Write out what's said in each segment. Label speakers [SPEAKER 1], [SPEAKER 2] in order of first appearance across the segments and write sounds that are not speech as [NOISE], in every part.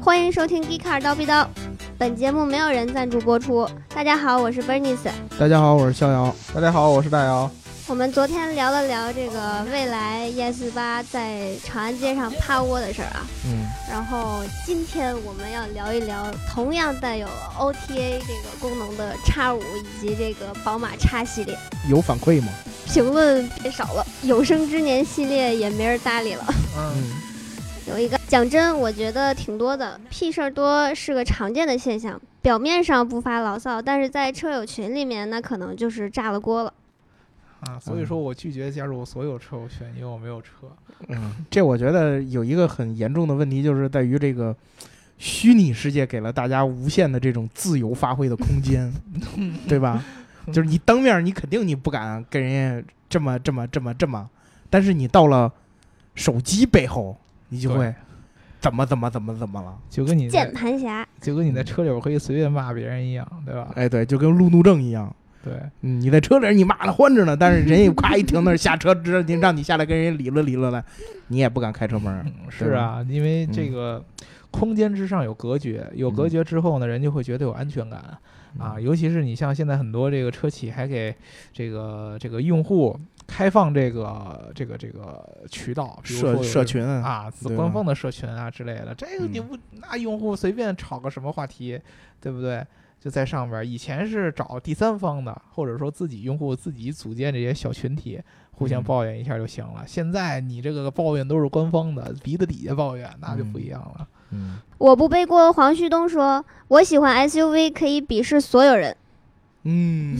[SPEAKER 1] 欢迎收听《g e e k a r 刀逼刀》，本节目没有人赞助播出。大家好，我是 Bernice。
[SPEAKER 2] 大家好，我是逍遥。大家好，我是大姚。
[SPEAKER 1] 我们昨天聊了聊这个未来 e 四八在长安街上趴窝的事儿啊，
[SPEAKER 2] 嗯，
[SPEAKER 1] 然后今天我们要聊一聊同样带有 OTA 这个功能的叉五以及这个宝马叉系列。
[SPEAKER 2] 有反馈吗？
[SPEAKER 1] 评论变少了，有生之年系列也没人搭理了。
[SPEAKER 2] 嗯，
[SPEAKER 1] 有一个讲真，我觉得挺多的，屁事儿多是个常见的现象。表面上不发牢骚，但是在车友群里面，那可能就是炸了锅了。
[SPEAKER 3] 啊，所以说我拒绝加入所有车友群，因为我没有车。
[SPEAKER 2] 嗯这我觉得有一个很严重的问题，就是在于这个虚拟世界给了大家无限的这种自由发挥的空 [LAUGHS] 间，对吧？就是你当面你肯定你不敢跟人家这么这么这么这么，但是你到了手机背后，你就会
[SPEAKER 3] 对
[SPEAKER 2] 怎么怎么怎么怎么了？
[SPEAKER 3] 就跟你
[SPEAKER 1] 键
[SPEAKER 3] 在
[SPEAKER 1] 盘侠，
[SPEAKER 3] 就跟你在车里边可以随便骂别人一样，对吧？
[SPEAKER 2] 哎，对，就跟路怒症一样。
[SPEAKER 3] 对，
[SPEAKER 2] 嗯，你在车里你骂的欢着呢，但是人家夸一停那儿下车，直接让你下来跟人家理论理论来，你也不敢开车门儿。
[SPEAKER 3] 嗯是啊，因为这
[SPEAKER 2] 嗯
[SPEAKER 3] 个空间之上有隔绝，有隔
[SPEAKER 2] 嗯
[SPEAKER 3] 绝之后呢，人就会觉得有安全感啊。尤其是你像现在很多这个车企还给这个这个用户开放这个这个这个渠道，嗯比如说
[SPEAKER 2] 社
[SPEAKER 3] 有
[SPEAKER 2] 社
[SPEAKER 3] 这
[SPEAKER 2] 群啊，[LAUGHS]
[SPEAKER 3] [LAUGHS] 啊，子
[SPEAKER 2] 对
[SPEAKER 3] 官
[SPEAKER 2] 吧
[SPEAKER 3] 方的社群啊之类的，这个你
[SPEAKER 2] 嗯
[SPEAKER 3] 不那用户随便炒个什么话题，对不对？就在上边儿，以前是找第三方的，或者说自己用户自己组建这些小群体，互相
[SPEAKER 2] 嗯
[SPEAKER 3] 抱怨一下就行了。现在你这个抱怨都是官方的，鼻子底下抱怨，那就不一样了。
[SPEAKER 2] 嗯，
[SPEAKER 1] 我不背锅。黄旭东说：“我喜欢 SUV，可以鄙视所有人。
[SPEAKER 2] 嗯，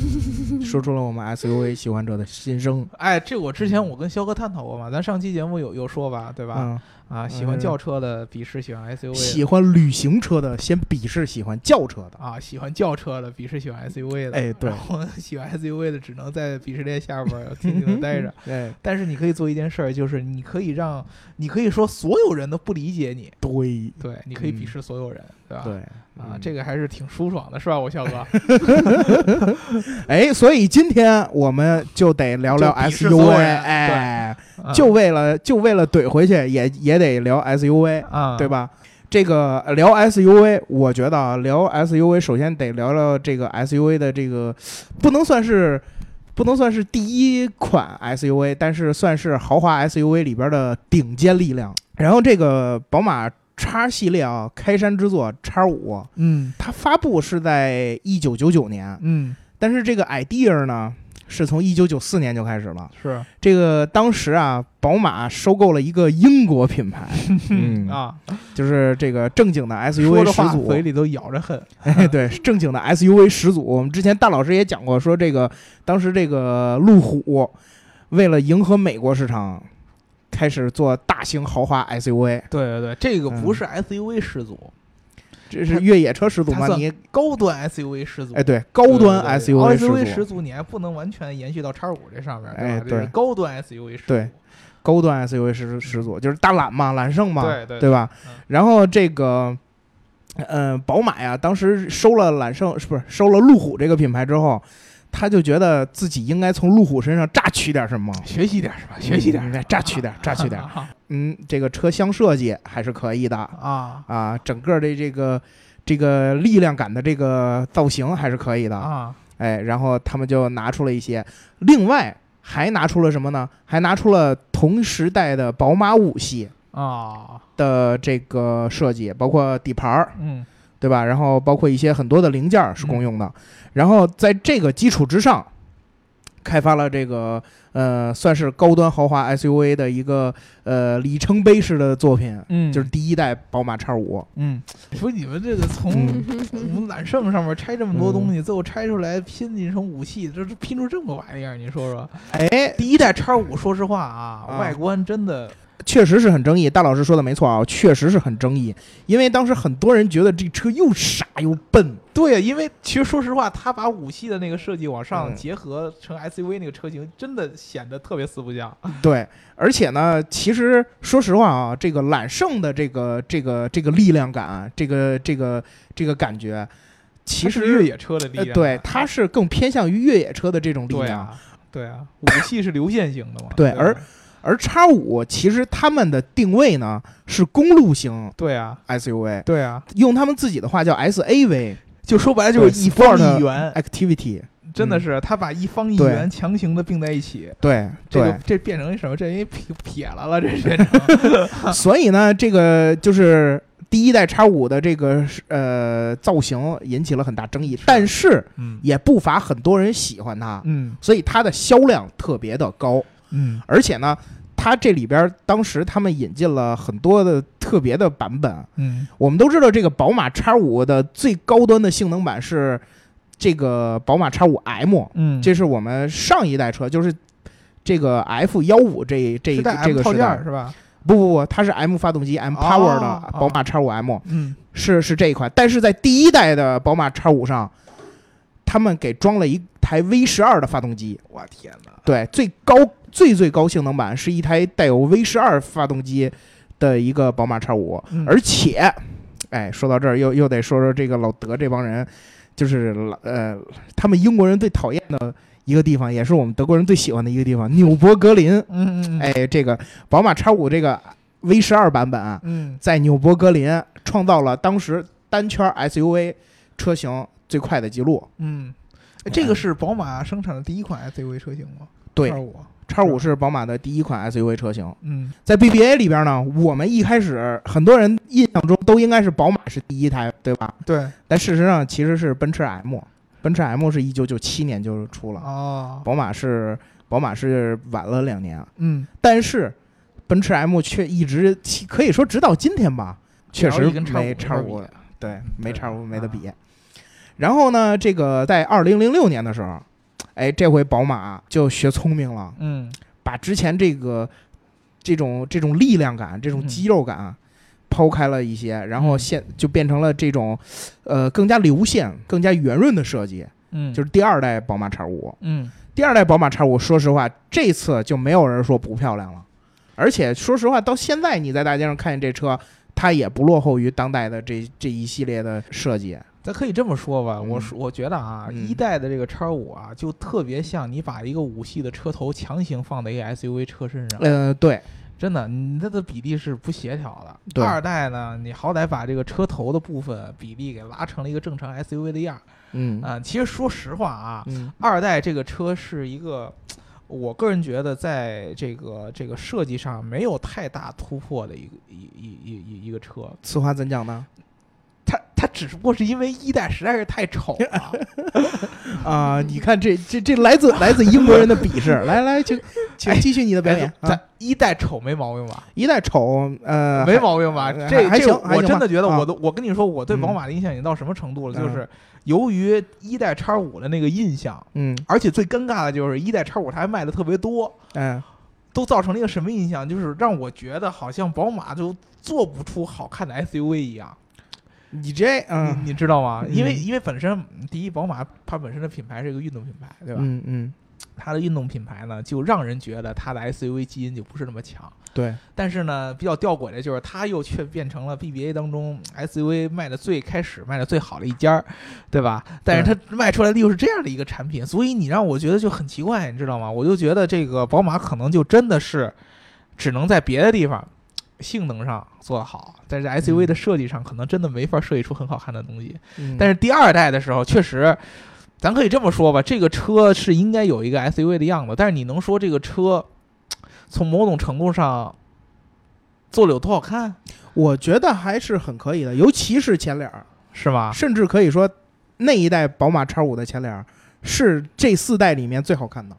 [SPEAKER 2] 说出了我们 SUV 喜欢者的心声
[SPEAKER 3] 哎，这我之
[SPEAKER 2] 嗯
[SPEAKER 3] 前我跟肖哥探讨过嘛，咱上期节目有有说吧，对吧？
[SPEAKER 2] 啊！
[SPEAKER 3] 啊，喜欢
[SPEAKER 2] 嗯
[SPEAKER 3] 轿车的鄙视喜欢 SUV，的
[SPEAKER 2] 喜欢旅行车的先鄙视喜欢轿车的，
[SPEAKER 3] 啊，喜欢轿车的鄙视喜欢 SUV 的，
[SPEAKER 2] 哎对
[SPEAKER 3] 然后喜欢 SUV 的只能在鄙视链下边儿静静的待着。
[SPEAKER 2] [LAUGHS] 哎，
[SPEAKER 3] 但是你可以做一件事儿，就是你可以让，你可以说所有人都不理解你，
[SPEAKER 2] 对
[SPEAKER 3] 对，你可以鄙
[SPEAKER 2] 嗯
[SPEAKER 3] 视所有人，对吧？
[SPEAKER 2] 对
[SPEAKER 3] 啊，
[SPEAKER 2] 嗯
[SPEAKER 3] 这个还是挺舒爽的，是吧，我笑
[SPEAKER 2] [LAUGHS]
[SPEAKER 3] 哥？
[SPEAKER 2] 哎，所以今天我们就得聊聊
[SPEAKER 3] 就鄙视所有
[SPEAKER 2] SUV，
[SPEAKER 3] 人
[SPEAKER 2] 哎，[LAUGHS]
[SPEAKER 3] 啊
[SPEAKER 2] 就为了就为了怼回去，也也得聊 SUV。
[SPEAKER 3] 啊，
[SPEAKER 2] 对？吧？这个呃聊 SUV，我觉得啊，聊 SUV 首先得聊聊这个 SUV 的这个，不能算是不能算是第一款 SUV，但是算是豪华 SUV 里边的顶尖力量。然后这个宝马叉系列啊，开山之作叉五，
[SPEAKER 3] 嗯
[SPEAKER 2] 它发布是在一九九九年，
[SPEAKER 3] 嗯，
[SPEAKER 2] 但是这个 idea 呢，是从一九九四年就开始了。
[SPEAKER 3] 是，
[SPEAKER 2] 这个当时啊，宝马收购了一个英国品牌， [LAUGHS] 嗯
[SPEAKER 3] 啊，
[SPEAKER 2] 就是这个正经的
[SPEAKER 3] 说
[SPEAKER 2] SUV
[SPEAKER 3] 着
[SPEAKER 2] 始
[SPEAKER 3] 话
[SPEAKER 2] 祖，
[SPEAKER 3] 嘴里都咬着恨，
[SPEAKER 2] 哎， [LAUGHS] 对，正经的 SUV 始祖。我们之前大老师也讲过，说这个当时这个路虎为了迎合美国市场，开始做大型豪华 SUV，
[SPEAKER 3] 对对对，这个
[SPEAKER 2] 嗯
[SPEAKER 3] 不是 SUV 始祖，
[SPEAKER 2] 这是越野车始祖
[SPEAKER 3] 它
[SPEAKER 2] 吗？
[SPEAKER 3] 算
[SPEAKER 2] 你
[SPEAKER 3] 高端 SUV 始祖，
[SPEAKER 2] 哎，对，高端 SUV
[SPEAKER 3] ，SUV
[SPEAKER 2] 始
[SPEAKER 3] 始
[SPEAKER 2] 祖，
[SPEAKER 3] 祖你还不能完全延续到叉五这上面，
[SPEAKER 2] 哎
[SPEAKER 3] 吧？这是
[SPEAKER 2] 对
[SPEAKER 3] 高端 SUV 始祖，
[SPEAKER 2] 对高端 SUV 始始祖就是大揽嘛，揽胜嘛，
[SPEAKER 3] 对对
[SPEAKER 2] 对吧
[SPEAKER 3] 嗯？
[SPEAKER 2] 然后这个。呃，宝马呀，当时收了揽胜，是不是收了路虎这个品牌之后，他就觉得自己应该从路虎身上榨取点什么，
[SPEAKER 3] 学习点儿是吧？ [LAUGHS] 学习点儿
[SPEAKER 2] 嗯
[SPEAKER 3] 是吧，
[SPEAKER 2] 榨取点
[SPEAKER 3] [LAUGHS]
[SPEAKER 2] 儿，榨取点儿。
[SPEAKER 3] 啊
[SPEAKER 2] 嗯，这个车厢设计还是可以的
[SPEAKER 3] 啊
[SPEAKER 2] 啊，整个的这个这个力量感的这个造型还是可以的。
[SPEAKER 3] 啊！
[SPEAKER 2] 哎，然后他们就拿出了一些，另外还拿出了什么呢？还拿出了同时代的宝马五系
[SPEAKER 3] 啊，
[SPEAKER 2] 的这个设计，包括底盘儿，
[SPEAKER 3] 嗯
[SPEAKER 2] 对吧？然后包括一些很多的零件儿是公用的。然后在这个基础之上，开发了这个呃，算是高端豪华 SUV 的一个呃里程碑式的作品，
[SPEAKER 3] 嗯
[SPEAKER 2] 就是第一代宝马叉五。
[SPEAKER 3] 嗯，你说你们这个从
[SPEAKER 2] 嗯
[SPEAKER 3] 我们揽胜上面拆这么多东西，最后拆出来拼进成武器，这这拼出这么个玩意儿，你说说？
[SPEAKER 2] 哎，
[SPEAKER 3] 第一代叉五，说实话啊，
[SPEAKER 2] 啊
[SPEAKER 3] 外观真的
[SPEAKER 2] 确实是很争议。大老师说的没错啊，确实是很争议，因为当时很多人觉得这车又傻又笨。
[SPEAKER 3] 对呀，因为其实说实话，他把武器的那个设计往上
[SPEAKER 2] 嗯
[SPEAKER 3] 结合成 SUV 那个车型，真的显得特别四不像。
[SPEAKER 2] 对，而且呢，其实说实话啊，这个揽胜的这个这个这个力量感啊，这个这个这个感觉，其
[SPEAKER 3] 它
[SPEAKER 2] 实
[SPEAKER 3] 是越野车的力
[SPEAKER 2] 呃，
[SPEAKER 3] 量，啊
[SPEAKER 2] 对，它是更偏向于越野车的这种力
[SPEAKER 3] 对啊
[SPEAKER 2] 量。
[SPEAKER 3] 啊，对啊，武器是流线型的嘛，
[SPEAKER 2] 对
[SPEAKER 3] 吧
[SPEAKER 2] 而而叉五其实他们的定位呢是公路型
[SPEAKER 3] 对啊，
[SPEAKER 2] SUV，
[SPEAKER 3] 对啊，
[SPEAKER 2] 用他们自己的话叫 SAV
[SPEAKER 3] 就说白了就是
[SPEAKER 2] 对
[SPEAKER 3] 一方
[SPEAKER 2] Sport
[SPEAKER 3] 一元，
[SPEAKER 2] Activity，
[SPEAKER 3] 真的是他把一方一
[SPEAKER 2] 对
[SPEAKER 3] 元强行的并在一起，
[SPEAKER 2] 对
[SPEAKER 3] 这
[SPEAKER 2] 对
[SPEAKER 3] 就，这变成一什么？这因为撇撇了了，这变成
[SPEAKER 2] 所以呢，这个就是第一代叉五的这个是呃造型引起了很大争议，但是
[SPEAKER 3] 嗯
[SPEAKER 2] 也不乏很多人喜欢它，
[SPEAKER 3] [LAUGHS] 嗯
[SPEAKER 2] 所以它的销量特别的高，
[SPEAKER 3] 嗯
[SPEAKER 2] 而且呢。它这里边儿当时他们引进了很多的特别的版本，
[SPEAKER 3] 嗯
[SPEAKER 2] 我们都知道这个宝马叉五的最高端的性能版是这个宝马叉五 M，
[SPEAKER 3] 嗯，
[SPEAKER 2] 这是我们上一代车，就是这个 F 幺五这这
[SPEAKER 3] 是带
[SPEAKER 2] 这
[SPEAKER 3] M
[SPEAKER 2] 个
[SPEAKER 3] 套
[SPEAKER 2] 时
[SPEAKER 3] 件
[SPEAKER 2] 代
[SPEAKER 3] 儿，哦是吧？
[SPEAKER 2] 不不不，它是 M 发动机 M Power 的宝马叉五 M，、
[SPEAKER 3] 嗯
[SPEAKER 2] 是是这一款，但是在第一代的宝马叉五上，他们给装了一台 V 十二的发动机，
[SPEAKER 3] 我天哪！
[SPEAKER 2] 对，最高最最高性能版是一台带有 V 十二发动机的一个宝马叉五，
[SPEAKER 3] 嗯
[SPEAKER 2] 而且，哎，说到这儿又又得说说这个老德这帮人，就是老呃，他们英国人最讨厌的一个地方，也是我们德国人最喜欢的一个地方——纽博格林。
[SPEAKER 3] 嗯嗯，
[SPEAKER 2] 哎，这个宝马叉五这个 V 十二版本啊，
[SPEAKER 3] 嗯
[SPEAKER 2] 在纽博格林创造了当时单圈 SUV 车型最快的记录。
[SPEAKER 3] 嗯，哎这个是宝马生产的第一款 SUV 车型吗？
[SPEAKER 2] 对
[SPEAKER 3] 二五，
[SPEAKER 2] 叉五是宝马的第一款 SUV 车型，
[SPEAKER 3] 嗯
[SPEAKER 2] 在 BBA 里边呢，我们一开始很多人印象中都应该是宝马是第一台，对吧？
[SPEAKER 3] 对
[SPEAKER 2] 但事实上其实是奔驰 M，奔驰 M 是一九九七年就出了，
[SPEAKER 3] 哦
[SPEAKER 2] 宝马是宝马是晚了两年，啊
[SPEAKER 3] 嗯，
[SPEAKER 2] 但是奔驰 M 却一直可以说直到今天吧，确实
[SPEAKER 3] 聊一跟叉五
[SPEAKER 2] 没叉
[SPEAKER 3] 没法
[SPEAKER 2] 五
[SPEAKER 3] 比，
[SPEAKER 2] 对，没
[SPEAKER 3] 对
[SPEAKER 2] 叉五没得
[SPEAKER 3] 啊
[SPEAKER 2] 比。然后呢，这个在二零零六年的时候，哎，这回宝马就学聪明了，
[SPEAKER 3] 嗯
[SPEAKER 2] 把之前这个这种这种力量感、这种
[SPEAKER 3] 嗯
[SPEAKER 2] 肌肉感啊抛开了一些，然后
[SPEAKER 3] 嗯
[SPEAKER 2] 现就变成了这种呃更加流线、更加圆润的设计，
[SPEAKER 3] 嗯，
[SPEAKER 2] 就是第二代宝马叉五。
[SPEAKER 3] 嗯
[SPEAKER 2] 第二代宝马叉五，说实话，这次就没有人说不漂亮了。而且说实话，到现在你在大街上看见这车，它也不落后于当代的这这一系列的设计。
[SPEAKER 3] 咱可以这么说吧，
[SPEAKER 2] 嗯
[SPEAKER 3] 我是我觉得啊，
[SPEAKER 2] 嗯
[SPEAKER 3] 一代的这个叉五啊，就特别像你把一个五系的车头强行放在一个 SUV 车身上，
[SPEAKER 2] 呃，对，
[SPEAKER 3] 真的，你它的比例是不协调的。
[SPEAKER 2] 对
[SPEAKER 3] 二代呢，你好歹把这个车头的部分比例给拉成了一个正常 SUV 的样儿
[SPEAKER 2] 嗯
[SPEAKER 3] 啊、其实说实话啊，
[SPEAKER 2] 嗯
[SPEAKER 3] 二代这个车是一个。我个人觉得，在这个这个设计上没有太大突破的一个一一一一一个车，
[SPEAKER 2] 此话怎讲呢？
[SPEAKER 3] 它它只不过是因为一代实在是太 [LAUGHS] 丑了，
[SPEAKER 2] 啊、你看这这这来
[SPEAKER 3] [LAUGHS]
[SPEAKER 2] 自来自英国人的鄙视。来来，请请继续你的表演。
[SPEAKER 3] 哎咱
[SPEAKER 2] 啊
[SPEAKER 3] 一代丑没毛病吧？
[SPEAKER 2] 一代丑，呃，
[SPEAKER 3] 没毛病吧？
[SPEAKER 2] 还
[SPEAKER 3] 这
[SPEAKER 2] 还
[SPEAKER 3] 这
[SPEAKER 2] 行还
[SPEAKER 3] 我
[SPEAKER 2] 行
[SPEAKER 3] 真
[SPEAKER 2] 吧
[SPEAKER 3] 的觉得，
[SPEAKER 2] 啊
[SPEAKER 3] 我都我跟你说，我对
[SPEAKER 2] 嗯
[SPEAKER 3] 宝马的印象已经到什么程度了？就
[SPEAKER 2] 嗯
[SPEAKER 3] 是由于一代叉五的那个印象，
[SPEAKER 2] 嗯
[SPEAKER 3] 而且最尴尬的就是一代叉五它还卖的特别多，
[SPEAKER 2] 嗯、
[SPEAKER 3] 都造成了一个什么印象？就是让我觉得好像宝马就做不出好看的 SUV 一样。
[SPEAKER 2] 你这嗯
[SPEAKER 3] 你你知道吗？因为
[SPEAKER 2] 嗯
[SPEAKER 3] 因为本身第一，宝马它本身的品牌是一个运动品牌，对吧？
[SPEAKER 2] 嗯嗯，
[SPEAKER 3] 它的运动品牌呢，就让人觉得它的 SUV 基因就不是那么强。
[SPEAKER 2] 对，
[SPEAKER 3] 但是呢，比较吊诡的就是，它又却变成了 BBA 当中 SUV 卖的最开始卖的最好的一家儿，对吧？但是它卖出来的又是这样的一个产品，所以你让我觉得就很奇怪，你知道吗？我就觉得这个宝马可能就真的是只能在别的地方性能上做得好，但是 SUV 的设计上可能真的没法设计出很好看的东西。
[SPEAKER 2] 嗯
[SPEAKER 3] 但是第二代的时候，确实，咱可以这么说吧，这个车是应该有一个 SUV 的样子，但是你能说这个车从某种程度上做的有多好看，
[SPEAKER 2] 我觉得还是很可以的，尤其是前脸儿。
[SPEAKER 3] 是吗？
[SPEAKER 2] 甚至可以说那一代宝马叉五的前脸儿是这四代里面最好看的。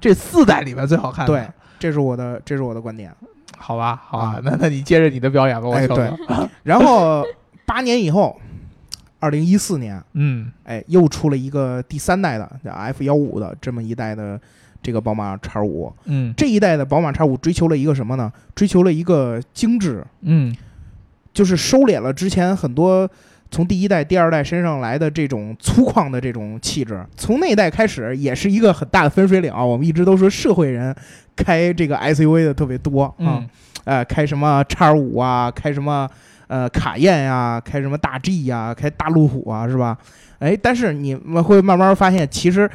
[SPEAKER 3] 这四代里面最好看的，
[SPEAKER 2] 对，，这是我的这是我的观点。
[SPEAKER 3] 好吧，好吧
[SPEAKER 2] 啊，
[SPEAKER 3] 那 [LAUGHS] 那你接着你的表演吧，我
[SPEAKER 2] 哎
[SPEAKER 3] 瞅瞅，
[SPEAKER 2] 然
[SPEAKER 3] [LAUGHS]
[SPEAKER 2] 后八年以后，二零一四年，
[SPEAKER 3] 嗯
[SPEAKER 2] 哎，又出了一个第三代的叫 F 幺五的这么一代的这个宝马叉五。
[SPEAKER 3] 嗯
[SPEAKER 2] 这一代的宝马叉五追求了一个什么呢？追求了一个精致，
[SPEAKER 3] 嗯
[SPEAKER 2] 就是收敛了之前很多从第一代、第二代身上来的这种粗犷的这种气质。从那一代开始，也是一个很大的分水岭啊。我们一直都说社会人开这个 SUV 的特别多啊，
[SPEAKER 3] 嗯
[SPEAKER 2] 呃，开什么叉五啊，开什么呃卡宴呀、开什么大 G 呀、开大路虎啊，是吧？哎，但是你们会慢慢发现，其实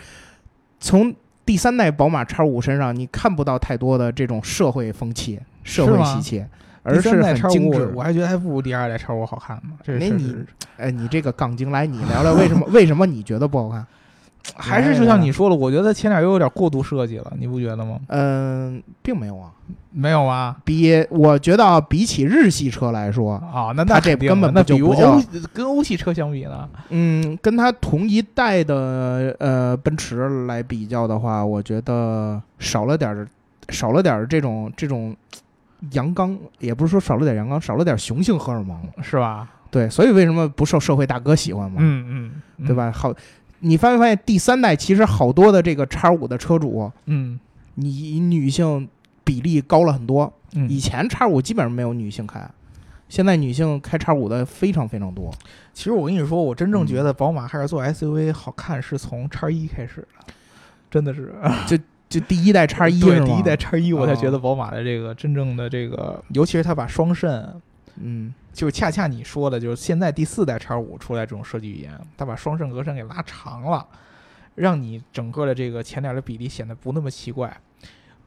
[SPEAKER 2] 从第三代宝马叉五身上，你看不到太多的这种社会风气、社会习气，而
[SPEAKER 3] 第三
[SPEAKER 2] 是
[SPEAKER 3] 代
[SPEAKER 2] 很
[SPEAKER 3] 叉
[SPEAKER 2] 精
[SPEAKER 3] 五
[SPEAKER 2] 致，
[SPEAKER 3] 我。还觉得还不如第二代叉五好看呢。这是
[SPEAKER 2] 那
[SPEAKER 3] 事
[SPEAKER 2] 你
[SPEAKER 3] 实
[SPEAKER 2] 哎，你这个杠精，来你聊聊为什么？为什么你觉得不好
[SPEAKER 3] [LAUGHS]
[SPEAKER 2] 看？
[SPEAKER 3] 还
[SPEAKER 2] 哎
[SPEAKER 3] 是就像你说了，我觉得前脸又有点过度设计了，你不觉得吗？
[SPEAKER 2] 嗯，并没有啊。
[SPEAKER 3] 没有吗？
[SPEAKER 2] 比我觉得啊，比起日系车来说，
[SPEAKER 3] 啊，那
[SPEAKER 2] 它
[SPEAKER 3] 那
[SPEAKER 2] 这
[SPEAKER 3] 肯定的
[SPEAKER 2] 根本
[SPEAKER 3] 那
[SPEAKER 2] 就
[SPEAKER 3] 比如
[SPEAKER 2] 不叫
[SPEAKER 3] 欧跟欧系车相比呢，
[SPEAKER 2] 嗯，跟它同一代的呃奔驰来比较的话，我觉得少了点儿，少了点儿这种这种阳刚，也不是说少了点阳刚，少了点雄性荷尔蒙。
[SPEAKER 3] 是吧？
[SPEAKER 2] 对，所以为什么不受社会大哥喜欢嘛，
[SPEAKER 3] 嗯嗯，
[SPEAKER 2] 对？吧？好，你发没发现第三代其实好多的这个叉五的车主，
[SPEAKER 3] 嗯
[SPEAKER 2] 你女性比例高了很多。
[SPEAKER 3] 嗯，
[SPEAKER 2] 以前叉五基本上没有女性开，现在女性开叉五的非常非常多。
[SPEAKER 3] 其实我跟你说，我真正
[SPEAKER 2] 嗯
[SPEAKER 3] 觉得宝马开始做 SUV 好看是从叉一开始的，真的 [LAUGHS] 是
[SPEAKER 2] 就第一代叉一
[SPEAKER 3] 对
[SPEAKER 2] 是吗
[SPEAKER 3] 第一代，啊叉一，我才
[SPEAKER 2] 哦
[SPEAKER 3] 觉得宝马的这个真正的这个，尤其是它把双肾。
[SPEAKER 2] 嗯，
[SPEAKER 3] 就是恰恰你说的，就是现在第四代叉五出来这种设计语言，它把双肾格栅给拉长了，让你整个的这个前脸的比例显得不那么奇怪。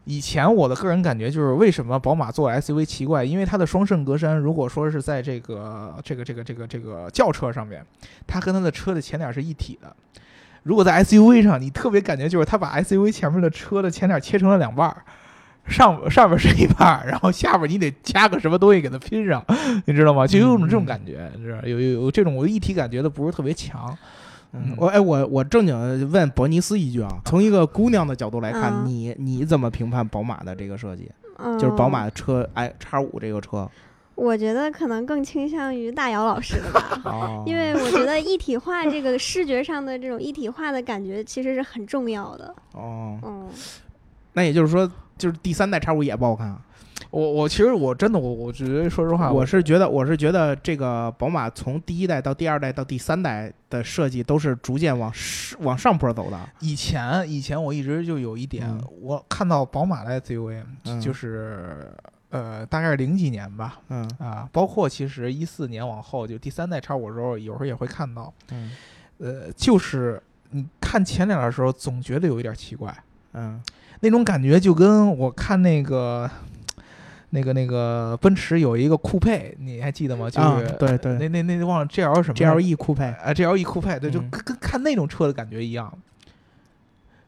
[SPEAKER 3] 以前我的个人感觉就是，为什么宝马做 SUV 奇怪？因为它的双肾格栅，如果说是在这个这个这个这个这个轿车上面，它跟它的车的前脸是一体的。如果在 SUV 上，你特别感觉就是它把 SUV 前面的车的前脸切成了两半儿，上上面是一半儿， [LAUGHS] 然后下边你得加个什么东西给它拼上，你知道吗？就有种这种感觉，你知道有有有这种我一体感觉的不是特别强。
[SPEAKER 2] 嗯，我哎，我我正经问伯尼斯一句啊，从一个姑娘的角度来看，
[SPEAKER 1] 嗯
[SPEAKER 2] 你你怎么评判宝马的这个设计？
[SPEAKER 1] 嗯，
[SPEAKER 2] 就是宝马车哎叉五这
[SPEAKER 1] [LAUGHS]
[SPEAKER 2] 个车，，
[SPEAKER 1] 我觉得可能更倾向于大姚老师的吧
[SPEAKER 2] 哦
[SPEAKER 1] 因为我觉得一体化这个视觉上的这种一体化的感觉其实是很重要
[SPEAKER 2] [LAUGHS]
[SPEAKER 1] 的。
[SPEAKER 2] 哦，
[SPEAKER 1] 嗯，
[SPEAKER 2] 那也就是说，就是第三代叉五也不好看啊。
[SPEAKER 3] 我我其实我真的我我觉得说实话，
[SPEAKER 2] 我是觉得，我是觉得这个宝马从第一代到第二代到第三代的设计都是逐渐往是往上坡走的，
[SPEAKER 3] 以前以前我一直就有一点，
[SPEAKER 2] 嗯
[SPEAKER 3] 我看到宝马的 SUV
[SPEAKER 2] 嗯
[SPEAKER 3] 就是、呃大概是零几年吧
[SPEAKER 2] 嗯
[SPEAKER 3] 啊，包括其实一四年往后就第三代叉五的时候，有时候也会看到，
[SPEAKER 2] 嗯
[SPEAKER 3] 呃，就是你看前脸的时候总觉得有一点奇怪，
[SPEAKER 2] 嗯
[SPEAKER 3] 那种感觉就跟我看那个。那个那个奔驰有一个酷配，你还记得吗？就是、
[SPEAKER 2] 啊对对
[SPEAKER 3] 那那那忘了 G L 什么
[SPEAKER 2] ，G L E 酷配，
[SPEAKER 3] 啊，G L E 酷派，对，就
[SPEAKER 2] 嗯
[SPEAKER 3] 跟跟看那种车的感觉一样，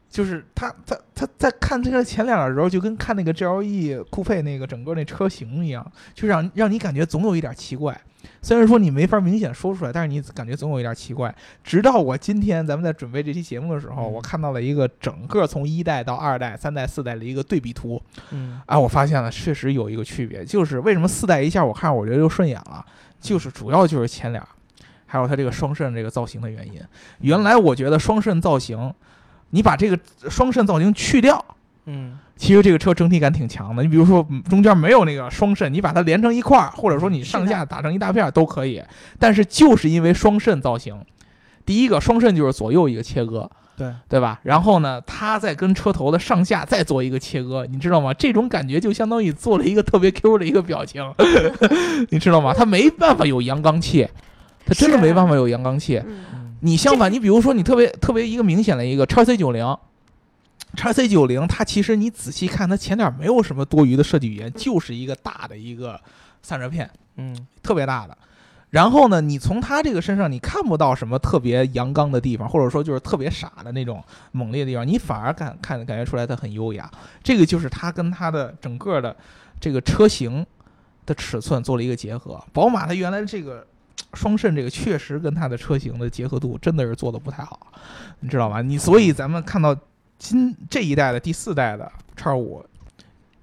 [SPEAKER 3] 就是他他他在看这个前脸的时候，就跟看那个 G L E 酷配那个整个那车型一样，就让让你感觉总有一点奇怪。虽然说你没法明显说出来，但是你感觉总有一点奇怪。直到我今天咱们在准备这期节目的时候，
[SPEAKER 2] 嗯
[SPEAKER 3] 我看到了一个整个从一代到二代、三代、四代的一个对比图，
[SPEAKER 2] 嗯
[SPEAKER 3] 啊，我发现了，确实有一个区别，就是为什么四代一下我看我觉得就顺眼了，就是主要就是前脸儿，还有它这个双肾这个造型的原因。原来我觉得双肾造型，你把这个双肾造型去掉，
[SPEAKER 2] 嗯
[SPEAKER 3] 其实这个车整体感挺强的。你比如说嗯中间没有那个双肾，你把它连成一块儿，或者说你上下打成一大片儿都可以。但是就是因为双肾造型，第一个双肾就是左右一个切割，
[SPEAKER 2] 嗯对，
[SPEAKER 3] 对吧？然后呢，它再跟车头的上下再做一个切割，你知道吗？这种感觉就相当于做了一个特别 Q 的一个表情， [LAUGHS] 你知道吗？它没办法有阳刚气，它真的
[SPEAKER 1] 是
[SPEAKER 3] 没办法有阳刚气。
[SPEAKER 1] 嗯，
[SPEAKER 2] 嗯
[SPEAKER 3] 你相反，你比如说，你特别特别一个明显的一个叉 C 九零，叉 C 九零，它其实你仔细看，它前脸没有什么多余的设计语言，就是一个大的一个散热片，
[SPEAKER 2] 嗯
[SPEAKER 3] 特别大的。然后呢，你从它这个身上你看不到什么特别阳刚的地方，或者说就是特别傻的那种猛烈的地方，你反而感看感觉出来它很优雅。这个就是它跟它的整个的这个车型的尺寸做了一个结合。宝马它原来这个嘖双肾这个确实跟它的车型的结合度真的是做的不太好，你知道吗？你所以咱们看到今这一代的第四代的叉五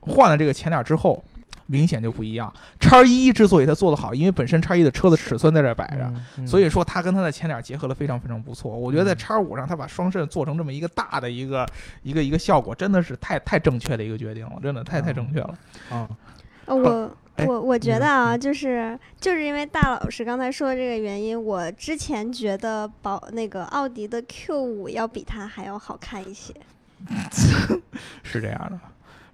[SPEAKER 3] 换了这个前脸之后，明显就不一样。叉一之所以它做得好，因为本身叉一的车的尺寸在这儿摆着。
[SPEAKER 2] 嗯
[SPEAKER 3] 哎所以说，它跟它的前脸结合的非常非常不错。我觉得在叉五上，它把双肾做成这么一个大的一个一个一个效果，真的是太太正确的一个决定了，真的太太正确了。
[SPEAKER 2] 啊，
[SPEAKER 1] 呃
[SPEAKER 3] 哦
[SPEAKER 1] 我
[SPEAKER 2] 哎
[SPEAKER 1] 我我觉
[SPEAKER 2] 你
[SPEAKER 1] 得啊，
[SPEAKER 3] 嗯
[SPEAKER 1] 就是就是因为大老师刚才说的这个原因，我之前觉得宝那个奥迪的 Q 五要比它还要好看一些。
[SPEAKER 3] 是这样的，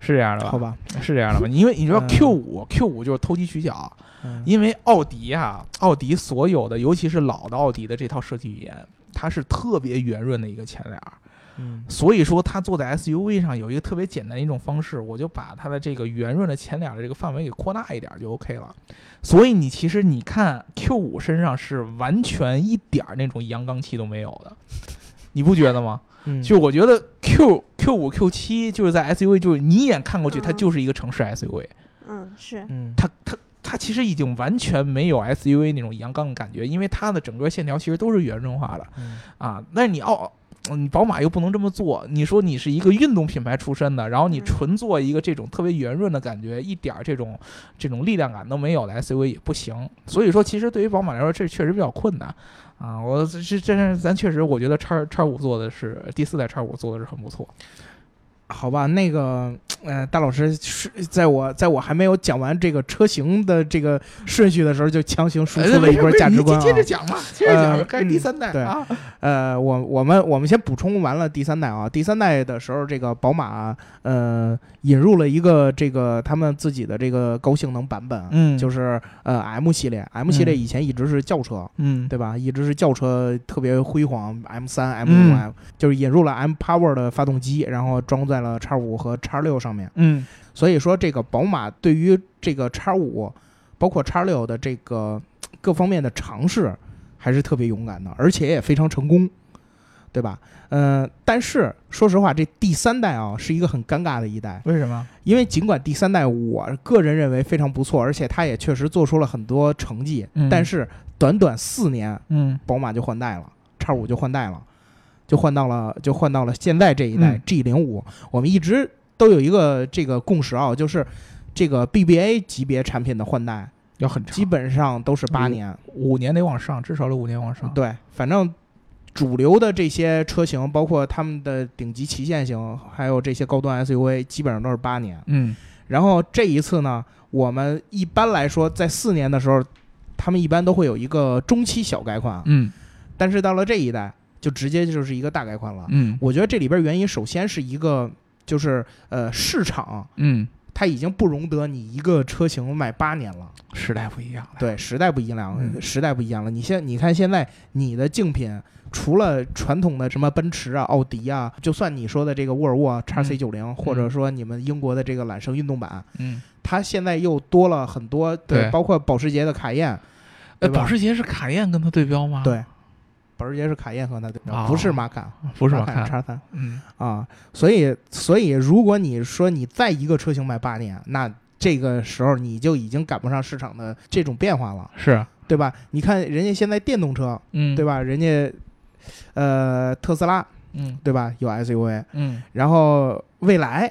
[SPEAKER 3] 是这样的吧？
[SPEAKER 2] 好，吧，
[SPEAKER 3] 是这样的吧？因为你知道
[SPEAKER 2] 嗯
[SPEAKER 3] Q 五、Q 五就是投机取巧，因为奥迪啊，奥迪所有的，尤其是老的奥迪的这套设计语言，它是特别圆润的一个前脸儿，
[SPEAKER 2] 嗯
[SPEAKER 3] 所以说，它做在 SUV 上有一个特别简单的一种方式，我就把它的这个圆润的前脸的这个范围给扩大一点就 OK 了。所以你其实你看 Q 五身上是完全一点儿那种阳刚气都没有的，你不觉得吗？
[SPEAKER 2] 嗯，
[SPEAKER 3] 就我觉得 Q Q 五 Q 七就是在 SUV，就是你一眼看过去，它
[SPEAKER 1] 嗯
[SPEAKER 3] 就是一个城市 SUV，
[SPEAKER 1] 嗯，是，
[SPEAKER 2] 嗯
[SPEAKER 3] 它它它其实已经完全没有 SUV 那种阳刚的感觉，因为它的整个线条其实都是圆润化的。
[SPEAKER 2] 嗯
[SPEAKER 3] 啊，那你奥，嗯你宝马又不能这么做。你说你是一个运动品牌出身的，然后你
[SPEAKER 1] 嗯
[SPEAKER 3] 纯做一个这种特别圆润的感觉，一点儿这种这种力量感都没有的 SUV 也不行。所以说，其实对于宝马来说，这确实比较困难啊。我这这这是咱确实，我觉得叉叉五做的是第四代叉五做的是很不错。
[SPEAKER 2] 好吧，那个，呃，大老师是在我在我还没有讲完这个车型的这个顺序的时候，就强行输
[SPEAKER 3] 哎
[SPEAKER 2] 出了
[SPEAKER 3] 没
[SPEAKER 2] 一
[SPEAKER 3] 事
[SPEAKER 2] 波
[SPEAKER 3] 没事
[SPEAKER 2] 价值
[SPEAKER 3] 你
[SPEAKER 2] 观、啊
[SPEAKER 3] 接着讲吧，接着
[SPEAKER 2] 呃
[SPEAKER 3] 讲，该第
[SPEAKER 2] 嗯
[SPEAKER 3] 三代
[SPEAKER 2] 对
[SPEAKER 3] 啊，
[SPEAKER 2] 呃，我我们我们先补充完了第三代啊，第三代的时候，这个宝马呃引入了一个这个他们自己的这个高性能版本，啊
[SPEAKER 3] 嗯
[SPEAKER 2] 就是呃 M 系列，M 系列
[SPEAKER 3] 嗯
[SPEAKER 2] 以前一直是轿车，
[SPEAKER 3] 嗯，
[SPEAKER 2] 对吧？一直是轿车特别辉煌，M 三、M 五、
[SPEAKER 3] 嗯
[SPEAKER 2] M 就是引入了 M Power 的发动机，然后装在了 X 五和 X 六上面。
[SPEAKER 3] 嗯
[SPEAKER 2] 所以说，这个宝马对于这个 X 五，包括 X 六的这个各方面的尝试，还是特别勇敢的，而且也非常成功，对吧？呃，但是说实话，这第三代啊是一个很尴尬的一代，
[SPEAKER 3] 为什么？
[SPEAKER 2] 因为尽管第三代我个人认为非常不错，而且它也确实做出了很多成绩，
[SPEAKER 3] 嗯
[SPEAKER 2] 但是短短四年，
[SPEAKER 3] 嗯
[SPEAKER 2] 宝马就换代了，X 五就换代了，就换到了就换到了现在这一代
[SPEAKER 3] 嗯
[SPEAKER 2] G 零五。我们一直都有一个这个共识啊，就是这个 BBA 级别产品的换代
[SPEAKER 3] 要很
[SPEAKER 2] 基
[SPEAKER 3] 长，
[SPEAKER 2] 本上都是八
[SPEAKER 3] 嗯
[SPEAKER 2] 年，
[SPEAKER 3] 五年得往上，至少得五年往上。
[SPEAKER 2] 对，反正。主流的这些车型，包括他们的顶级旗舰型，还有这些高端 SUV，基本上都是八年。
[SPEAKER 3] 嗯
[SPEAKER 2] 然后这一次呢，我们一般来说在四年的时候，他们一般都会有一个中期小改款，
[SPEAKER 3] 嗯
[SPEAKER 2] 但是到了这一代，就直接就是一个大改款了。
[SPEAKER 3] 嗯
[SPEAKER 2] 我觉得这里边原因，首先是一个就是呃市场
[SPEAKER 3] 嗯，
[SPEAKER 2] 它已经不容得你一个车型卖八年了，
[SPEAKER 3] 时代不一样了。
[SPEAKER 2] 对，时代不一样，
[SPEAKER 3] 哎嗯
[SPEAKER 2] 时代不一样了。你现你看现在你的竞品。除了传统的什么奔驰啊、奥迪啊，就算你说的这个沃尔沃啊 x C 九零，或者说你们英国的这个揽胜运动版，
[SPEAKER 3] 嗯，
[SPEAKER 2] 它现在又多了很多，对，
[SPEAKER 3] 对
[SPEAKER 2] 包括保时捷的卡宴，
[SPEAKER 3] 哎，
[SPEAKER 2] 对吧
[SPEAKER 3] 保时捷是卡宴跟它对标吗？，
[SPEAKER 2] 对，保时捷是卡宴和它对标，
[SPEAKER 3] 哦
[SPEAKER 2] 不是马卡，
[SPEAKER 3] 不是我
[SPEAKER 2] 马
[SPEAKER 3] 看，
[SPEAKER 2] 叉三
[SPEAKER 3] 嗯
[SPEAKER 2] 啊。所以，所以如果你说你再一个车型卖八年，那这个时候你就已经赶不上市场的这种变化了，
[SPEAKER 3] 是，啊
[SPEAKER 2] 对吧？你看人家现在电动车，
[SPEAKER 3] 嗯
[SPEAKER 2] 对
[SPEAKER 3] 吧？
[SPEAKER 2] 吧？人家呃特斯拉，
[SPEAKER 3] 嗯
[SPEAKER 2] 对吧？有 SUV，
[SPEAKER 3] 嗯
[SPEAKER 2] 然后蔚来，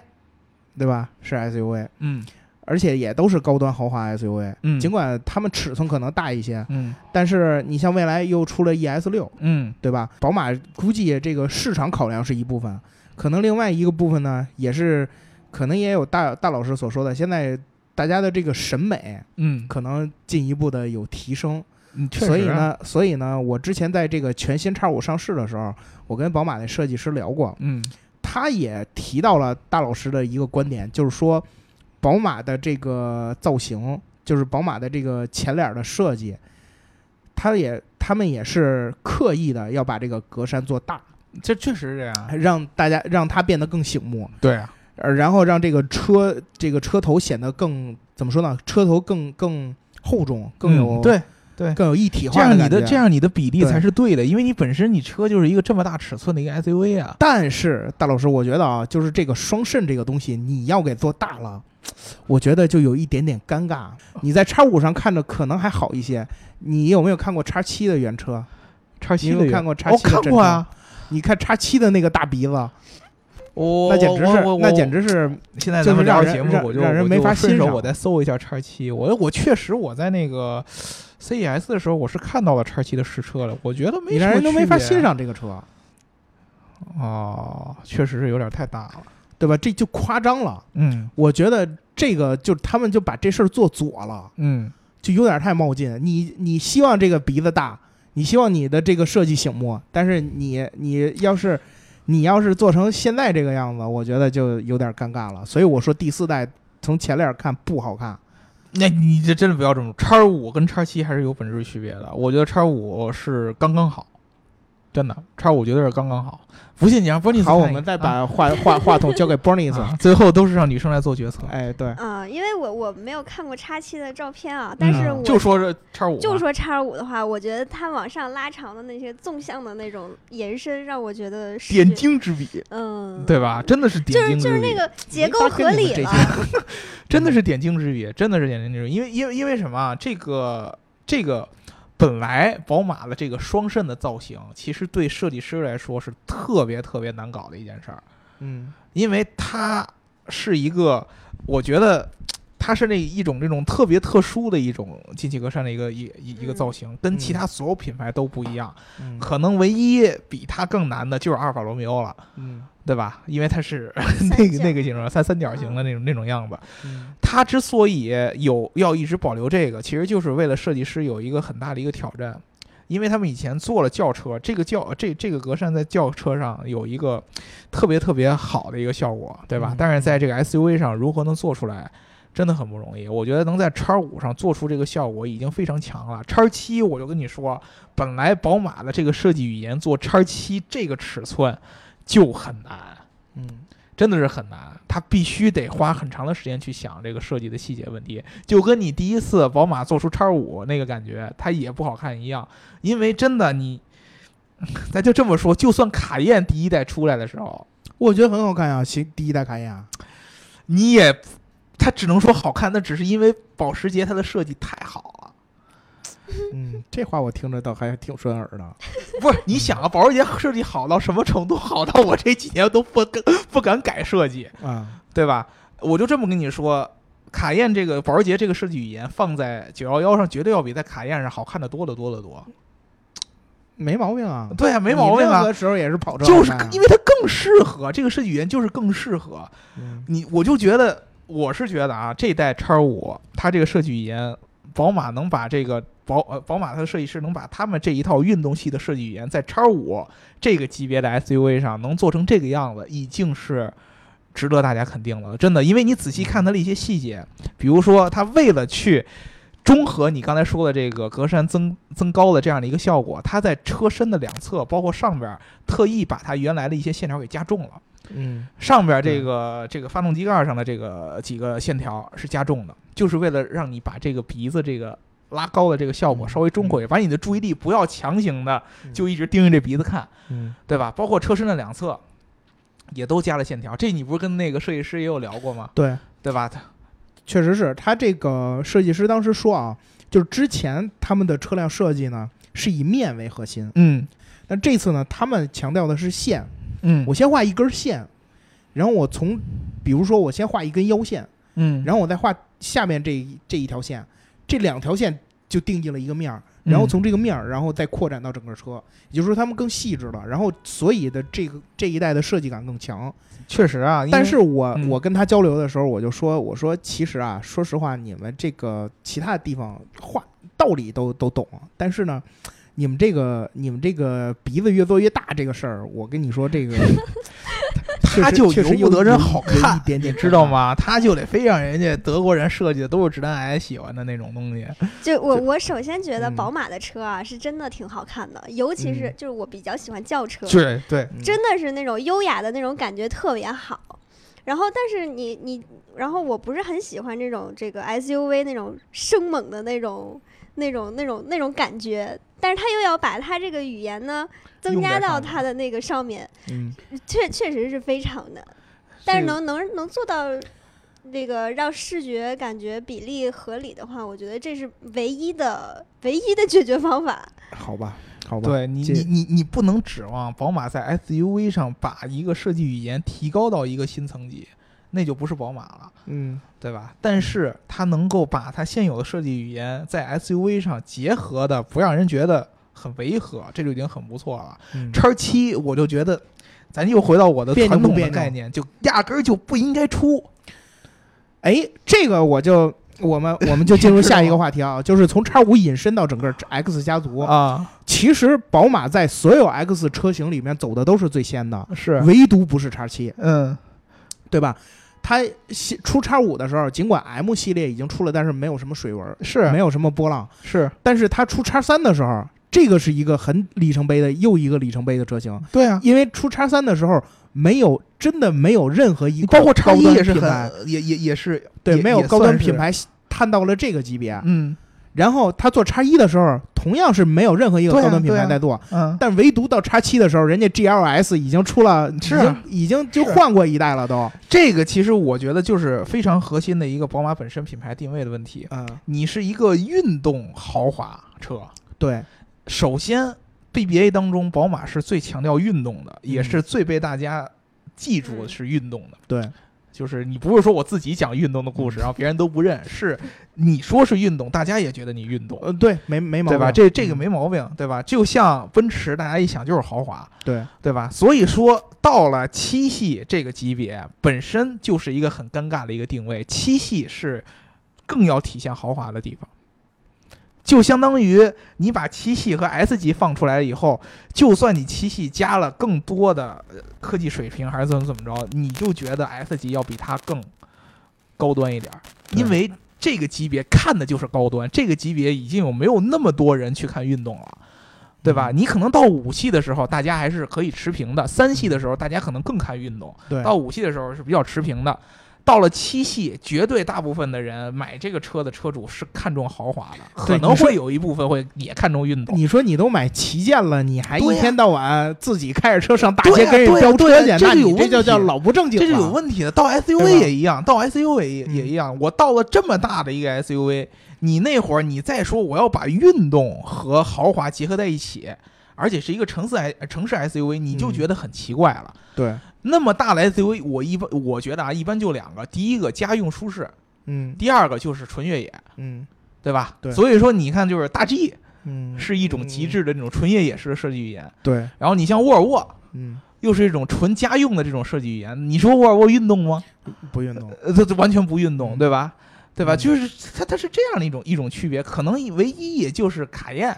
[SPEAKER 2] 对吧？是 SUV，
[SPEAKER 3] 嗯
[SPEAKER 2] 而且也都是高端豪华 SUV。
[SPEAKER 3] 嗯，
[SPEAKER 2] 尽管它们尺寸可能大一些，
[SPEAKER 3] 嗯
[SPEAKER 2] 但是你像未来又出了 ES 六，
[SPEAKER 3] 嗯
[SPEAKER 2] 对吧？宝马估计这个市场考量是一部分，可能另外一个部分呢，也是可能也有大大老师所说的，现在大家的这个审美
[SPEAKER 3] 嗯
[SPEAKER 2] 可能进一步的有提升，
[SPEAKER 3] 嗯，确实啊
[SPEAKER 2] 所以，呢，所以呢，我之前在这个全新叉五上市的时候，我跟宝马的设计师聊过，
[SPEAKER 3] 嗯
[SPEAKER 2] 他也提到了大老师的一个观点，就是说，宝马的这个造型，就是宝马的这个前脸的设计，他也他们也是刻意的要把这个格栅做大，
[SPEAKER 3] 这确实是这样。
[SPEAKER 2] 让大家让它变得更醒目，
[SPEAKER 3] 对啊，
[SPEAKER 2] 呃，然后让这个车这个车头显得更怎么说呢？车头更更厚重，更有、
[SPEAKER 3] 嗯对。
[SPEAKER 2] 更有一体
[SPEAKER 3] 这
[SPEAKER 2] 化
[SPEAKER 3] 样你
[SPEAKER 2] 感觉。
[SPEAKER 3] 的这样你的比例
[SPEAKER 2] 对
[SPEAKER 3] 才是对的，因为你本身你车就是一个这么大尺寸的一个 SUV 啊。
[SPEAKER 2] 但是大老师，我觉得啊，就是这个双肾这个东西，你要给做大了，我觉得就有一点点尴尬。你在叉五上看着可能还好一些，你有没有看过叉七的原车？
[SPEAKER 3] 叉七
[SPEAKER 2] 你有
[SPEAKER 3] 的
[SPEAKER 2] 没有看
[SPEAKER 3] 原
[SPEAKER 2] 过叉
[SPEAKER 3] 哦
[SPEAKER 2] 七的
[SPEAKER 3] 看
[SPEAKER 2] 真
[SPEAKER 3] 过
[SPEAKER 2] 车
[SPEAKER 3] 啊，
[SPEAKER 2] 你看叉七的那个大鼻子，那
[SPEAKER 3] 我
[SPEAKER 2] 简直是
[SPEAKER 3] 哦我我
[SPEAKER 2] 那
[SPEAKER 3] 我
[SPEAKER 2] 简直是
[SPEAKER 3] 现在
[SPEAKER 2] 就
[SPEAKER 3] 咱
[SPEAKER 2] 是
[SPEAKER 3] 们聊
[SPEAKER 2] 让
[SPEAKER 3] 着节
[SPEAKER 2] 人
[SPEAKER 3] 目
[SPEAKER 2] 让，
[SPEAKER 3] 我就
[SPEAKER 2] 让人
[SPEAKER 3] 我
[SPEAKER 2] 没
[SPEAKER 3] 就
[SPEAKER 2] 法
[SPEAKER 3] 顺
[SPEAKER 2] 欣
[SPEAKER 3] 手
[SPEAKER 2] 赏
[SPEAKER 3] 我再搜一下叉七。我我确实我在那个 CES 的时候，我是看到了叉七的试车了，我觉得没
[SPEAKER 2] 你让
[SPEAKER 3] 什
[SPEAKER 2] 人
[SPEAKER 3] 么
[SPEAKER 2] 都没
[SPEAKER 3] 区
[SPEAKER 2] 法
[SPEAKER 3] 别
[SPEAKER 2] 欣赏这个车，
[SPEAKER 3] 哦，确实是有点太大了。
[SPEAKER 2] 对吧？这就夸张了。
[SPEAKER 3] 嗯
[SPEAKER 2] 我觉得这个就他们就把这事儿做左了，
[SPEAKER 3] 嗯
[SPEAKER 2] 就有点太冒进。你你希望这个鼻子大，你希望你的这个设计醒目，但是你你要是你要是做成现在这个样子，我觉得就有点尴尬了。所以我说第四代从前脸看不好看，
[SPEAKER 3] 那你这真的不要这么，叉五跟叉七还是有本质区别的。我觉得叉五是刚刚好，真的，叉五绝对是刚刚好。不信你让 Bernice
[SPEAKER 2] 好，
[SPEAKER 3] 看一
[SPEAKER 2] 我
[SPEAKER 3] 看
[SPEAKER 2] 们再
[SPEAKER 3] 啊
[SPEAKER 2] 把话话话筒交给 Bernie
[SPEAKER 3] 啊最后都是让女生来做决策，
[SPEAKER 2] 哎，对，
[SPEAKER 1] 啊，因为我我没有看过叉七的照片啊，但是
[SPEAKER 2] 嗯
[SPEAKER 1] 我
[SPEAKER 3] 就说这叉五，
[SPEAKER 1] 就说叉五的话，我觉得它往上拉长的那些纵向的那种延伸，让我觉得是
[SPEAKER 3] 点，睛之笔，
[SPEAKER 1] 嗯，
[SPEAKER 3] 对吧？真的是点
[SPEAKER 1] 就是
[SPEAKER 3] 睛
[SPEAKER 1] 就是
[SPEAKER 3] 之
[SPEAKER 1] 那
[SPEAKER 3] 笔，
[SPEAKER 1] 个结
[SPEAKER 2] 没
[SPEAKER 1] 构
[SPEAKER 2] 法
[SPEAKER 1] 合
[SPEAKER 2] 跟你
[SPEAKER 1] 理
[SPEAKER 2] 们这
[SPEAKER 1] 了，
[SPEAKER 2] [LAUGHS]
[SPEAKER 3] 真的是点睛之笔，真的是点睛之笔。因为因为因为什么啊？这个这个本来宝马的这个双肾的造型，其实对设计师来说是特别特别难搞的一件事儿。
[SPEAKER 2] 嗯，
[SPEAKER 3] 因为它是一个，我觉得它是那一种这种特别特殊的一种进气格栅的一个一一一个
[SPEAKER 1] 嗯
[SPEAKER 3] 造型，跟其
[SPEAKER 2] 嗯
[SPEAKER 3] 他所有品牌都不一样。
[SPEAKER 2] [LAUGHS] 嗯
[SPEAKER 3] 可能唯一比它更难的就是阿尔法罗密欧了，
[SPEAKER 2] 嗯
[SPEAKER 3] 对吧？因为它是
[SPEAKER 1] 三
[SPEAKER 3] [LAUGHS] 那个
[SPEAKER 1] 角
[SPEAKER 3] 那个形状，三三角形的那种那种样子。
[SPEAKER 2] 嗯
[SPEAKER 3] 它之所以有要一直保留这个，其实就是为了设计师有一个很大的一个挑战，因为他们以前做了轿车，这个轿这这个格栅在轿车上有一个特别特别好的一个效果，对吧？
[SPEAKER 2] 嗯
[SPEAKER 3] 但是在这个 SUV 上如何能做出来？真的很不容易，我觉得能在叉五上做出这个效果已经非常强了。叉七，我就跟你说，本来宝马的这个设计语言做叉七这个尺寸就很难，
[SPEAKER 2] 嗯
[SPEAKER 3] 真的是很难，他必须得花很长的时间去想这个设计的细节问题，就跟你第一次宝马做出叉五那个感觉，它也不好看一样，因为真的你， [LAUGHS] 咱就这么说，就算卡宴第一代出来的时候，
[SPEAKER 2] 我觉得很好看呀，新第一代卡宴啊，
[SPEAKER 3] 你也，它只能说好看，那只是因为保时捷它的设计太好了。
[SPEAKER 2] 嗯，这话我听着倒还挺顺耳的，
[SPEAKER 3] 不是，你想啊，保时捷设计好到什么程度？好到我这几年都不敢不敢改设计。
[SPEAKER 2] 啊，
[SPEAKER 3] 对吧？我就这么跟你说，卡宴这个保时捷这个设计语言放在九幺幺上，绝对要比在卡宴上好看的多得多得多。
[SPEAKER 2] 没毛病啊，
[SPEAKER 3] 对呀、没毛病
[SPEAKER 2] 你任
[SPEAKER 3] 啊
[SPEAKER 2] 何，时候也是跑车好看
[SPEAKER 3] 就
[SPEAKER 2] 啊，
[SPEAKER 3] 是因为它更适合这个设计语言，就是更适合
[SPEAKER 2] 嗯
[SPEAKER 3] 你。我就觉得，我是觉得啊，这代叉五它这个设计语言，宝马能把这个宝呃宝马它的设计师能把他们这一套运动系的设计语言，在叉五这个级别的 SUV 上能做成这个样子，已经是值得大家肯定了。真的，因为你仔细看它的一些细节，比如说它为了去中和你刚才说的这个格栅增增高的这样的一个效果，它在车身的两侧，包括上边儿，特意把它原来的一些线条给加重了。
[SPEAKER 2] 嗯
[SPEAKER 3] 上边这个这个发动机盖上的这个几个线条是加重的，就是为了让你把这个鼻子这个拉高的这个效果
[SPEAKER 2] 嗯
[SPEAKER 3] 稍微中和一点，把你的注意力不要强行的
[SPEAKER 2] 嗯
[SPEAKER 3] 就一直盯着这鼻子看，
[SPEAKER 2] 嗯
[SPEAKER 3] 对吧？包括车身的两侧也都加了线条，这你不是跟那个设计师也有聊过吗？
[SPEAKER 2] 对，
[SPEAKER 3] 对吧？
[SPEAKER 2] 确实是他这个设计师当时说啊，就是之前他们的车辆设计呢是以面为核心，
[SPEAKER 3] 嗯
[SPEAKER 2] 但这次呢，他们强调的是线，
[SPEAKER 3] 嗯
[SPEAKER 2] 我先画一根线，然后我从，比如说我先画一根腰线，
[SPEAKER 3] 嗯
[SPEAKER 2] 然后我再画下面这一这一条线，这两条线就定义了一个面儿。然
[SPEAKER 3] 嗯
[SPEAKER 2] 后从这个面儿，然后再扩展到整个车，也就是说他们更细致了，然后所以的这个这一代的设计感更强。
[SPEAKER 3] 确实啊，因为
[SPEAKER 2] 但是我、
[SPEAKER 3] 嗯
[SPEAKER 2] 我跟他交流的时候，我就说我说其实啊，说实话，你们这个其他地方话道理都都懂，啊但是呢，你们这个你们这个鼻子越做越大这个事儿，我跟你说
[SPEAKER 3] [LAUGHS]
[SPEAKER 2] 这个确实，
[SPEAKER 3] 他就
[SPEAKER 2] 确实
[SPEAKER 3] 由
[SPEAKER 2] 有
[SPEAKER 3] 不得人
[SPEAKER 2] 有
[SPEAKER 3] 好
[SPEAKER 2] 有
[SPEAKER 3] 看
[SPEAKER 2] 一点
[SPEAKER 3] [LAUGHS]
[SPEAKER 2] 点，
[SPEAKER 3] 知道？吗？他就得非让人家德国人设计的都是直男癌喜欢的那种东西。
[SPEAKER 1] 就我我首先觉得
[SPEAKER 2] 嗯
[SPEAKER 1] 宝马的车啊是真的挺好看的，尤其是
[SPEAKER 2] 嗯
[SPEAKER 1] 就是我比较喜欢轿车，
[SPEAKER 3] 对对，
[SPEAKER 2] 嗯
[SPEAKER 1] 真的是那种优雅的那种感觉特别好。然后，但是你你，然后我不是很喜欢这种这个 SUV 那种生猛的那种那种那种那种感觉，但是他又要把他这个语言呢增
[SPEAKER 3] 用在
[SPEAKER 1] 加到
[SPEAKER 3] 上面
[SPEAKER 1] 他的那个上面，
[SPEAKER 2] 嗯，
[SPEAKER 1] 确确实是非常难。但是
[SPEAKER 3] 这个
[SPEAKER 1] 能能能做到这个让视觉感觉比例合理的话，我觉得这是唯一的唯一的解决方法。
[SPEAKER 2] 好吧，好吧，
[SPEAKER 3] 对你，
[SPEAKER 2] 这
[SPEAKER 3] 你你你不能指望宝马在 SUV 上把一个设计语言提高到一个新层级，那就不是宝马了，
[SPEAKER 2] 嗯
[SPEAKER 3] 对吧？但是它能够把它现有的设计语言在 SUV 上结合的，不让人觉得很违和，这就已经很不错了。
[SPEAKER 2] 嗯，
[SPEAKER 3] 叉七，我就觉得，咱又回到我的
[SPEAKER 2] 别扭
[SPEAKER 3] 传
[SPEAKER 2] 不
[SPEAKER 3] 统
[SPEAKER 2] 别
[SPEAKER 3] 的
[SPEAKER 2] 扭
[SPEAKER 3] 概念，就压根儿就不应该出。
[SPEAKER 2] 哎，这个我就。我们我们就进入下一个话题啊，就是从叉五引申到整个 X 家族
[SPEAKER 3] 啊，
[SPEAKER 2] 其实宝马在所有 X 车型里面走的都是最先的，
[SPEAKER 3] 是，
[SPEAKER 2] 唯独不是叉七，
[SPEAKER 3] 嗯，
[SPEAKER 2] 对吧？它西出叉五的时候，尽管 M 系列已经出了，但是没有什么水纹，
[SPEAKER 3] 是
[SPEAKER 2] 没有什么波浪。
[SPEAKER 3] 是，
[SPEAKER 2] 但是它出叉三的时候，这个是一个很里程碑的又一个里程碑的车型，
[SPEAKER 3] 对啊，
[SPEAKER 2] 因为出叉三的时候没有真的没有任何一
[SPEAKER 3] 你
[SPEAKER 2] 款
[SPEAKER 3] 包括叉
[SPEAKER 2] 高
[SPEAKER 3] 一
[SPEAKER 2] 端
[SPEAKER 3] 也是
[SPEAKER 2] 品牌
[SPEAKER 3] 很也也也是
[SPEAKER 2] 对
[SPEAKER 3] 也
[SPEAKER 2] 没有
[SPEAKER 3] 也
[SPEAKER 2] 高端
[SPEAKER 3] 算是
[SPEAKER 2] 品牌探到了这个级别，
[SPEAKER 3] 嗯
[SPEAKER 2] 然后他做叉一的时候同样是没有任何一个
[SPEAKER 3] 对啊
[SPEAKER 2] 高端品
[SPEAKER 3] 对
[SPEAKER 2] 牌
[SPEAKER 3] 啊
[SPEAKER 2] 在做，
[SPEAKER 3] 嗯，
[SPEAKER 2] 但唯独到叉七的时候，人家 GLS 已经出了，
[SPEAKER 3] 是啊
[SPEAKER 2] 已经已经就是换过一代了都。
[SPEAKER 3] 这个其实我觉得就是非常核心的一个宝马本身品牌定位的问题。
[SPEAKER 2] 嗯，
[SPEAKER 3] 你是一个运动豪华车，
[SPEAKER 2] 对，
[SPEAKER 3] 首先 BBA 当中，宝马是最强调运动的，也是最被大家记住的是运动的。
[SPEAKER 2] 对，
[SPEAKER 3] 就是你不是说我自己讲运动的故事，然后别人都不认，是你说是运动，大家也觉得你运动，
[SPEAKER 2] 呃，对，没没毛
[SPEAKER 3] 对
[SPEAKER 2] 病，
[SPEAKER 3] 吧？这这个
[SPEAKER 2] 嗯
[SPEAKER 3] 没毛病，对吧？就像奔驰，大家一想就是豪华，
[SPEAKER 2] 对，
[SPEAKER 3] 对吧？所以说到了七系这个级别，本身就是一个很尴尬的一个定位。七系是更要体现豪华的地方，就相当于你把七系和 S 级放出来以后，就算你七系加了更多的呃科技水平还是怎么怎么着，你就觉得 S 级要比它更高端一点儿，
[SPEAKER 2] 对
[SPEAKER 3] 因为这个级别看的就是高端，这个级别已经有没有那么多人去看运动了。对吧？
[SPEAKER 2] 嗯
[SPEAKER 3] 你可能到五系的时候，大家还是可以持平的；三系的时候，大家可能更看运动；
[SPEAKER 2] 对，
[SPEAKER 3] 到五系的时候是比较持平的。到了七系，绝对大部分的人买这个车的车主是看重豪华的，
[SPEAKER 2] 对
[SPEAKER 3] 可
[SPEAKER 2] 你
[SPEAKER 3] 能
[SPEAKER 2] 说
[SPEAKER 3] 会有一部分会也看重运动。
[SPEAKER 2] 你说你都买旗舰了，你还一
[SPEAKER 3] 对呀啊
[SPEAKER 2] 天到晚自己开着车上大
[SPEAKER 3] 对
[SPEAKER 2] 街
[SPEAKER 3] 呀
[SPEAKER 2] 跟人
[SPEAKER 3] 对呀啊
[SPEAKER 2] 飙
[SPEAKER 3] 对呀
[SPEAKER 2] 车去，那
[SPEAKER 3] 这就有
[SPEAKER 2] 你这
[SPEAKER 3] 问
[SPEAKER 2] 叫
[SPEAKER 3] 题
[SPEAKER 2] 叫老不正经
[SPEAKER 3] 这
[SPEAKER 2] 了，
[SPEAKER 3] 就有问题的。到
[SPEAKER 2] 对
[SPEAKER 3] SUV
[SPEAKER 2] 吧
[SPEAKER 3] 也一样，到 SUV 也
[SPEAKER 2] 嗯
[SPEAKER 3] 也一样。我到了这么大的一个 SUV，你那会儿你再说我要把运动和豪华结合在一起，而且是一个城市 S 城市 SUV，你就
[SPEAKER 2] 嗯
[SPEAKER 3] 觉得很奇怪了。
[SPEAKER 2] 对，
[SPEAKER 3] 那么大的 SUV，我一般我觉得啊，一般就两个，第一个家用舒适，
[SPEAKER 2] 嗯
[SPEAKER 3] 第二个就是纯越野，
[SPEAKER 2] 嗯
[SPEAKER 3] 对吧？
[SPEAKER 2] 对
[SPEAKER 3] 所以说你看，就是大 G
[SPEAKER 2] 嗯，
[SPEAKER 3] 是一种极致的那种纯越野式的设计语言，
[SPEAKER 2] 对，
[SPEAKER 3] 然后你像沃尔沃
[SPEAKER 2] 嗯，
[SPEAKER 3] 又是一种纯家用的这种设计语言。你说沃尔沃运动吗？
[SPEAKER 2] 不运动，
[SPEAKER 3] 呃，它它完全不运动，对吧？对吧？
[SPEAKER 2] 嗯
[SPEAKER 3] 就是它它是这样的一种一种区别，可能唯一也就是卡宴。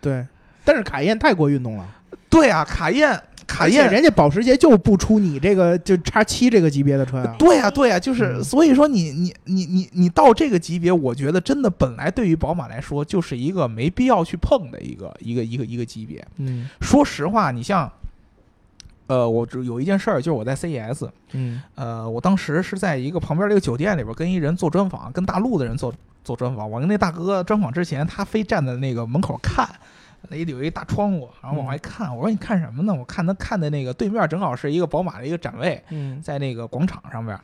[SPEAKER 2] 对，但是卡宴太过运动了，
[SPEAKER 3] 对啊，卡宴卡
[SPEAKER 2] 而且
[SPEAKER 3] 宴
[SPEAKER 2] 人家保时捷就不出你这个就叉七这个级别的车啊呀，
[SPEAKER 3] 对呀、对呀、啊就是、
[SPEAKER 2] 嗯
[SPEAKER 3] 所以说你你你你你到这个级别，我觉得真的本来对于宝马来说就是一个没必要去碰的一个一个一个一个级别。
[SPEAKER 2] 嗯
[SPEAKER 3] 说实话，你像，呃，我只有一件事儿，就是我在 CES，
[SPEAKER 2] 嗯
[SPEAKER 3] 呃，我当时是在一个旁边的一个酒店里边跟一人做专访，跟大陆的人做做专访。我跟那大哥专访之前，他非站在那个门口看，那里有一大窗户，然后往外看。我说你看什么呢？我看他看的那个对面正好是一个宝马的一个展位，
[SPEAKER 2] 嗯
[SPEAKER 3] 在那个广场上面，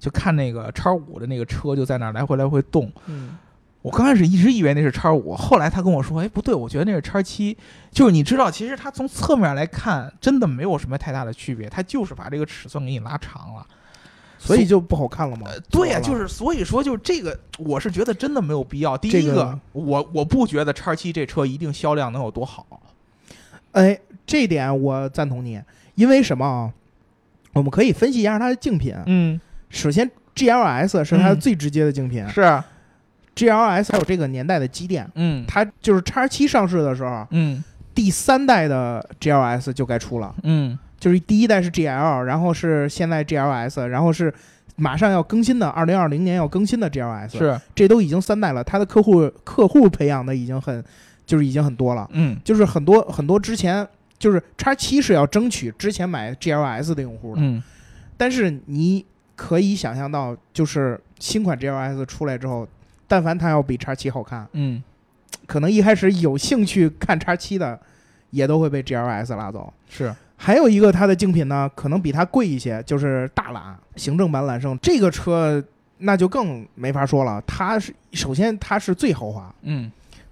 [SPEAKER 3] 就看那个叉五的那个车就在那儿来回来回动。
[SPEAKER 2] 嗯，
[SPEAKER 3] 我刚开始一直以为那是叉五，后来他跟我说，哎，不对，我觉得那是叉七。就是你知道，其实它从侧面来看，真的没有什么太大的区别，它就是把这个尺寸给你拉长了。
[SPEAKER 2] 所以就不好看了嘛，
[SPEAKER 3] 呃对呀、
[SPEAKER 2] 好了
[SPEAKER 3] 就是所以说，就是这个，我是觉得真的没有必要。第一
[SPEAKER 2] 这个
[SPEAKER 3] 我我不觉得叉七这车一定销量能有多好。
[SPEAKER 2] 哎，这点我赞同你，因为什么啊？我们可以分析一下它的竞品。
[SPEAKER 3] 嗯，
[SPEAKER 2] 首先，GLS 是它
[SPEAKER 3] 嗯
[SPEAKER 2] 最直接的竞品、
[SPEAKER 3] 是啊，
[SPEAKER 2] g l s 还有这个年代的积淀。
[SPEAKER 3] 嗯
[SPEAKER 2] 它就是叉七上市的时候，
[SPEAKER 3] 嗯
[SPEAKER 2] 第三代的 GLS 就该出了，
[SPEAKER 3] 嗯，
[SPEAKER 2] 就是第一代是 GL，然后是现在 GLS，然后是马上要更新的，二零二零年要更新的 GLS，
[SPEAKER 3] 是，啊
[SPEAKER 2] 这都已经三代了，它的客户客户培养的已经很，就是已经很多了。
[SPEAKER 3] 嗯
[SPEAKER 2] 就是很多很多之前就是叉七是要争取之前买 GLS 的用户的，
[SPEAKER 3] 嗯，
[SPEAKER 2] 但是你可以想象到，就是新款 GLS 出来之后，但凡它要比叉七好看，
[SPEAKER 3] 嗯，
[SPEAKER 2] 可能一开始有兴趣看叉七的，也都会被 GLS 拉走。
[SPEAKER 3] 是，啊
[SPEAKER 2] 还有一个它的竞品呢，可能比它贵一些，就是大揽行政版揽胜这个车，那就更没法说了。它是首先它是最豪华，
[SPEAKER 3] 嗯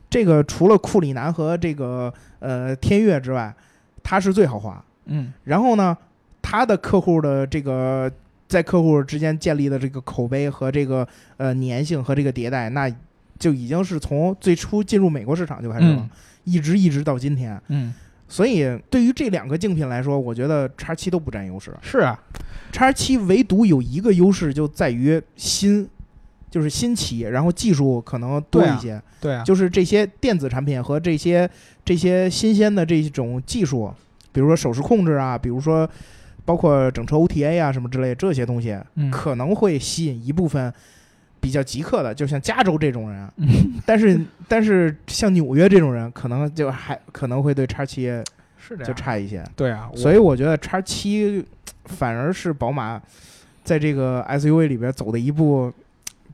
[SPEAKER 2] 这个除了库里南和这个呃天悦之外，它是最豪华。
[SPEAKER 3] 嗯
[SPEAKER 2] 然后呢，它的客户的这个在客户之间建立的这个口碑和这个呃粘性和这个迭代，那就已经是从最初进入美国市场就开始了，
[SPEAKER 3] 嗯
[SPEAKER 2] 一直一直到今天。
[SPEAKER 3] 嗯，
[SPEAKER 2] 所以对于这两个竞品来说，我觉得叉七都不占优势。
[SPEAKER 3] 是啊，
[SPEAKER 2] 叉七唯独有一个优势就在于新，就是新奇，然后技术可能多
[SPEAKER 3] 对啊
[SPEAKER 2] 一些。
[SPEAKER 3] 对啊，
[SPEAKER 2] 就是这些电子产品和这些这些新鲜的这种技术，比如说手势控制啊，比如说包括整车 OTA 啊什么之类这些东西，
[SPEAKER 3] 嗯
[SPEAKER 2] 可能会吸引一部分比较极客的，就像加州这种人啊，
[SPEAKER 3] 嗯
[SPEAKER 2] 但是但是像纽约这种人，可能就还可能会对叉七
[SPEAKER 3] 是这
[SPEAKER 2] 就
[SPEAKER 3] 样，
[SPEAKER 2] 差一些。
[SPEAKER 3] 对啊，我
[SPEAKER 2] 所以我觉得叉七反而是宝马在这个 SUV 里边走的一步，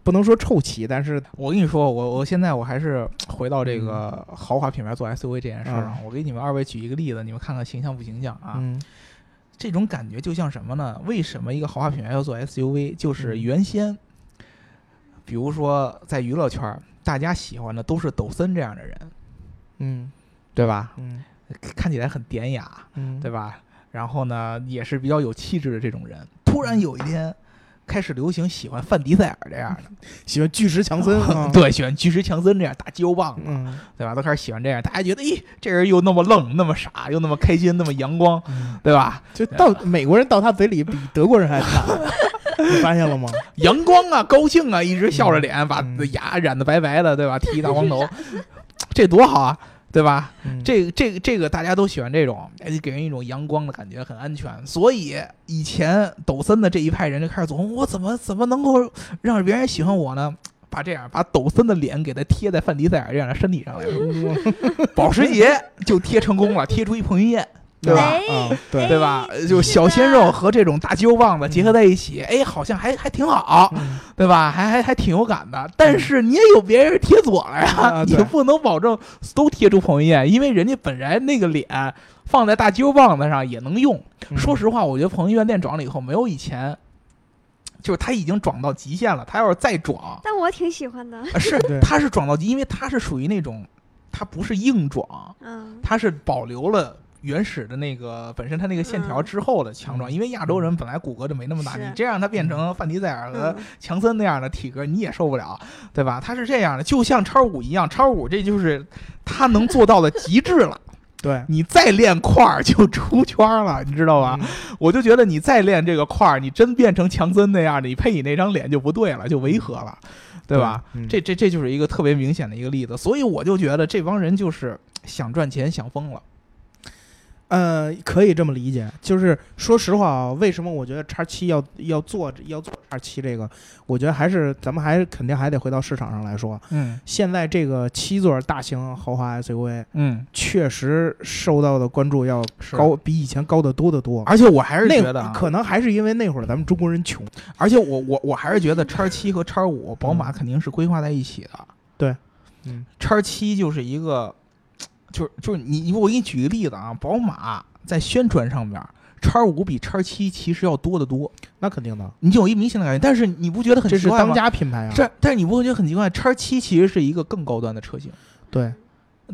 [SPEAKER 2] 不能说臭棋，但是
[SPEAKER 3] 我跟你说，我我现在我还是回到这个豪华品牌做 SUV 这件事儿上，我给你们二位举一个例子，你们看看形象不形象啊？
[SPEAKER 2] 嗯
[SPEAKER 3] 这种感觉就像什么呢？为什么一个豪华品牌要做 SUV？就是原先，比如说在娱乐圈儿，大家喜欢的都是抖森这样的人，
[SPEAKER 2] 嗯
[SPEAKER 3] 对吧？
[SPEAKER 2] 嗯
[SPEAKER 3] 看起来很典雅，
[SPEAKER 2] 嗯，
[SPEAKER 3] 对吧？然后呢，也是比较有气质的这种人。突然有一天，开始流行喜欢范迪塞尔这样的，，
[SPEAKER 2] 喜欢巨石强森，啊
[SPEAKER 3] 对，喜欢巨石强森这样打激光棒的，
[SPEAKER 2] 嗯
[SPEAKER 3] 对吧？都开始喜欢这样，大家觉得，咦，这人又那么愣，那么傻，又那么开心，那么阳光，
[SPEAKER 2] 嗯，
[SPEAKER 3] 对吧？
[SPEAKER 2] 就到美国人到他嘴里比德国人还
[SPEAKER 3] [LAUGHS]
[SPEAKER 2] 大，你发现了吗？
[SPEAKER 3] 阳光啊，高兴啊，一直笑着脸，把
[SPEAKER 2] 嗯
[SPEAKER 3] 牙染得白白的，对吧？剃一大光头，这多好啊，对吧？
[SPEAKER 2] 嗯
[SPEAKER 3] 这个、这个、这个，大家都喜欢这种，哎，给人一种阳光的感觉，很安全。所以以前抖森的这一派人就开始琢磨，我怎么怎么能够让别人喜欢我呢？把这样把抖森的脸给他贴在范迪塞尔这样的身体上来了，保时捷就贴成功了，贴出一彭于晏，对吧？
[SPEAKER 1] 哎
[SPEAKER 2] 啊，对
[SPEAKER 1] 哎
[SPEAKER 3] 对吧？就是小鲜
[SPEAKER 1] 的
[SPEAKER 3] 肉和这种大肌肉棒子结合在一起，哎，好像还还挺好，
[SPEAKER 2] 嗯
[SPEAKER 3] 对吧？还还还挺有感的。但是你也有别人贴左了呀，
[SPEAKER 2] 啊
[SPEAKER 3] 你
[SPEAKER 2] 对
[SPEAKER 3] 不能保证都贴出彭于晏，因为人家本来那个脸放在大肌肉棒子上也能用。
[SPEAKER 2] 嗯
[SPEAKER 3] 说实话，我觉得彭于晏练壮了以后，没有以前，就是他已经壮到极限了。他要是再壮，
[SPEAKER 1] 但我挺喜欢的，
[SPEAKER 3] 啊是
[SPEAKER 2] 对
[SPEAKER 3] 他是壮到极，因为他是属于那种，他不是硬壮，
[SPEAKER 1] 嗯，
[SPEAKER 3] 它是保留了原始的那个本身它那个线条
[SPEAKER 1] 嗯
[SPEAKER 3] 之后的强壮，因为亚洲人本来骨骼就没那么大，
[SPEAKER 1] 是
[SPEAKER 3] 你这样他变成范迪塞尔和
[SPEAKER 1] 嗯
[SPEAKER 3] 强森那样的体格，你也受不了，对吧？他是这样的，就像超五一样，超五这就是他能做到的极致了。
[SPEAKER 2] 对，
[SPEAKER 3] 你再练块儿就出圈了，你知道吧？
[SPEAKER 2] 嗯
[SPEAKER 3] 我就觉得你再练这个块儿，你真变成强森那样，你配你那张脸就不对了，就违和了，对吧？？
[SPEAKER 2] 嗯
[SPEAKER 3] 这这这就是一个特别明显的一个例子，所以我就觉得这帮人就是想赚钱想疯了。
[SPEAKER 2] 呃，可以这么理解，就是说实话啊，为什么我觉得叉七要要做要做叉七这个？我觉得还是咱们还是肯定还得回到市场上来说，
[SPEAKER 3] 嗯
[SPEAKER 2] 现在这个七座大型豪华 SUV
[SPEAKER 3] 嗯，
[SPEAKER 2] 确实受到的关注要
[SPEAKER 3] 是
[SPEAKER 2] 高，比以前高得多得多。
[SPEAKER 3] 而且我还是
[SPEAKER 2] 那
[SPEAKER 3] 觉得
[SPEAKER 2] 个
[SPEAKER 3] 啊，
[SPEAKER 2] 可能还是因为那会儿咱们中国人穷，
[SPEAKER 3] 而且我我我还是觉
[SPEAKER 2] 嗯
[SPEAKER 3] 得叉七和叉五，宝马肯定是规划在一起的。
[SPEAKER 2] 对，嗯，
[SPEAKER 3] 叉七就是一个，就是就是你你我给你举个例子啊，宝马在宣传上面，叉五比叉七其实要多得多，
[SPEAKER 2] 那肯定的，
[SPEAKER 3] 你就有一明显的感觉，但是你不觉得很
[SPEAKER 2] 这
[SPEAKER 3] 奇
[SPEAKER 2] 是
[SPEAKER 3] 怪
[SPEAKER 2] 当
[SPEAKER 3] 吗？
[SPEAKER 2] 家品牌啊。
[SPEAKER 3] 这但是你不会觉得很奇怪？叉七其实是一个更高端的车型。
[SPEAKER 2] 对，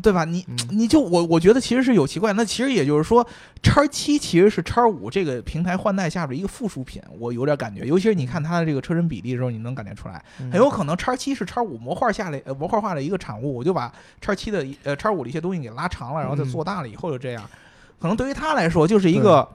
[SPEAKER 3] 对吧？你
[SPEAKER 2] 嗯
[SPEAKER 3] 你就我我觉得其实是有奇怪，那其实也就是说，叉七其实是叉五这个平台换代下边一个附属品，我有点感觉，尤其是你看它的这个车身比例的时候，你能感觉出来，
[SPEAKER 2] 嗯
[SPEAKER 3] 很有可能叉七是叉五模块下来呃模块化的一个产物，我就把叉七的一呃叉五的一些东西给拉长了，然后再
[SPEAKER 2] 嗯
[SPEAKER 3] 做大了以后就这样，可能对于它来说就是一个。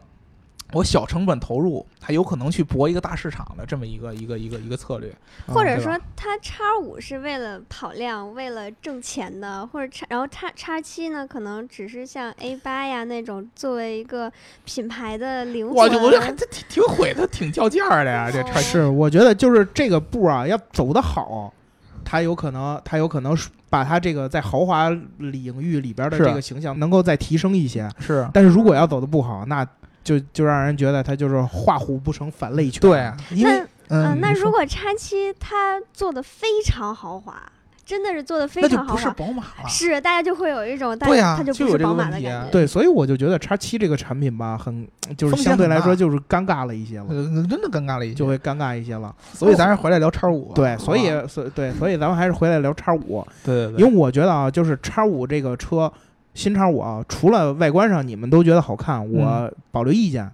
[SPEAKER 3] 我小成本投入，还有可能去博一个大市场的这么一个一个一个一个策略。
[SPEAKER 1] 或
[SPEAKER 2] 嗯
[SPEAKER 1] 者
[SPEAKER 3] 对吧
[SPEAKER 1] 说它叉五是为了跑量，为了挣钱的，或者叉然后叉叉七呢，可能只是像 A 八呀那种作为一个品牌的灵魂。
[SPEAKER 3] 我就我就还这挺挺毁的，挺较劲儿的呀，这叉
[SPEAKER 1] 哦
[SPEAKER 3] 七。
[SPEAKER 2] 哎是，我觉得就是这个步啊，要走得好，它有可能，它有可能是把它这个在豪华领域里边的
[SPEAKER 3] 是
[SPEAKER 2] 这个形象能够再提升一些。
[SPEAKER 3] 是，
[SPEAKER 2] 但是如果要走得不好，那就就让人觉得它就是画虎不成反类犬。
[SPEAKER 3] 对，因为
[SPEAKER 1] 那
[SPEAKER 3] 嗯、
[SPEAKER 1] 呃那
[SPEAKER 3] 你说
[SPEAKER 1] 如果叉七它做的非常豪华，真的是做的非
[SPEAKER 3] 那就
[SPEAKER 1] 常豪
[SPEAKER 3] 不是
[SPEAKER 1] 华，
[SPEAKER 3] 宝马了。
[SPEAKER 1] 是大家就会有一种，但
[SPEAKER 3] 啊对
[SPEAKER 1] 是
[SPEAKER 3] 呀
[SPEAKER 1] 它就
[SPEAKER 3] 就
[SPEAKER 1] 不
[SPEAKER 3] 有
[SPEAKER 1] 是
[SPEAKER 3] 这个
[SPEAKER 1] 宝马
[SPEAKER 3] 问
[SPEAKER 1] 的
[SPEAKER 3] 题啊
[SPEAKER 1] 感觉。
[SPEAKER 2] 对，所以我就觉得叉七这个产品吧，很就是
[SPEAKER 3] 风险
[SPEAKER 2] 相对
[SPEAKER 3] 很
[SPEAKER 2] 来
[SPEAKER 3] 大
[SPEAKER 2] 说就是尴尬了一些了，
[SPEAKER 3] 呃，真的尴尬了已经，
[SPEAKER 2] 就会尴尬一些了。
[SPEAKER 3] 所以咱是回来聊叉五。啊
[SPEAKER 2] 对，所以
[SPEAKER 3] 好吧
[SPEAKER 2] 所以对，所以咱们还是回来聊叉五。
[SPEAKER 3] 对对对，
[SPEAKER 2] 因为我觉得啊，就是叉五这个车，新叉五啊，除了外观上你们都觉得好看，
[SPEAKER 3] 嗯
[SPEAKER 2] 我保留意见。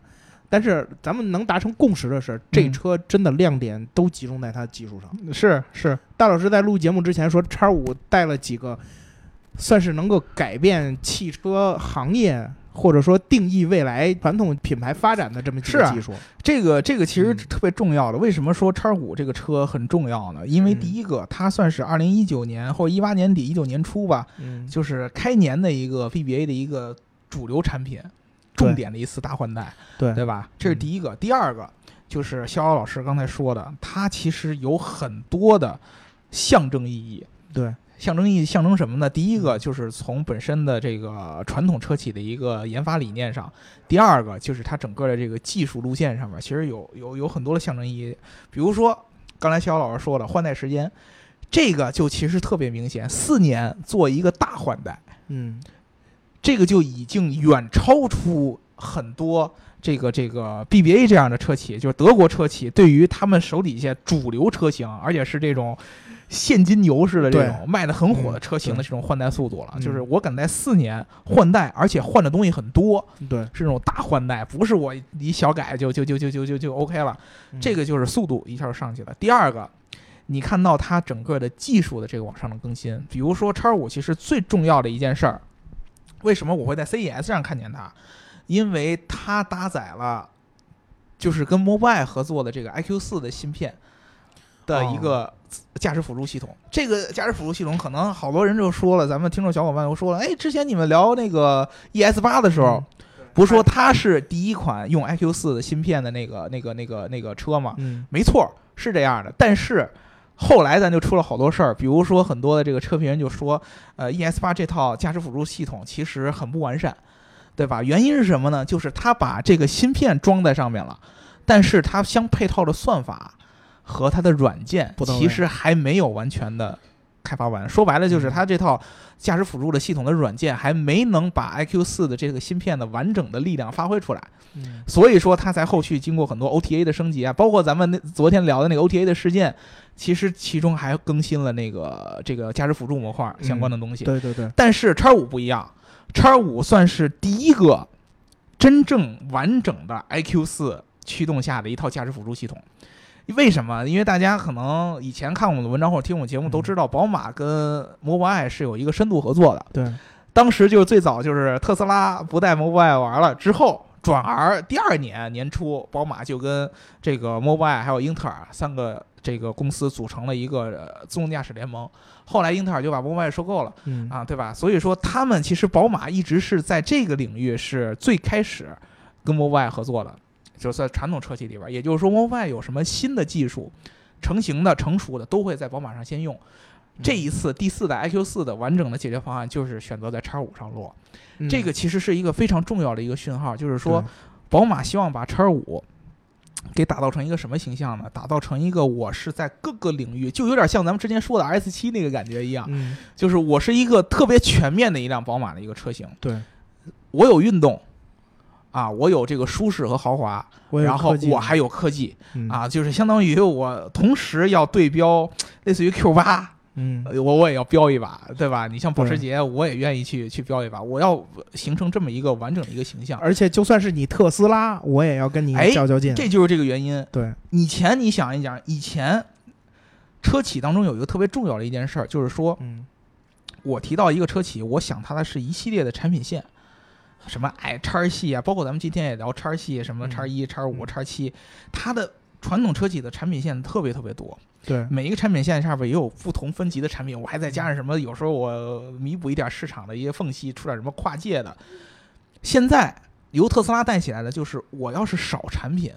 [SPEAKER 2] 但是咱们能达成共识的是，这
[SPEAKER 3] 嗯
[SPEAKER 2] 车真的亮点都集中在它技术上。
[SPEAKER 3] 是是，
[SPEAKER 2] 大老师在录节目之前说，叉五带了几个，算是能够改变汽车行业。或者说定义未来传统品牌发展的这么几
[SPEAKER 3] 是
[SPEAKER 2] 个
[SPEAKER 3] 啊
[SPEAKER 2] 技术，
[SPEAKER 3] 这个这个其实
[SPEAKER 2] 嗯
[SPEAKER 3] 特别重要的。为什么说叉五这个车很重要呢？因为
[SPEAKER 2] 嗯
[SPEAKER 3] 第一个，它算是二零一九年或一八年底、一九年初吧，
[SPEAKER 2] 嗯，
[SPEAKER 3] 就是开年的一个 BBA 的一个主流产品，
[SPEAKER 2] 对嗯
[SPEAKER 3] 重点的一次大换代，
[SPEAKER 2] 对
[SPEAKER 3] 对吧？这是第一个。第二个就是逍遥老师刚才说的，它其实有很多的象征意义。
[SPEAKER 2] 对，
[SPEAKER 3] 象征意义象征什么呢？第一个就是从本身的这个传统车企的一个研发理念上，第二个就是它整个的这个技术路线上面，其实有有有很多的象征意义。比如说刚才逍遥老师说了换代时间，这个就其实特别明显，四年做一个大换代。
[SPEAKER 2] 嗯，
[SPEAKER 3] 这个就已经远超出很多这个这个 BBA 这样的车企，就是德国车企对于他们手底下主流车型，而且是这种现金牛式的这种卖的很火的车型的这种换代速度了。
[SPEAKER 2] 嗯
[SPEAKER 3] 就是我敢在四年换代，而且换的东西很多，
[SPEAKER 2] 对，
[SPEAKER 3] 是那种大换代，不是我一小改就就就就就就就 OK 了。
[SPEAKER 2] 嗯
[SPEAKER 3] 这个就是速度一下就上去了。第二个，你看到它整个的技术的这个往上的更新，比如说叉五，其实最重要的一件事儿，为什么我会在 CES 上看见它？因为它搭载了就是跟 Mobile 合作的这个 IQ 四的芯片的一个驾驶辅助系统。这个驾驶辅助系统，可能好多人就说了，咱们听众小伙伴都说了，哎，之前你们聊那个 ES 八的时候。不是说它是第一款用 IQ 四的芯片的那个、那个、那个、那个车吗？
[SPEAKER 2] 嗯，
[SPEAKER 3] 没错，是这样的。但是后来咱就出了好多事儿，比如说很多的这个车评人就说，呃，ES 八这套驾驶辅助系统其实很不完善，对吧？原因是什么呢？就是它把这个芯片装在上面了，但是它相配套的算法和它的软件
[SPEAKER 2] 不到位
[SPEAKER 3] 其实还没有完全的。开发完，说白了就是
[SPEAKER 2] 嗯
[SPEAKER 3] 它这套驾驶辅助的系统的软件还没能把 IQ 四的这个芯片的完整的力量发挥出来，
[SPEAKER 2] 嗯
[SPEAKER 3] 所以说它才后续经过很多 OTA 的升级啊，包括咱们那昨天聊的那个 OTA 的事件，其实其中还更新了那个这个驾驶辅助模块相关的东西。
[SPEAKER 2] 对对对，
[SPEAKER 3] 但是叉五不一样，叉五算是第一个真正完整的 IQ 四驱动下的一套驾驶辅助系统。为什么？因为大家可能以前看我们的文章或者听我们节目都知道，宝马跟 Mobileye 是有一个深度合作的。
[SPEAKER 2] 对，
[SPEAKER 3] 当时就是最早就是特斯拉不带 Mobileye 玩了之后，转而第二年年初，宝马就跟这个 Mobileye 还有英特尔三个这个公司组成了一个呃自动驾驶联盟。后来英特尔就把 Mobileye 收购了
[SPEAKER 2] 嗯
[SPEAKER 3] 啊，对吧？所以说他们其实宝马一直是在这个领域是最开始跟 Mobileye 合作的，就是在传统车企里边。也就是说，Mobileye 有什么新的技术、成型的、成熟的，都会在宝马上先用。
[SPEAKER 2] 嗯
[SPEAKER 3] 这一次第四代 iQ 四的完整的解决方案就是选择在 X 五上落，
[SPEAKER 2] 嗯
[SPEAKER 3] 这个其实是一个非常重要的一个讯号，就是说，宝马希望把 X 五给打造成一个什么形象呢？打造成一个我是在各个领域，就有点像咱们之前说的 S 七那个感觉一样
[SPEAKER 2] 对，嗯
[SPEAKER 3] 就是我是一个特别全面的一辆宝马的一个车型，
[SPEAKER 2] 对，
[SPEAKER 3] 我有运动。啊，我有这个舒适和豪华，
[SPEAKER 2] 我有
[SPEAKER 3] 然后
[SPEAKER 2] 科技
[SPEAKER 3] 我还有科技
[SPEAKER 2] 嗯
[SPEAKER 3] 啊，就是相当于我同时要对标类似于 Q 八
[SPEAKER 2] 嗯
[SPEAKER 3] 呃我我也要标一把，对吧？你像保时
[SPEAKER 2] 对
[SPEAKER 3] 捷，我也愿意去去标一把，我要形成这么一个完整的一个形象。
[SPEAKER 2] 而且就算是你特斯拉，我也要跟你
[SPEAKER 3] 哎
[SPEAKER 2] 较较劲。
[SPEAKER 3] 这哦就是这个原因。
[SPEAKER 2] 对，
[SPEAKER 3] 以前你想一想，以前车企当中有一个特别重要的一件事儿，就是说
[SPEAKER 2] 嗯
[SPEAKER 3] 我提到一个车企，我想它的是一系列的产品线，什么 i 叉系啊，包括咱们今天也聊叉系，什么
[SPEAKER 2] 嗯
[SPEAKER 3] 叉一、叉五、
[SPEAKER 2] 嗯
[SPEAKER 3] 叉七，它的传统车企的产品线特别特别多。
[SPEAKER 2] 对，
[SPEAKER 3] 每一个产品线下边也有不同分级的产品，我还再加上什么，有时候我弥补一点市场的一些缝隙，出点什么跨界的。现在由特斯拉带起来的就是，我要是少产品，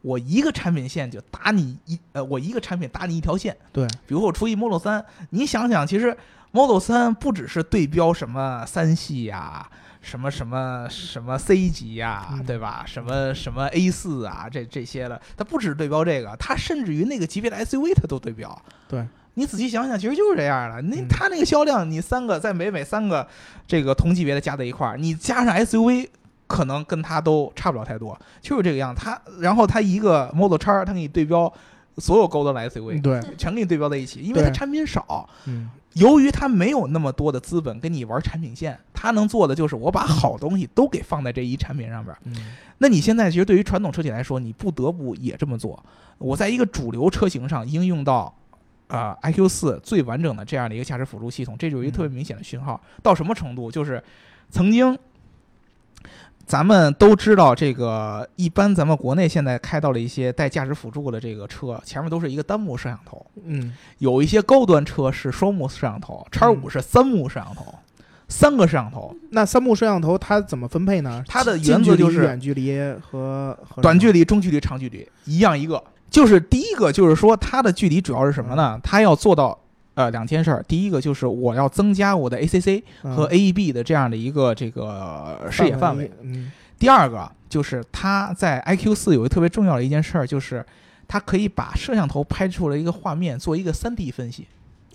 [SPEAKER 3] 我一个产品线就打你一呃，我一个产品打你一条线。
[SPEAKER 2] 对，
[SPEAKER 3] 比如说我出一 Model 三，你想想，其实 Model 三不只是对标什么三系呀、什么什么什么 C 级呀、
[SPEAKER 2] 嗯
[SPEAKER 3] 对吧？什么什么 A 四啊，这这些的，它不只是对标这个，它甚至于那个级别的 SUV 它都对标。
[SPEAKER 2] 对，
[SPEAKER 3] 你仔细想想，其实就是这样的。那
[SPEAKER 2] 嗯
[SPEAKER 3] 它那个销量，你三个在北美三个这个同级别的加在一块儿，你加上 SUV。可能跟它都差不了太多，就是这个样。它然后它一个 Model 叉，它给你对标所有高端的 SUV，
[SPEAKER 2] 对，
[SPEAKER 3] 全给你对标在一起，因为它
[SPEAKER 2] 对
[SPEAKER 3] 产品少，
[SPEAKER 2] 嗯
[SPEAKER 3] 由于它没有那么多的资本跟你玩产品线，它能做的就是我把好东西都给放在这一产品上边儿。
[SPEAKER 2] 嗯，
[SPEAKER 3] 那你现在其实对于传统车企来说，你不得不也这么做。我在一个主流车型上应用到。呃，iQ 四最完整的这样的一个驾驶辅助系统，这就是一个特别明显的讯号。到什么程度？就是曾经咱们都知道，这个一般咱们国内现在开到了一些带驾驶辅助的这个车，前面都是一个单目摄像头，
[SPEAKER 2] 嗯，
[SPEAKER 3] 有一些高端车是双目摄像头，叉五
[SPEAKER 2] 嗯
[SPEAKER 3] 是三目摄像头，三个摄像头，
[SPEAKER 2] 那三幕摄像头它怎么分配呢？
[SPEAKER 3] 它的
[SPEAKER 2] 近
[SPEAKER 3] 原则
[SPEAKER 2] 距离
[SPEAKER 3] 就是
[SPEAKER 2] 远距离和和
[SPEAKER 3] 短距离、中距离、长距离一样一个。就是第一个就是说它的距离主要是什么呢？它要做到呃两件事儿，第一个就是我要增加我的 ACC
[SPEAKER 2] 嗯
[SPEAKER 3] 和 AEB 的这样的一个这个视野范围。，
[SPEAKER 2] 嗯，
[SPEAKER 3] 第二个就是它在 IQ 四有一个特别重要的一件事儿，就是它可以把摄像头拍出来一个画面做一个三 D 分析。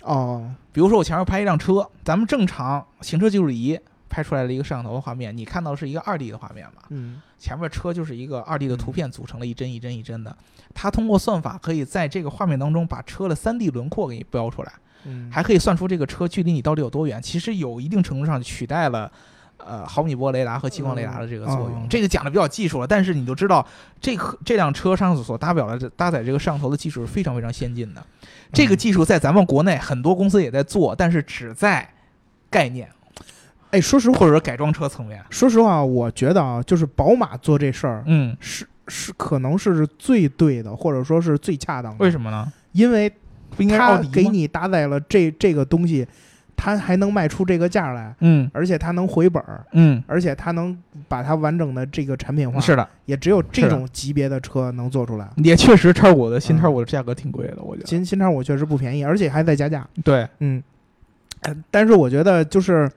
[SPEAKER 2] 哦，
[SPEAKER 3] 比如说我前面拍一辆车，咱们正常行车记录仪拍出来了一个摄像头的画面，你看到的是一个二 D 的画面吧？
[SPEAKER 2] 嗯，
[SPEAKER 3] 前面车就是一个二 D 的
[SPEAKER 2] 嗯
[SPEAKER 3] 图片组成了一帧一帧一帧的，它通过算法可以在这个画面当中把车的三 D 轮廓给你标出来，
[SPEAKER 2] 嗯
[SPEAKER 3] 还可以算出这个车距离你到底有多远。其实有一定程度上取代了。呃，毫米波雷达和激光雷达的这个作用，
[SPEAKER 2] 嗯哦
[SPEAKER 3] 这个讲的比较技术了，但是你就知道，这个这辆车上所搭表的这搭载这个摄像头的技术是非常非常先进的。
[SPEAKER 2] 嗯
[SPEAKER 3] 这个技术在咱们国内很多公司也在做，但是只在概念
[SPEAKER 2] 哎，说实话，
[SPEAKER 3] 或者说改装车层面。
[SPEAKER 2] 说实话，我觉得啊，就是宝马做这事儿
[SPEAKER 3] 嗯，
[SPEAKER 2] 是是可能是最对的，或者说是最恰当的。
[SPEAKER 3] 为
[SPEAKER 2] 么？
[SPEAKER 3] 什么呢？
[SPEAKER 2] 因为
[SPEAKER 3] 不应该是奥
[SPEAKER 2] 它
[SPEAKER 3] 迪吗
[SPEAKER 2] 给你搭载了这这个东西，它还能卖出这个价来，
[SPEAKER 3] 嗯
[SPEAKER 2] 而且它能回本儿，
[SPEAKER 3] 嗯，
[SPEAKER 2] 而且它能把它完整的这个产品化。
[SPEAKER 3] 是，的，
[SPEAKER 2] 也只有
[SPEAKER 3] 是
[SPEAKER 2] 这
[SPEAKER 3] 的
[SPEAKER 2] 种级别的车能做出来。
[SPEAKER 3] 也确实叉五的新
[SPEAKER 2] 嗯
[SPEAKER 3] 叉五的价格挺贵的，我觉得。
[SPEAKER 2] 新新叉我确实不便宜，而且还在加价。
[SPEAKER 3] 对，
[SPEAKER 2] 嗯，呃但是我觉得就是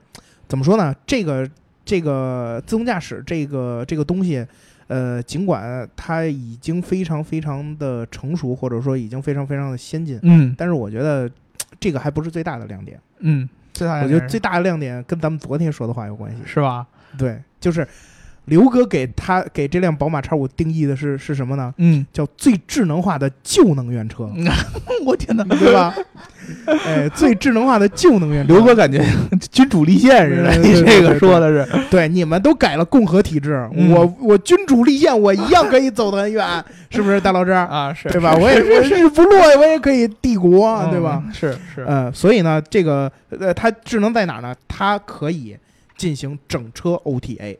[SPEAKER 2] 怎么说呢？这个这个自动驾驶这个这个东西，呃，尽管它已经非常非常的成熟，或者说已经非常非常的先进，
[SPEAKER 3] 嗯
[SPEAKER 2] 但是我觉得嘖这个还不是最大的亮点。
[SPEAKER 3] 嗯，最大
[SPEAKER 2] 我觉得最大的亮点跟咱们昨天说的话有关系。
[SPEAKER 3] 是吧？
[SPEAKER 2] 对，就是刘哥给他给这辆宝马叉五定义的是是什么呢？
[SPEAKER 3] 嗯，
[SPEAKER 2] 叫最智能化的旧能源车，
[SPEAKER 3] [LAUGHS] 我天哪，
[SPEAKER 2] 对吧？ [LAUGHS] 哎，最智能化的旧能源车。
[SPEAKER 3] 刘哥感觉 [LAUGHS] 君主立宪似的，
[SPEAKER 2] 对
[SPEAKER 3] 你
[SPEAKER 2] 对对
[SPEAKER 3] 这个
[SPEAKER 2] 对对
[SPEAKER 3] 说的 [LAUGHS] 是，
[SPEAKER 2] 对，你们都改了共和体制，
[SPEAKER 3] 嗯
[SPEAKER 2] 我我君主立宪，我一样可以走得很
[SPEAKER 3] [LAUGHS]
[SPEAKER 2] 远，是不是，大老张？
[SPEAKER 3] 啊，是
[SPEAKER 2] 对吧？我也我日不落，我也可以帝国，
[SPEAKER 3] 嗯
[SPEAKER 2] 对吧？
[SPEAKER 3] 是是，
[SPEAKER 2] 呃，所以呢，这个呃，它智能在哪儿呢？它可以进行整车 OTA。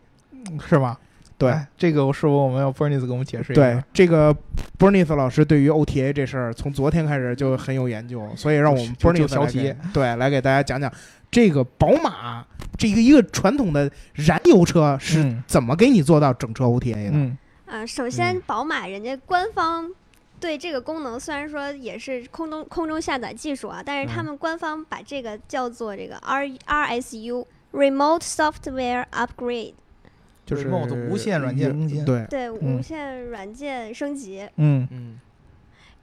[SPEAKER 3] 是吧？
[SPEAKER 2] 对
[SPEAKER 3] 哎，啊这个是不我们要 Bernice 给我们解释一下。
[SPEAKER 2] 对，这个 Bernice 老师对于 OTA 这事儿，从昨天开始就很有研究，所以让我们
[SPEAKER 3] 哎就就
[SPEAKER 2] Bernice
[SPEAKER 3] 调
[SPEAKER 2] 来给
[SPEAKER 3] 题
[SPEAKER 2] 对来给大家讲讲这个宝马这个一个传统的燃油车是
[SPEAKER 3] 嗯
[SPEAKER 2] 怎么给你做到整车 OTA 的。
[SPEAKER 3] 嗯
[SPEAKER 1] 啊，首先
[SPEAKER 2] 嗯
[SPEAKER 1] 宝马人家官方对这个功能虽然说也是空中空中下载技术啊，但是他
[SPEAKER 3] 嗯
[SPEAKER 1] 们官方把这个叫做这个 R RSU Remote Software Upgrade，
[SPEAKER 2] 就是
[SPEAKER 3] Remote 无线软件更新
[SPEAKER 2] 对，
[SPEAKER 1] 对无
[SPEAKER 3] 嗯
[SPEAKER 1] 线软件升级。
[SPEAKER 3] 嗯
[SPEAKER 2] 嗯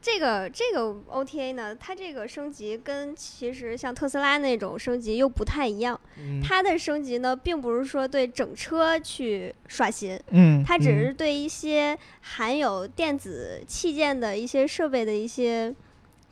[SPEAKER 1] 这个这个 OTA 呢，它这个升级跟其实像特斯拉那种升级又不太一样，
[SPEAKER 2] 嗯
[SPEAKER 1] 它的升级呢，并不是说对整车去刷新。
[SPEAKER 3] 嗯，
[SPEAKER 1] 它只是对一些含有电子器件的一些设备的一些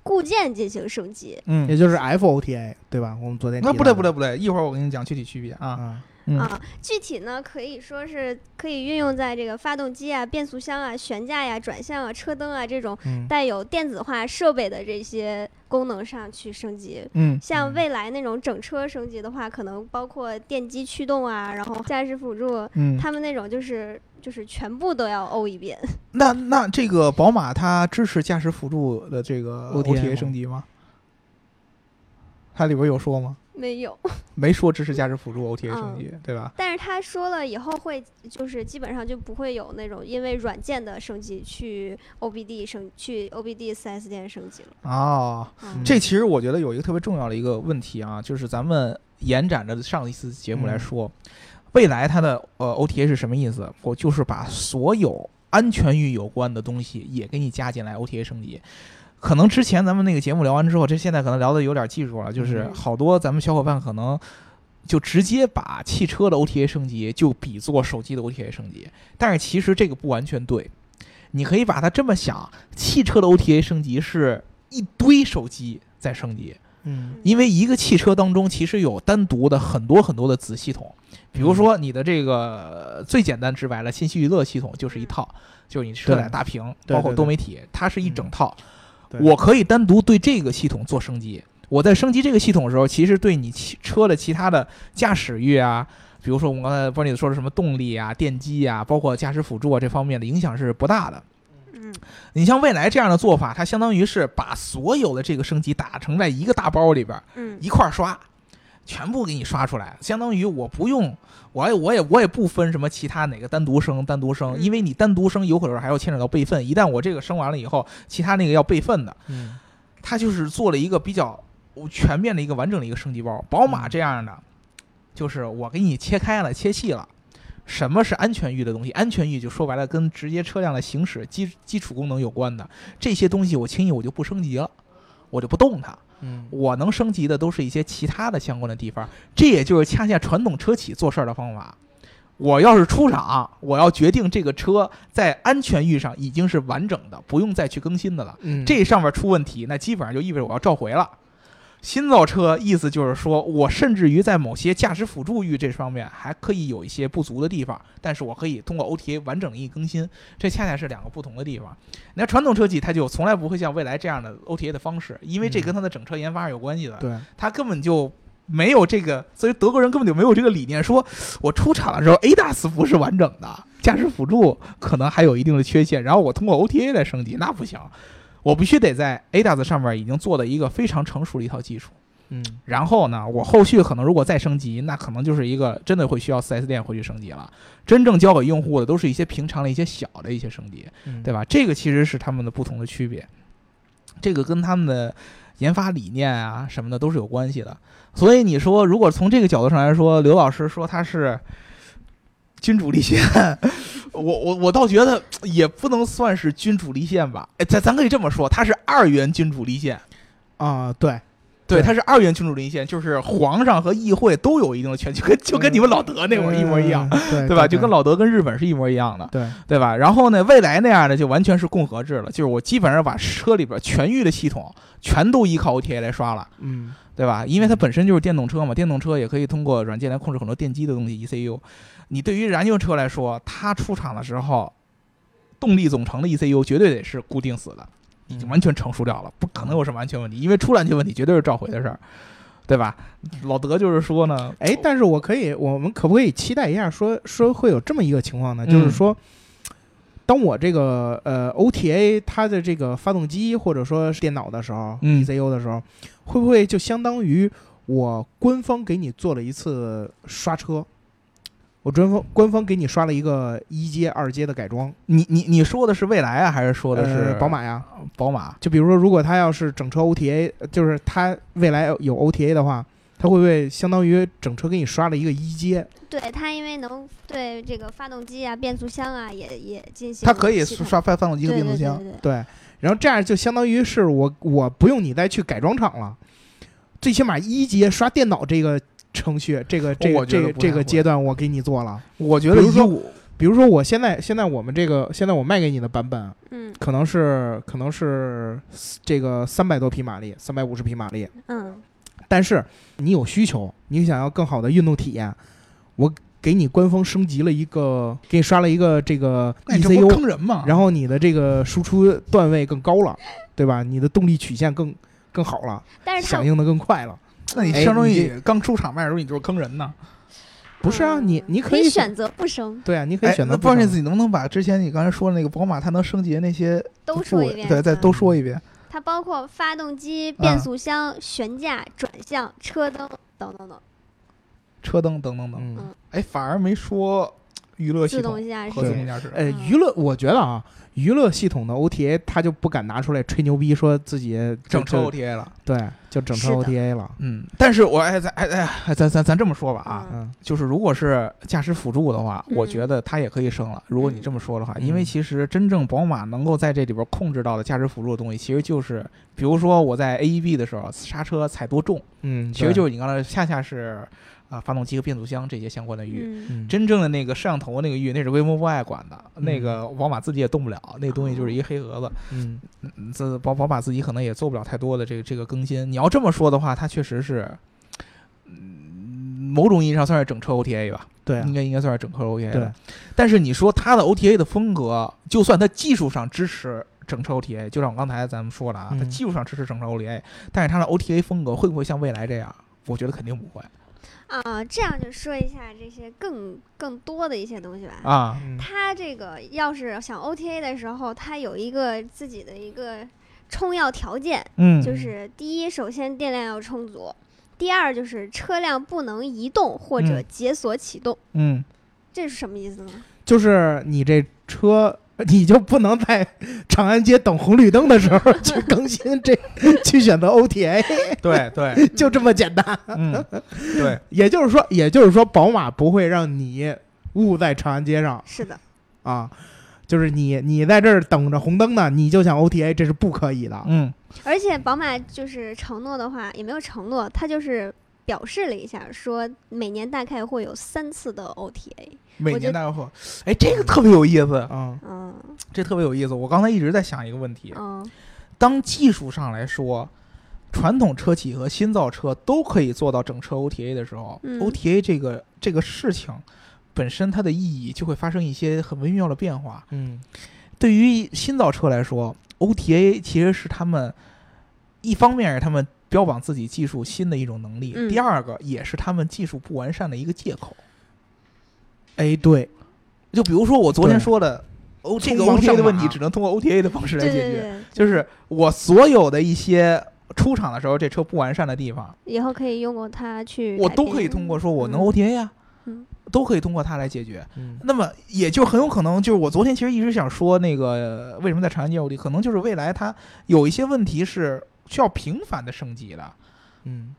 [SPEAKER 1] 固件进行升级。
[SPEAKER 2] 也
[SPEAKER 3] 嗯，
[SPEAKER 2] 就是 FOTA 对吧？我们昨天
[SPEAKER 3] 那
[SPEAKER 2] 提
[SPEAKER 3] 啊不
[SPEAKER 2] 到
[SPEAKER 3] 对
[SPEAKER 2] 的
[SPEAKER 3] 不对不对，一会儿我跟你讲具体区别啊。
[SPEAKER 2] 啊，
[SPEAKER 3] 嗯
[SPEAKER 1] 啊，具体呢，可以说是可以运用在这个发动机啊、变速箱啊、悬架呀、转向啊、车灯啊这种
[SPEAKER 2] 嗯
[SPEAKER 1] 带有电子化设备的这些功能上去升级。
[SPEAKER 3] 嗯
[SPEAKER 1] 像
[SPEAKER 2] 嗯
[SPEAKER 1] 未来那种整车升级的话，可能包括电机驱动啊，然后驾驶辅助，
[SPEAKER 3] 嗯，
[SPEAKER 1] 他们那种就是就是全部都要欧一遍。
[SPEAKER 3] 那那这个宝马它支持驾驶辅助的这个
[SPEAKER 2] OTA
[SPEAKER 3] OTA
[SPEAKER 2] 吗
[SPEAKER 3] 升级吗？它里边有说吗？
[SPEAKER 1] 没有。
[SPEAKER 3] 没说支持驾驶辅助 OTA 升
[SPEAKER 1] 嗯
[SPEAKER 3] 级，对吧？
[SPEAKER 1] 但是他说了以后会，就是基本上就不会有那种因为软件的升级去 OBD 升去 OBD 4S 店升级了。
[SPEAKER 3] 哦，
[SPEAKER 1] 嗯、
[SPEAKER 3] 这其实我觉得有一个特别重要的一个问题啊，就是咱们延展着上一次节目来说，未来它的呃 OTA 是什么意思？我就是把所有安全域有关的东西也给你加进来 OTA 升级。可能之前咱们那个节目聊完之后，这现在可能聊的有点技术了，就是
[SPEAKER 1] 嗯
[SPEAKER 3] 好多咱们小伙伴可能就直接把汽车的 OTA 升级就比作手机的 OTA 升级，但是其实这个不完全对。你可以把它这么想，汽车的 OTA 升级是一堆手机在升级，
[SPEAKER 2] 嗯
[SPEAKER 3] 因为一个汽车当中其实有单独的很多很多的子系统，比如说你的这个呃最简单直白了，信息娱乐系统就是一套，就是你车载
[SPEAKER 2] 对
[SPEAKER 3] 大屏，
[SPEAKER 2] 对
[SPEAKER 3] 包括
[SPEAKER 2] 对嗯
[SPEAKER 3] 多媒体，它是一整套。
[SPEAKER 2] 对
[SPEAKER 3] 我可以单独对这个系统做升级。我在升级这个系统的时候，其实对你汽车的其他的驾驶域啊，比如说我们刚才帮你说的什么动力啊、电机啊，包括驾驶辅助啊这方面的影响是不大的。
[SPEAKER 1] 嗯，
[SPEAKER 3] 你像未来这样的做法，它相当于是把所有的这个升级打成在一个大包里边儿
[SPEAKER 1] 嗯
[SPEAKER 3] 一块儿刷。全部给你刷出来，相当于我不用，我也我也我也不分什么其他哪个单独升单独升，
[SPEAKER 1] 嗯
[SPEAKER 3] 因为你单独升有可能还要牵扯到备份，一旦我这个升完了以后，其他那个要备份的，
[SPEAKER 2] 嗯
[SPEAKER 3] 它就是做了一个比较全面的一个完整的一个升级包。宝马这样的，就是我给你切开了、切细了。什么是安全域的东西？安全域就说白了，跟直接车辆的行驶基基础功能有关的这些东西，我轻易我就不升级了，我就不动它。
[SPEAKER 2] 嗯
[SPEAKER 3] 我能升级的都是一些其他的相关的地方，这也就是恰恰传统车企做事儿的方法。我要是出厂，我要决定这个车在安全域上已经是完整的，不用再去更新的了。
[SPEAKER 2] 嗯，
[SPEAKER 3] 这上面出问题，那基本上就意味着我要召回了。新造车意思就是说，我甚至于在某些驾驶辅助域这方面还可以有一些不足的地方，但是我可以通过 OTA 完整的一个更新，这恰恰是两个不同的地方。你看传统车企它就从来不会像未来这样的 OTA 的方式，因为
[SPEAKER 2] 嗯
[SPEAKER 3] 这跟它的整车研发是有关系的，
[SPEAKER 2] 对，
[SPEAKER 3] 它根本就。没有这个，所以德国人根本就没有这个理念，说我出厂的时候 ADAS 不是完整的，驾驶辅助可能还有一定的缺陷，然后我通过 OTA 来升级，那不行，我必须得在 ADAS 上面已经做的一个非常成熟的一套技术。
[SPEAKER 2] 嗯
[SPEAKER 3] 然后呢，我后续可能如果再升级，那可能就是一个真的会需要 4S 店回去升级了。真正交给用户的都是一些平常的一些小的一些升级，
[SPEAKER 2] 嗯
[SPEAKER 3] 对吧？这个其实是他们的不同的区别，这个跟他们的研发理念啊什么的都是有关系的。所以你说，如果从这个角度上来说，刘老师说他是君主立宪，我我我倒觉得也不能算是君主立宪吧。哎，咱咱可以这么说，他是二元君主立宪。
[SPEAKER 2] 啊，对，
[SPEAKER 3] 对，
[SPEAKER 2] 对
[SPEAKER 3] 他是二元君主立宪，就是皇上和议会都有一定的权，就跟就跟你们老德那会儿一模一样，
[SPEAKER 2] 嗯，对
[SPEAKER 3] 对吧？就跟老德跟日本是一模一样的。
[SPEAKER 2] 对，
[SPEAKER 3] 对吧？然后呢，未来那样的就完全是共和制了，就是我基本上把车里边全域的系统全都依靠 OTA 来刷了，
[SPEAKER 2] 嗯
[SPEAKER 3] 对吧？因为它本身就是电动车嘛，电动车也可以通过软件来控制很多电机的东西，ECU。你对于燃油车来说，它出厂的时候，动力总成的 ECU 绝对得是固定死的，
[SPEAKER 2] 嗯
[SPEAKER 3] 已经完全成熟掉了，不可能有什么安全问题，因为出了安全问题绝对是召回的事儿，对吧？老德就是说呢，
[SPEAKER 2] 哎，但是我可以，我们可不可以期待一下说，说会有这么一个情况呢？就
[SPEAKER 3] 嗯
[SPEAKER 2] 是说，当我这个呃 OTA 它的这个发动机或者说是电脑的时候、
[SPEAKER 3] 嗯
[SPEAKER 2] e c u 的时候，会不会就相当于我官方给你做了一次刷车？我官方官方给你刷了一个一阶、二阶的改装，
[SPEAKER 3] 你你你说的是未来啊，还是说的
[SPEAKER 2] 呃
[SPEAKER 3] 是
[SPEAKER 2] 宝？马呀。
[SPEAKER 3] 宝马，
[SPEAKER 2] 就比如说，如果它要是整车 OTA，呃就是它未来有 OTA 的话，它会不会相当于整车给你刷了一个一阶？
[SPEAKER 1] 对它因为能对这个发动机啊、变速箱啊也也进行
[SPEAKER 3] 它可以
[SPEAKER 1] 系统
[SPEAKER 3] 刷发发动机和
[SPEAKER 1] 对
[SPEAKER 3] 变
[SPEAKER 1] 对
[SPEAKER 3] 速
[SPEAKER 1] 对
[SPEAKER 3] 箱。
[SPEAKER 1] 对对
[SPEAKER 2] 对，然后这样就相当于是我我不用你再去改装厂了，最起码一阶刷电脑这个程序，这个这
[SPEAKER 3] 我
[SPEAKER 2] 个
[SPEAKER 3] 觉
[SPEAKER 2] 这
[SPEAKER 3] 得
[SPEAKER 2] 个
[SPEAKER 3] 不
[SPEAKER 2] 这
[SPEAKER 3] 太会
[SPEAKER 2] 个阶段我给你做了。
[SPEAKER 3] 我觉
[SPEAKER 2] 比
[SPEAKER 3] 得
[SPEAKER 2] 如
[SPEAKER 3] 一
[SPEAKER 2] 说
[SPEAKER 3] 五
[SPEAKER 2] 比如说我现在现在我们这个现在我卖给你的版本
[SPEAKER 1] 嗯
[SPEAKER 2] 可能是可能是这个三百多匹马力，三百五十匹马力，
[SPEAKER 1] 嗯
[SPEAKER 2] 但是你有需求，你想要更好的运动体验，我给你官方升级了一个，给你刷了一个这个 E
[SPEAKER 3] 那你哎这不
[SPEAKER 2] ECU，
[SPEAKER 3] 坑人吗？
[SPEAKER 2] 然后你的这个输出段位更高了，对吧？你的动力曲线更更好了，
[SPEAKER 1] 但是它
[SPEAKER 2] 响应的更快了。
[SPEAKER 3] 那你
[SPEAKER 2] 哎
[SPEAKER 3] 相当
[SPEAKER 2] 你
[SPEAKER 3] 于刚出厂卖的时候，你就是坑人呢。
[SPEAKER 2] 不是啊，
[SPEAKER 1] 嗯
[SPEAKER 2] 你你
[SPEAKER 1] 可
[SPEAKER 2] 以
[SPEAKER 1] 选择不升，
[SPEAKER 2] 对啊，你可以
[SPEAKER 3] 哎
[SPEAKER 2] 选择
[SPEAKER 3] 那
[SPEAKER 2] 不
[SPEAKER 3] 不知道
[SPEAKER 2] 同
[SPEAKER 3] 你能不能把之前你刚才说的那个宝马它能升级的那些
[SPEAKER 1] 都
[SPEAKER 3] 部
[SPEAKER 1] 说一
[SPEAKER 3] 位
[SPEAKER 1] 遍。
[SPEAKER 3] 对，再
[SPEAKER 1] 嗯
[SPEAKER 3] 都说一遍。
[SPEAKER 1] 它包括发动机、变
[SPEAKER 3] 嗯
[SPEAKER 1] 速箱、悬架、转向、车灯等等等，
[SPEAKER 3] 车灯等等等。
[SPEAKER 2] 嗯，
[SPEAKER 3] 哎，反而没说娱乐系
[SPEAKER 1] 自
[SPEAKER 3] 统
[SPEAKER 1] 动驾驶嗯
[SPEAKER 3] 和自动驾驶。
[SPEAKER 2] 呃，娱乐我觉得啊，娱乐系统的 OTA 他就不敢拿出来吹牛逼，说自己
[SPEAKER 3] 整车
[SPEAKER 2] 就
[SPEAKER 3] OTA 了，
[SPEAKER 2] 对，就整车
[SPEAKER 1] 是的
[SPEAKER 2] OTA 了。
[SPEAKER 3] 嗯，但是我哎咱哎哎哎咱咱咱这么说吧啊，
[SPEAKER 1] 嗯
[SPEAKER 2] 嗯
[SPEAKER 3] 就是如果是驾驶辅助的话，
[SPEAKER 1] 嗯
[SPEAKER 3] 我觉得它也可以升了。如果你这么说的话，
[SPEAKER 2] 嗯
[SPEAKER 3] 因为其实真正宝马能够在这里边控制到的驾驶辅助的东西，其实就是比如说我在 AEB 的时候刹车踩多重，
[SPEAKER 2] 嗯，
[SPEAKER 3] 其实
[SPEAKER 2] 对
[SPEAKER 3] 就是你刚才恰恰是啊、发动机和变速箱这些相关的域。
[SPEAKER 1] 嗯，
[SPEAKER 2] 嗯
[SPEAKER 3] 真正的那个摄像头那个域，那是威摩不爱管的，
[SPEAKER 2] 嗯哦
[SPEAKER 3] 那个宝马自己也动不了，那东西就是一黑盒子。
[SPEAKER 2] 嗯
[SPEAKER 3] 嗯这宝宝马自己可能也做不了太多的这个这个更新。你要这么说的话，它确实是，嗯，某种意义上算是整车 OTA 吧。
[SPEAKER 2] 对啊
[SPEAKER 3] 应该应该算是整车 OTA
[SPEAKER 2] 对
[SPEAKER 3] 的。但是你说它的 OTA 的风格，就算它技术上支持整车 OTA，就像我刚才咱们说了啊，它
[SPEAKER 2] 嗯
[SPEAKER 3] 技术上支持整车 OTA，但是它的 OTA 风格会不会像未来这样？我觉得肯定不会
[SPEAKER 1] 啊，这样就说一下这些更更多的一些东西吧。
[SPEAKER 3] 啊。
[SPEAKER 2] 嗯
[SPEAKER 1] 它这个要是想 OTA 的时候，它有一个自己的一个充要条件，
[SPEAKER 3] 嗯
[SPEAKER 1] 就是第一，首先电量要充足；第二就是车辆不能移动或者
[SPEAKER 2] 嗯
[SPEAKER 1] 解锁启动，
[SPEAKER 2] 嗯，
[SPEAKER 1] 这是什么意思呢？
[SPEAKER 2] 就是你这车，你就不能在长安街等红绿灯的时候去更新这，去选择 [LAUGHS] OTA，
[SPEAKER 3] 对对，
[SPEAKER 2] 就这么简单。
[SPEAKER 3] 嗯，
[SPEAKER 2] [LAUGHS]
[SPEAKER 3] 对，
[SPEAKER 2] 也就是说，也就是说，宝马不会让你误在长安街上
[SPEAKER 1] 是的，
[SPEAKER 2] 啊。就是你，你在这儿等着红灯呢，你就想 OTA，这是不可以的。
[SPEAKER 3] 嗯
[SPEAKER 1] 而且宝马就是承诺的话，也没有承诺，它就是表示了一下，说每年大概会有三次的 OTA。
[SPEAKER 3] 每
[SPEAKER 1] 我觉
[SPEAKER 3] 年大货，哎，这个特别有意思，啊
[SPEAKER 2] 嗯
[SPEAKER 1] 嗯
[SPEAKER 3] 这特别有意思。我刚才一直在想一个问题，
[SPEAKER 1] 嗯
[SPEAKER 3] 当技术上来说，传统车企和新造车都可以做到整车 OTA 的时候、
[SPEAKER 1] 嗯
[SPEAKER 3] o t a 这个这个事情本身它的意义就会发生一些很微妙的变化。
[SPEAKER 2] 嗯
[SPEAKER 3] 对于新造车来说，OTA 其实是他们一方面是他们标榜自己技术新的一种能力，
[SPEAKER 1] 嗯
[SPEAKER 3] 第二个也是他们技术不完善的一个借口。
[SPEAKER 2] 哎，对，
[SPEAKER 3] 就比如说我昨天
[SPEAKER 2] 对
[SPEAKER 3] 说的。O 这个
[SPEAKER 2] 通过
[SPEAKER 3] OTA 的问
[SPEAKER 2] 上
[SPEAKER 3] 题
[SPEAKER 2] 马
[SPEAKER 3] 只能通过 OTA 的方式来
[SPEAKER 1] 对
[SPEAKER 3] 解
[SPEAKER 1] 对
[SPEAKER 3] 决，
[SPEAKER 1] 对，
[SPEAKER 3] 就是我所有的一些出厂的时候这车不完善的地方，
[SPEAKER 1] 以后可以用过它去，
[SPEAKER 3] 我都可以通过说我能
[SPEAKER 1] 嗯
[SPEAKER 3] OTA 呀、
[SPEAKER 1] 嗯
[SPEAKER 3] 都可以通过它来解决。
[SPEAKER 2] 嗯
[SPEAKER 3] 那么也就很有可能，就是我昨天其实一直想说那个呃为什么在长安街 OTA，可能就是未来它有一些问题是需要频繁的升级的，
[SPEAKER 2] 嗯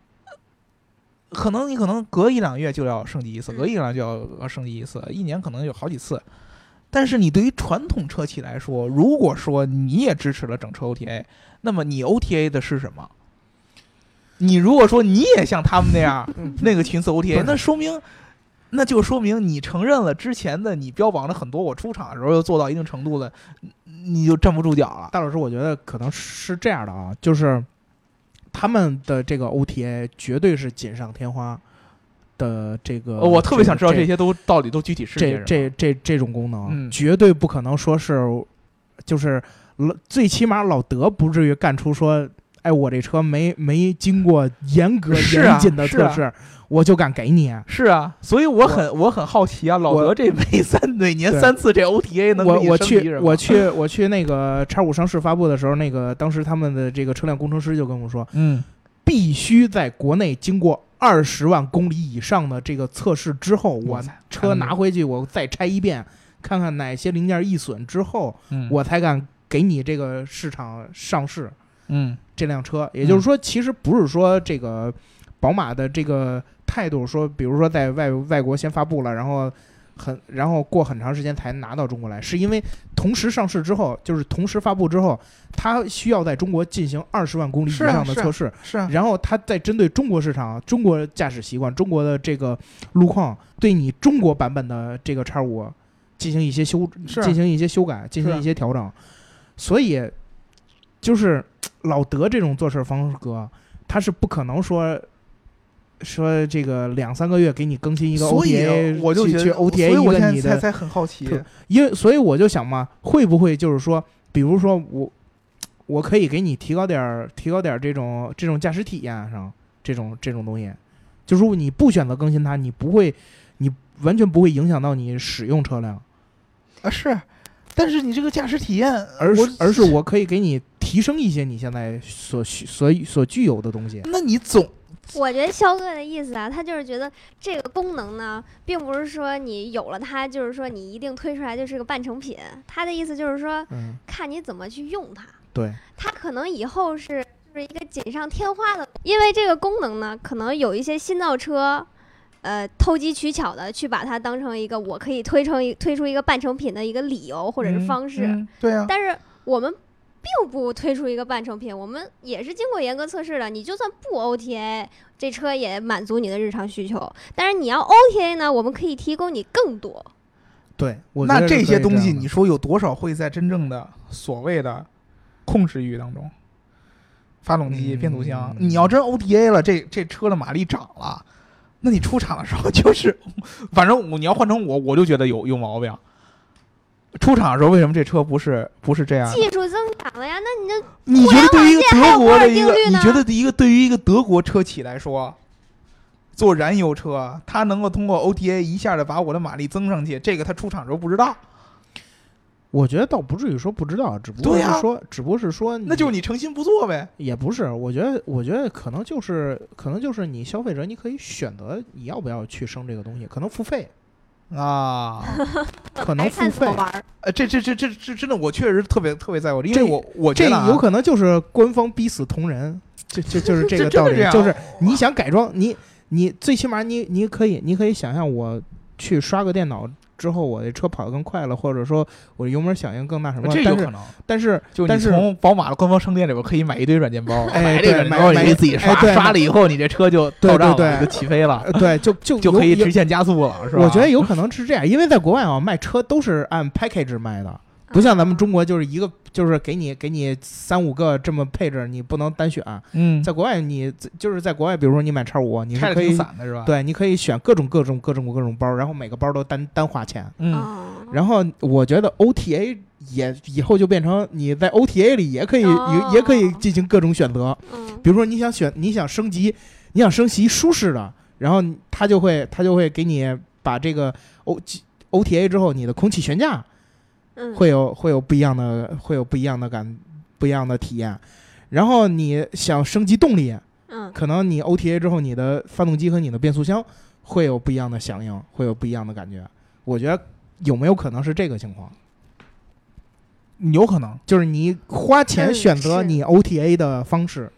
[SPEAKER 3] 可能你可能隔一两个月就要升级一次，
[SPEAKER 1] 嗯
[SPEAKER 3] 隔一两个月就要要升级一次，一年可能有好几次。但是你对于传统车企来说，如果说你也支持了整车 OTA，那么你 OTA 的是什么？你如果说你也像他们那样
[SPEAKER 2] [LAUGHS] 嗯
[SPEAKER 3] 那个群次
[SPEAKER 2] 不
[SPEAKER 3] OTA，
[SPEAKER 2] 是
[SPEAKER 3] 那说明，那就说明你承认了之前的你标榜了很多，我出厂的时候又做到一定程度了，你就站不住脚了。
[SPEAKER 2] 大老师，我觉得可能是这样的啊，就是他们的这个 OTA 绝对是锦上添花的这个。
[SPEAKER 3] 我特别想知道
[SPEAKER 2] 这
[SPEAKER 3] 这些都到底都具体是
[SPEAKER 2] 这
[SPEAKER 3] 些什
[SPEAKER 2] 这
[SPEAKER 3] 么
[SPEAKER 2] 这这种功能，
[SPEAKER 3] 啊嗯
[SPEAKER 2] 绝对不可能说是，就是老最起码老德不至于干出说，哎，我这车没没经过严格
[SPEAKER 3] [LAUGHS] 是啊
[SPEAKER 2] 严谨的测试，
[SPEAKER 3] 是
[SPEAKER 2] 我就敢给你。
[SPEAKER 3] 是啊，所以我很我很好奇啊，老
[SPEAKER 2] 我 [LAUGHS]
[SPEAKER 3] 德这每三每年
[SPEAKER 2] 对
[SPEAKER 3] 三次这 OTA 能
[SPEAKER 2] 我
[SPEAKER 3] 给你
[SPEAKER 2] 我
[SPEAKER 3] 升级
[SPEAKER 2] 去
[SPEAKER 3] 是吧
[SPEAKER 2] 我去我去那个叉五上市发布的时候，那个当时他们的这个车辆工程师就跟我说，
[SPEAKER 3] 嗯
[SPEAKER 2] 必须在国内经过二十万公里以上的这个测试之后，
[SPEAKER 3] 哇
[SPEAKER 2] 我
[SPEAKER 3] 塞
[SPEAKER 2] 车拿回去我再拆一遍，看看哪些零件易损之后，
[SPEAKER 3] 嗯
[SPEAKER 2] 我才敢给你这个市场上市
[SPEAKER 3] 嗯
[SPEAKER 2] 这辆车。也就是说，其实不是说这个宝马的这个态度，说比如说在外外国先发布了，然后。很，然后过很长时间才拿到中国来，是因为同时上市之后，就是同时发布之后，它需要在中国进行二十万公里以
[SPEAKER 3] 是啊
[SPEAKER 2] 上的
[SPEAKER 3] 是啊
[SPEAKER 2] 测试，
[SPEAKER 3] 是啊
[SPEAKER 2] 然后它再针对中国市场、中国驾驶习惯、中国的这个路况，对你中国版本的这个叉五进行一些修、
[SPEAKER 3] 是啊
[SPEAKER 2] 进行一些修改、进行一些调整。所以，就是老德这种做事方式，他是不可能说。说这个两三个月给你更新一个
[SPEAKER 3] 所以
[SPEAKER 2] OTA，
[SPEAKER 3] 我就
[SPEAKER 2] 去
[SPEAKER 3] 觉
[SPEAKER 2] 去
[SPEAKER 3] 得，所
[SPEAKER 2] OTA
[SPEAKER 3] 以
[SPEAKER 2] 一
[SPEAKER 3] 我
[SPEAKER 2] 个你
[SPEAKER 3] 现在才
[SPEAKER 2] 的，
[SPEAKER 3] 才很好奇，
[SPEAKER 2] 特因为所以我就想嘛，会不会就是说，比如说我我可以给你提高点儿提高点儿这种这种驾驶体验上这种这种东西，就是说你不选择更新它，你不会你完全不会影响到你使用车辆，
[SPEAKER 3] 啊是，但是你这个驾驶体验，
[SPEAKER 2] 而
[SPEAKER 3] 我
[SPEAKER 2] 是而是我可以给你提升一些你现在所需所所具有的东西。
[SPEAKER 3] 那你总
[SPEAKER 1] 我觉得肖哥的意思啊，他就是觉得这个功能呢，并不是说你有了它，就是说你一定推出来就是个半成品。他的意思就是说，
[SPEAKER 2] 嗯，
[SPEAKER 1] 看你怎么去用它。
[SPEAKER 2] 对，
[SPEAKER 1] 它可能以后是就是一个锦上添花的，因为这个功能呢，可能有一些新造车，呃，偷机取巧的去把它当成一个我可以推成一推出一个半成品的一个理由或者是
[SPEAKER 3] 嗯
[SPEAKER 1] 方式。
[SPEAKER 3] 嗯对啊，
[SPEAKER 1] 但是我们并不推出一个半成品，我们也是经过严格测试的。你就算不 OTA，这车也满足你的日常需求。但是你要 OTA 呢，我们可以提供你更多。
[SPEAKER 2] 对，我觉
[SPEAKER 3] 那
[SPEAKER 2] 得是
[SPEAKER 3] 这
[SPEAKER 2] 可以
[SPEAKER 3] 些东
[SPEAKER 2] 样
[SPEAKER 3] 西
[SPEAKER 2] 的
[SPEAKER 3] 你说有多少会在真正的所谓的控制欲当中？发动机、
[SPEAKER 2] 嗯
[SPEAKER 3] 变速箱，
[SPEAKER 2] 嗯
[SPEAKER 3] 你要真 OTA 了，这这车的马力涨了，那你出厂的时候就是，反正我你要换成我，我就觉得有有毛病。出厂的时候为什么这车不是不是这样的？
[SPEAKER 1] 技术增长了呀，那你就
[SPEAKER 3] 你觉得对于一个德国的一
[SPEAKER 1] 互联网界还有摩尔
[SPEAKER 3] 个
[SPEAKER 1] 定，律
[SPEAKER 3] 你
[SPEAKER 1] 呢
[SPEAKER 3] 觉得一个对于一个德国车企来说，做燃油车，它能够通过 OTA 一下的把我的马力增上去，这个它出厂时候不知道。
[SPEAKER 2] 我觉得倒不至于说不知道，只不过
[SPEAKER 3] 对呀
[SPEAKER 2] 是说，只不过是说，
[SPEAKER 3] 那就是你诚心不做呗。
[SPEAKER 2] 也不是，我觉得，我觉得可能就是，可能就是你消费者，你可以选择你要不要去升这个东西，可能付费，
[SPEAKER 3] [LAUGHS] 啊，
[SPEAKER 2] 可
[SPEAKER 1] 还
[SPEAKER 2] 能
[SPEAKER 1] 是
[SPEAKER 2] 付
[SPEAKER 1] 看怎
[SPEAKER 2] 费
[SPEAKER 1] 么，玩儿。
[SPEAKER 3] 呃，这这这这这真的，我确实特别特别在乎，因
[SPEAKER 2] 这
[SPEAKER 3] 为我我觉
[SPEAKER 2] 这
[SPEAKER 3] 得啊
[SPEAKER 2] 有可能就是官方逼死同人，这这 [LAUGHS] 就是这个
[SPEAKER 3] 真
[SPEAKER 2] 道
[SPEAKER 3] 的
[SPEAKER 2] 理
[SPEAKER 3] 这，样啊
[SPEAKER 2] 就是你想改装，你你最起码你你可以你可以想象我去刷个电脑之后，我的车跑得更快了，或者说我油门响应更那什么，
[SPEAKER 3] 这有
[SPEAKER 2] 但
[SPEAKER 3] 可
[SPEAKER 2] 是
[SPEAKER 3] 能。
[SPEAKER 2] 但
[SPEAKER 3] [LAUGHS]
[SPEAKER 2] 是
[SPEAKER 3] 就你
[SPEAKER 2] 但是
[SPEAKER 3] 从宝马的官方商店里边可以买一堆软件包，
[SPEAKER 2] 哎
[SPEAKER 3] 买这
[SPEAKER 2] 对
[SPEAKER 3] 个软件
[SPEAKER 2] 买
[SPEAKER 3] 包你
[SPEAKER 2] 买
[SPEAKER 3] 可以自己刷，
[SPEAKER 2] 哎对
[SPEAKER 3] 刷了以后你这车就
[SPEAKER 2] 对
[SPEAKER 3] 到账了，
[SPEAKER 2] 对对
[SPEAKER 3] 你就起飞了，
[SPEAKER 2] 呃对就就
[SPEAKER 3] 就
[SPEAKER 2] 有
[SPEAKER 3] 可以
[SPEAKER 2] 有
[SPEAKER 3] 直线加速了，是吧？
[SPEAKER 2] 我觉得有可能是这样，因为在国外啊，卖车都是按 package 卖的，
[SPEAKER 1] 嗯
[SPEAKER 2] 不像咱们中国就是一个就是给你给你三五个这么配置，你不能单选。
[SPEAKER 3] 嗯，
[SPEAKER 2] 在国外你就是在国外，比如说你买叉五，你
[SPEAKER 3] 拆
[SPEAKER 2] 是
[SPEAKER 3] 的
[SPEAKER 2] 可
[SPEAKER 3] 挺
[SPEAKER 2] 以
[SPEAKER 3] 散的是吧？，
[SPEAKER 2] 对，你可以选各种各种各种各种包，然后每个包都单单花钱。
[SPEAKER 3] 嗯，
[SPEAKER 1] 哦，
[SPEAKER 2] 然后我觉得 OTA 也以后就变成你在 OTA 里也可以、
[SPEAKER 1] 哦
[SPEAKER 2] 也也可以进行各种选择，
[SPEAKER 1] 嗯，
[SPEAKER 2] 比如说你想选你想升级，你想升级舒适的，然后他就会他就会给你把这个 O OTA 之后，你的空气悬架
[SPEAKER 1] 嗯，
[SPEAKER 2] 会有会有不一样的会有不一样的感不一样的体验。然后你想升级动力，
[SPEAKER 3] 啊
[SPEAKER 1] 嗯，
[SPEAKER 2] 可能你 OTA 之后，你的发动机和你的变速箱会有不一样的响应，会有不一样的感觉。我觉得有没有可能是这个情况？
[SPEAKER 3] 嗯有可能，
[SPEAKER 2] 就是你花钱
[SPEAKER 1] 嗯
[SPEAKER 2] 选择
[SPEAKER 1] 是
[SPEAKER 2] 你 OTA 的方式，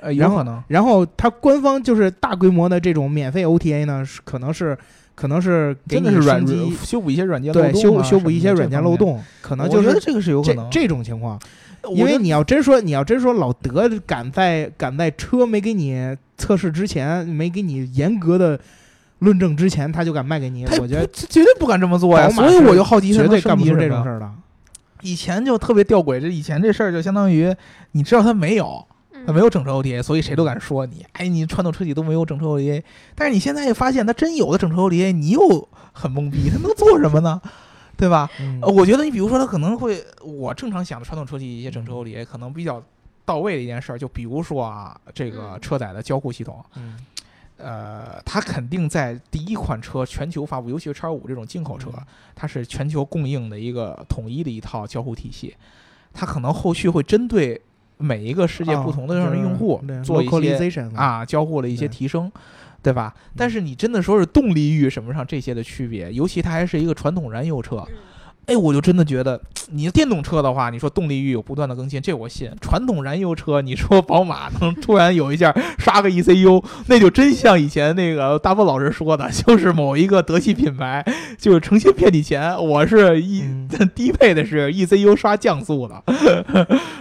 [SPEAKER 3] 呃，
[SPEAKER 2] 然
[SPEAKER 3] 有
[SPEAKER 2] 后
[SPEAKER 3] 可能，
[SPEAKER 2] 然后它官方就是大规模的这种免费 OTA 呢，是可能是可能是给
[SPEAKER 3] 真
[SPEAKER 2] 你
[SPEAKER 3] 的是
[SPEAKER 2] 升
[SPEAKER 3] 软
[SPEAKER 2] 级
[SPEAKER 3] 修补一些软件漏洞
[SPEAKER 2] 对
[SPEAKER 3] 啊，
[SPEAKER 2] 修修
[SPEAKER 3] 什么
[SPEAKER 2] 补一
[SPEAKER 3] 的
[SPEAKER 2] 些
[SPEAKER 3] 这
[SPEAKER 2] 软件
[SPEAKER 3] 方
[SPEAKER 2] 漏
[SPEAKER 3] 面，
[SPEAKER 2] 洞，可能
[SPEAKER 3] 我
[SPEAKER 2] 就
[SPEAKER 3] 觉得
[SPEAKER 2] 是
[SPEAKER 3] 这个是有可
[SPEAKER 2] 这
[SPEAKER 3] 能，
[SPEAKER 2] 这种情况。
[SPEAKER 3] 我
[SPEAKER 2] 因为
[SPEAKER 3] 觉得
[SPEAKER 2] 你要真说，你要真说老德赶在赶在车没给你测试之前，没给你严格的论证之前，他就敢卖给你，
[SPEAKER 3] 他也
[SPEAKER 2] 我觉得
[SPEAKER 3] 不绝对不敢这么做呀，
[SPEAKER 2] 宝马
[SPEAKER 3] 所以
[SPEAKER 2] 是
[SPEAKER 3] 我就好奇
[SPEAKER 2] 绝
[SPEAKER 3] 他能
[SPEAKER 2] 对
[SPEAKER 3] 升
[SPEAKER 2] 干不
[SPEAKER 3] 级
[SPEAKER 2] 出这
[SPEAKER 3] 什么
[SPEAKER 2] 种事儿的。
[SPEAKER 3] 以前就特别吊诡，这以前这事儿就相当于你知道他没有，
[SPEAKER 1] 嗯
[SPEAKER 3] 他没有整车 OTA，所以谁都敢说你，哎，你传统车企都没有整车 OTA。但是你现在又发现他真有的整车 OTA，你又很懵逼，他能做什么呢？对吧？
[SPEAKER 2] 嗯
[SPEAKER 3] 呃，我觉得你比如说他可能会，我正常想的传统车企一些整车
[SPEAKER 2] 嗯
[SPEAKER 3] OTA 可能比较到位的一件事儿，就比如说啊，这个
[SPEAKER 1] 嗯
[SPEAKER 3] 车载的交互系统，
[SPEAKER 2] 嗯
[SPEAKER 3] 呃，它肯定在第一款车全球发布，尤其是叉五这种进口车
[SPEAKER 2] 嗯，
[SPEAKER 3] 它是全球供应的一个统一的一套交互体系。它可能后续会针对每一个世界不同的
[SPEAKER 2] 啊就是
[SPEAKER 3] 用户
[SPEAKER 2] 对
[SPEAKER 3] 做一些
[SPEAKER 2] localization 嘛，
[SPEAKER 3] 啊交互的一些
[SPEAKER 2] 对嗯
[SPEAKER 3] 提升，对吧？但是你真的说是动力域什么上这些的区别，尤其它还是一个传统燃油车，
[SPEAKER 1] 嗯
[SPEAKER 3] 哎，我就真的觉得你电动车的话，你说动力域有不断的更新，这我信。传统燃油车，你说宝马能突然有一下刷个 ECU，那就真像以前那个大波老师说的，就是某一个德系品牌就是诚心骗你钱，我是一。
[SPEAKER 2] 嗯
[SPEAKER 3] [LAUGHS] 低配的是 ECU 刷降速的， [LAUGHS]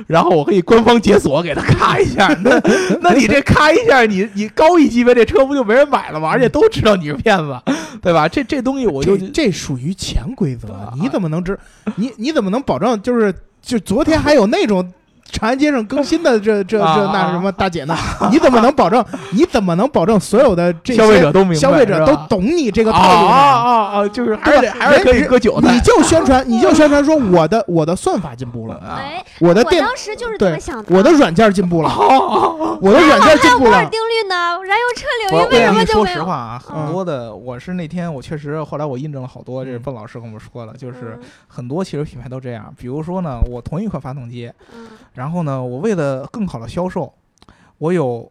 [SPEAKER 3] 然后我可以官方解锁给它咔一下，那那你这咔一下，你你高一级别这车不就没人买了吗？而且都知道你是骗子，对吧？这这东西我就
[SPEAKER 2] 这这属于潜规则
[SPEAKER 3] 对啊，
[SPEAKER 2] 你怎么能知？你你怎么能保证就是就昨天还有那种？长安街上更新的这这
[SPEAKER 3] 啊
[SPEAKER 2] 这那什么大姐呢？你怎么能
[SPEAKER 3] [LAUGHS]
[SPEAKER 2] 保证？你怎么能保证所有的这些
[SPEAKER 3] 消费者都明白，
[SPEAKER 2] 消费者
[SPEAKER 3] 是
[SPEAKER 2] 都
[SPEAKER 3] 吧
[SPEAKER 2] 懂你这个套路呢？
[SPEAKER 3] 啊啊啊！就是还
[SPEAKER 2] 对
[SPEAKER 3] 是
[SPEAKER 2] 吧
[SPEAKER 3] 得还是可以割韭菜
[SPEAKER 2] 你就宣
[SPEAKER 3] [LAUGHS]
[SPEAKER 2] 传，你就宣传说我的我的算法进步了，
[SPEAKER 3] 啊！
[SPEAKER 1] 哎，
[SPEAKER 2] 我的
[SPEAKER 1] 我
[SPEAKER 2] 电
[SPEAKER 1] 当时就是这
[SPEAKER 2] 对
[SPEAKER 1] 么想啊
[SPEAKER 2] 我的软件进步了，
[SPEAKER 3] 哦，
[SPEAKER 2] 我的软件进步
[SPEAKER 1] 摩
[SPEAKER 3] 啊
[SPEAKER 1] 尔
[SPEAKER 2] 了。
[SPEAKER 1] 定律呢？燃油车领
[SPEAKER 3] 我
[SPEAKER 1] 域为什
[SPEAKER 3] 跟
[SPEAKER 1] 么
[SPEAKER 3] 你
[SPEAKER 1] 就
[SPEAKER 3] 说
[SPEAKER 1] 没
[SPEAKER 3] 实
[SPEAKER 1] 有？
[SPEAKER 3] 话啊，很多的我是那天我确实后来我印证了好多，这是笨老师跟我们说了，
[SPEAKER 1] 嗯
[SPEAKER 3] 就是很多其实品牌都这样。比如说呢，我同一款发动机，
[SPEAKER 1] 嗯，嗯
[SPEAKER 3] 然后呢，我为了更好的销售，我有。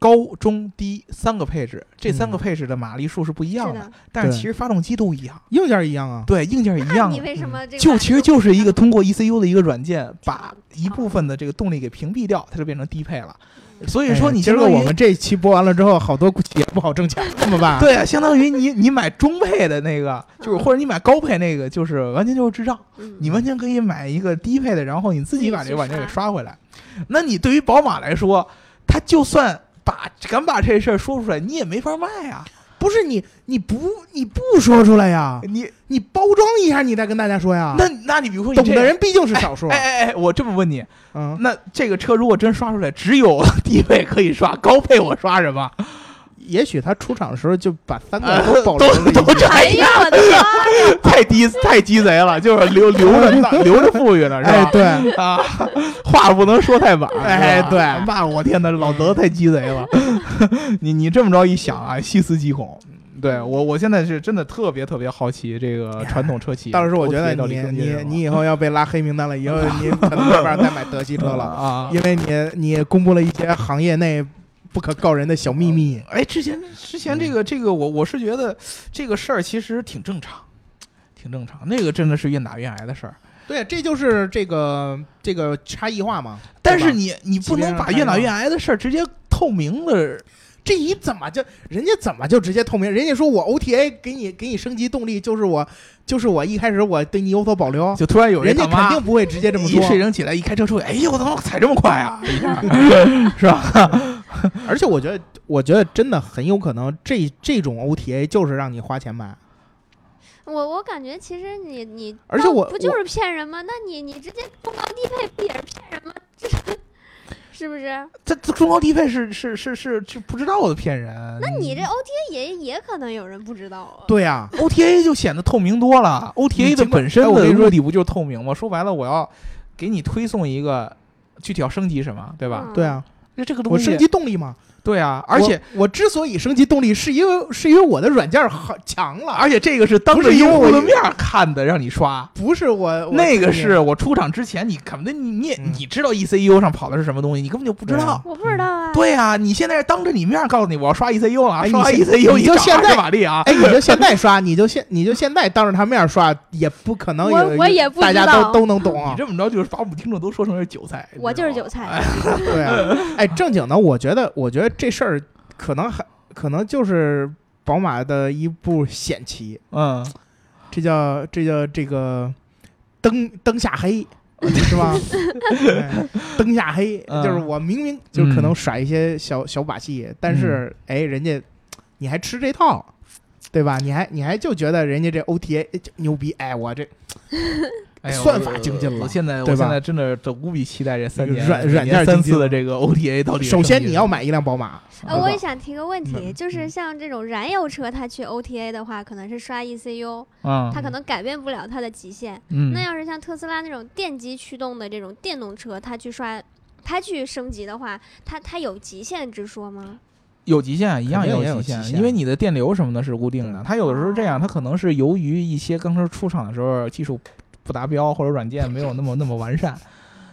[SPEAKER 3] 高中低三个配置，这三个
[SPEAKER 2] 嗯
[SPEAKER 3] 配置的马力数是不一
[SPEAKER 1] 是
[SPEAKER 3] 样的，
[SPEAKER 1] 的。
[SPEAKER 3] 但是
[SPEAKER 2] 对
[SPEAKER 3] 其实发动机都一样，
[SPEAKER 2] 硬件一样啊，
[SPEAKER 3] 对，硬件一
[SPEAKER 1] 那
[SPEAKER 3] 样的
[SPEAKER 1] 嗯
[SPEAKER 3] 嗯
[SPEAKER 1] 你。为什么这个嗯
[SPEAKER 3] 就其实就是一个通过 ECU 的一个软件，
[SPEAKER 1] 调
[SPEAKER 3] 把一部分的这个动力给屏
[SPEAKER 1] 嗯
[SPEAKER 3] 蔽掉，它就变成低配了。所以
[SPEAKER 2] 哎
[SPEAKER 3] 说你
[SPEAKER 2] 今
[SPEAKER 3] 相
[SPEAKER 2] 儿个
[SPEAKER 3] 当于、
[SPEAKER 2] 我们这期播完了之后，好多企业不好挣钱，怎么办？
[SPEAKER 3] 对啊，相当于你你买中配的那个，就是或者你买高配那个，就是完全就是智障。
[SPEAKER 1] 嗯
[SPEAKER 3] 你完全可以买一个低配的，然后你自己把这个软件给刷回来。那你对于宝马来说，它就算把敢把这事儿说出来，你也没法卖
[SPEAKER 2] [LAUGHS]
[SPEAKER 3] 啊。
[SPEAKER 2] 不是你，你不你不说出来呀，
[SPEAKER 3] 你
[SPEAKER 2] 你包装一下，你再跟大家说呀。
[SPEAKER 3] 那那你比如说你
[SPEAKER 2] 懂
[SPEAKER 3] 这
[SPEAKER 2] 的人毕竟是少数啊
[SPEAKER 3] 哎，哎哎，我这么问你，
[SPEAKER 2] 嗯，
[SPEAKER 3] 那这个车如果真刷出来，只有低配可以刷，高配我刷什么？
[SPEAKER 2] 也许他出场的时候就把三个
[SPEAKER 3] 呃
[SPEAKER 2] 啊都保留了一
[SPEAKER 3] [LAUGHS] 都
[SPEAKER 2] 下。
[SPEAKER 3] 这
[SPEAKER 1] 哎
[SPEAKER 3] 样，
[SPEAKER 1] 呀，我的妈！
[SPEAKER 3] 太低太鸡贼了，就是留留着那留着富裕了，是
[SPEAKER 2] 哎，
[SPEAKER 3] 吧？ [LAUGHS]
[SPEAKER 2] 对，
[SPEAKER 3] 啊，话不能说太晚，
[SPEAKER 2] 哎
[SPEAKER 3] 是吧嗯
[SPEAKER 2] 对
[SPEAKER 3] [LAUGHS] 骂我天呐，老德太鸡贼了。你你这么着一想啊，细思极恐。对我，我现在是真的特别特别好奇这个传统车
[SPEAKER 2] [LAUGHS]
[SPEAKER 3] 企。
[SPEAKER 2] 到时候我觉得
[SPEAKER 3] 都
[SPEAKER 2] 你
[SPEAKER 3] 跌到理
[SPEAKER 2] 你
[SPEAKER 3] 科
[SPEAKER 2] 你以后要被拉黑名单了，以后你可能没办法再买德系车
[SPEAKER 3] 了
[SPEAKER 2] 了，
[SPEAKER 3] 啊！
[SPEAKER 2] 因为你你公布了一些行业内不可告人的小秘密。
[SPEAKER 3] 哎，之前之前这个这个我我是觉得这个事儿其实挺正常，挺正常。那个真的是愿打愿挨的事儿。
[SPEAKER 2] 对，这就是这个这个差异化嘛。
[SPEAKER 3] 但
[SPEAKER 2] 对
[SPEAKER 3] 是
[SPEAKER 2] 吧
[SPEAKER 3] 你你不能把愿打愿挨的事儿直接透明了，
[SPEAKER 2] 这你怎么就人家怎么就直接透明？人家说我 OTA 给你给你升级动力，就是我就是我一开始我对你有所保留，
[SPEAKER 3] 就突然有
[SPEAKER 2] 人
[SPEAKER 3] 大
[SPEAKER 2] 家
[SPEAKER 3] 妈
[SPEAKER 2] 肯定不会直接这么
[SPEAKER 3] 一
[SPEAKER 2] 说。
[SPEAKER 3] 睡醒起来一开车出去，哎呦，我怎么踩这么快
[SPEAKER 2] [LAUGHS]
[SPEAKER 3] 啊？一下
[SPEAKER 2] 嗯
[SPEAKER 3] 是吧？
[SPEAKER 2] 而且我觉得，我觉得真的很有可能这这种 OTA 就是让你花钱
[SPEAKER 1] 嗯
[SPEAKER 2] 买。
[SPEAKER 1] 我我感觉其实你你
[SPEAKER 2] 而
[SPEAKER 1] 到
[SPEAKER 2] 且我
[SPEAKER 1] 不就是骗人吗？那你你直接中高低配不也是骗人吗？这是不是？
[SPEAKER 3] 这这中高低配是是是是是不知道的骗人。
[SPEAKER 1] 那你这 OTA 也也可能有人不知道啊。
[SPEAKER 2] 嗯对呀、
[SPEAKER 3] OTA 就显得透明多了。OTA 的本身
[SPEAKER 2] 哎我
[SPEAKER 3] 的
[SPEAKER 2] 跟你说
[SPEAKER 3] 目的不就是透明吗？说白了，我要给你推送一个具体要升级什么，对吧？
[SPEAKER 1] 嗯
[SPEAKER 2] 对啊，
[SPEAKER 3] 那这个
[SPEAKER 2] 我
[SPEAKER 3] 东
[SPEAKER 2] 升
[SPEAKER 3] 西，
[SPEAKER 2] 级动力嘛，
[SPEAKER 3] 对啊，而且
[SPEAKER 2] 我我之所以升级动力，是因为是因为我的软件很强了，
[SPEAKER 3] 而且这个是当
[SPEAKER 2] 不
[SPEAKER 3] 着
[SPEAKER 2] 是因为
[SPEAKER 3] 用户
[SPEAKER 2] 我
[SPEAKER 3] 的面儿看的，让你刷。
[SPEAKER 2] 不是我我
[SPEAKER 3] 那个是我出厂之前，你肯定你你也
[SPEAKER 2] 嗯
[SPEAKER 3] 你知道 E ECU 上跑的是什么东西，你根本就不知道。
[SPEAKER 1] 我不知道啊。
[SPEAKER 3] 对啊，你现在是当着你面儿告诉你我要刷 ECU 了啊，
[SPEAKER 2] 哎
[SPEAKER 3] 刷完
[SPEAKER 2] 你现
[SPEAKER 3] ECU
[SPEAKER 2] 你就
[SPEAKER 3] 涨
[SPEAKER 2] 现在
[SPEAKER 3] 20马力啊，
[SPEAKER 2] 哎，你就现在刷，你就现你就现在当着他面刷，也不可能
[SPEAKER 1] 我
[SPEAKER 2] 有
[SPEAKER 1] 我也不
[SPEAKER 2] 大家
[SPEAKER 1] 知道
[SPEAKER 2] 都都能懂啊
[SPEAKER 3] 你。这么着就是把我们听众都说成嗯是韭菜。
[SPEAKER 1] 我就是韭
[SPEAKER 3] 菜。
[SPEAKER 2] 哎
[SPEAKER 1] 菜，
[SPEAKER 2] 对啊，哎，正经的，我觉得，我觉得这事儿可能还可能就是宝马的一步险棋，
[SPEAKER 3] 嗯，
[SPEAKER 2] 这叫这叫这个灯灯下黑。呃是吧？哎灯下黑
[SPEAKER 3] 嗯
[SPEAKER 2] 就是我明明就可能耍一些小小把戏，但
[SPEAKER 3] 嗯
[SPEAKER 2] 是哎，人家你还吃这套，对吧？你还你还就觉得人家这 OTA 就牛逼，哎，我这
[SPEAKER 3] 哎呀
[SPEAKER 2] 算法精进了
[SPEAKER 3] 我我现在我
[SPEAKER 2] 对吧
[SPEAKER 3] 现在真的都无比期待这三
[SPEAKER 2] 这个
[SPEAKER 3] 年
[SPEAKER 2] 软
[SPEAKER 3] 每
[SPEAKER 2] 软
[SPEAKER 3] 年
[SPEAKER 2] 件
[SPEAKER 3] 三
[SPEAKER 2] 精进
[SPEAKER 3] 次的这个 OTA 到底是
[SPEAKER 2] 首
[SPEAKER 3] 什
[SPEAKER 2] 先
[SPEAKER 3] 么意
[SPEAKER 2] 你
[SPEAKER 3] 思
[SPEAKER 2] 要买一辆宝马，
[SPEAKER 1] 呃，
[SPEAKER 3] 嗯
[SPEAKER 1] 我也想提个问题，
[SPEAKER 2] 嗯
[SPEAKER 1] 就是像这种燃油车，它去 OTA 的话，可能是刷 ECU，
[SPEAKER 3] 嗯，
[SPEAKER 1] 它可能改变不了它的极限。
[SPEAKER 3] 嗯
[SPEAKER 1] 那要是像特斯拉那种电机驱动的这种电动车，它去刷，它去升级的话，它它有极限之说吗？
[SPEAKER 3] 有极限，一样
[SPEAKER 2] 肯定也
[SPEAKER 3] 有
[SPEAKER 2] 有
[SPEAKER 3] 限，嗯
[SPEAKER 2] 极限
[SPEAKER 3] 因为你的电流什么的是固定的。它有的时候这样，它可能是由于一些刚开始出厂的时候技术不达标，或者软件没有那么那么完善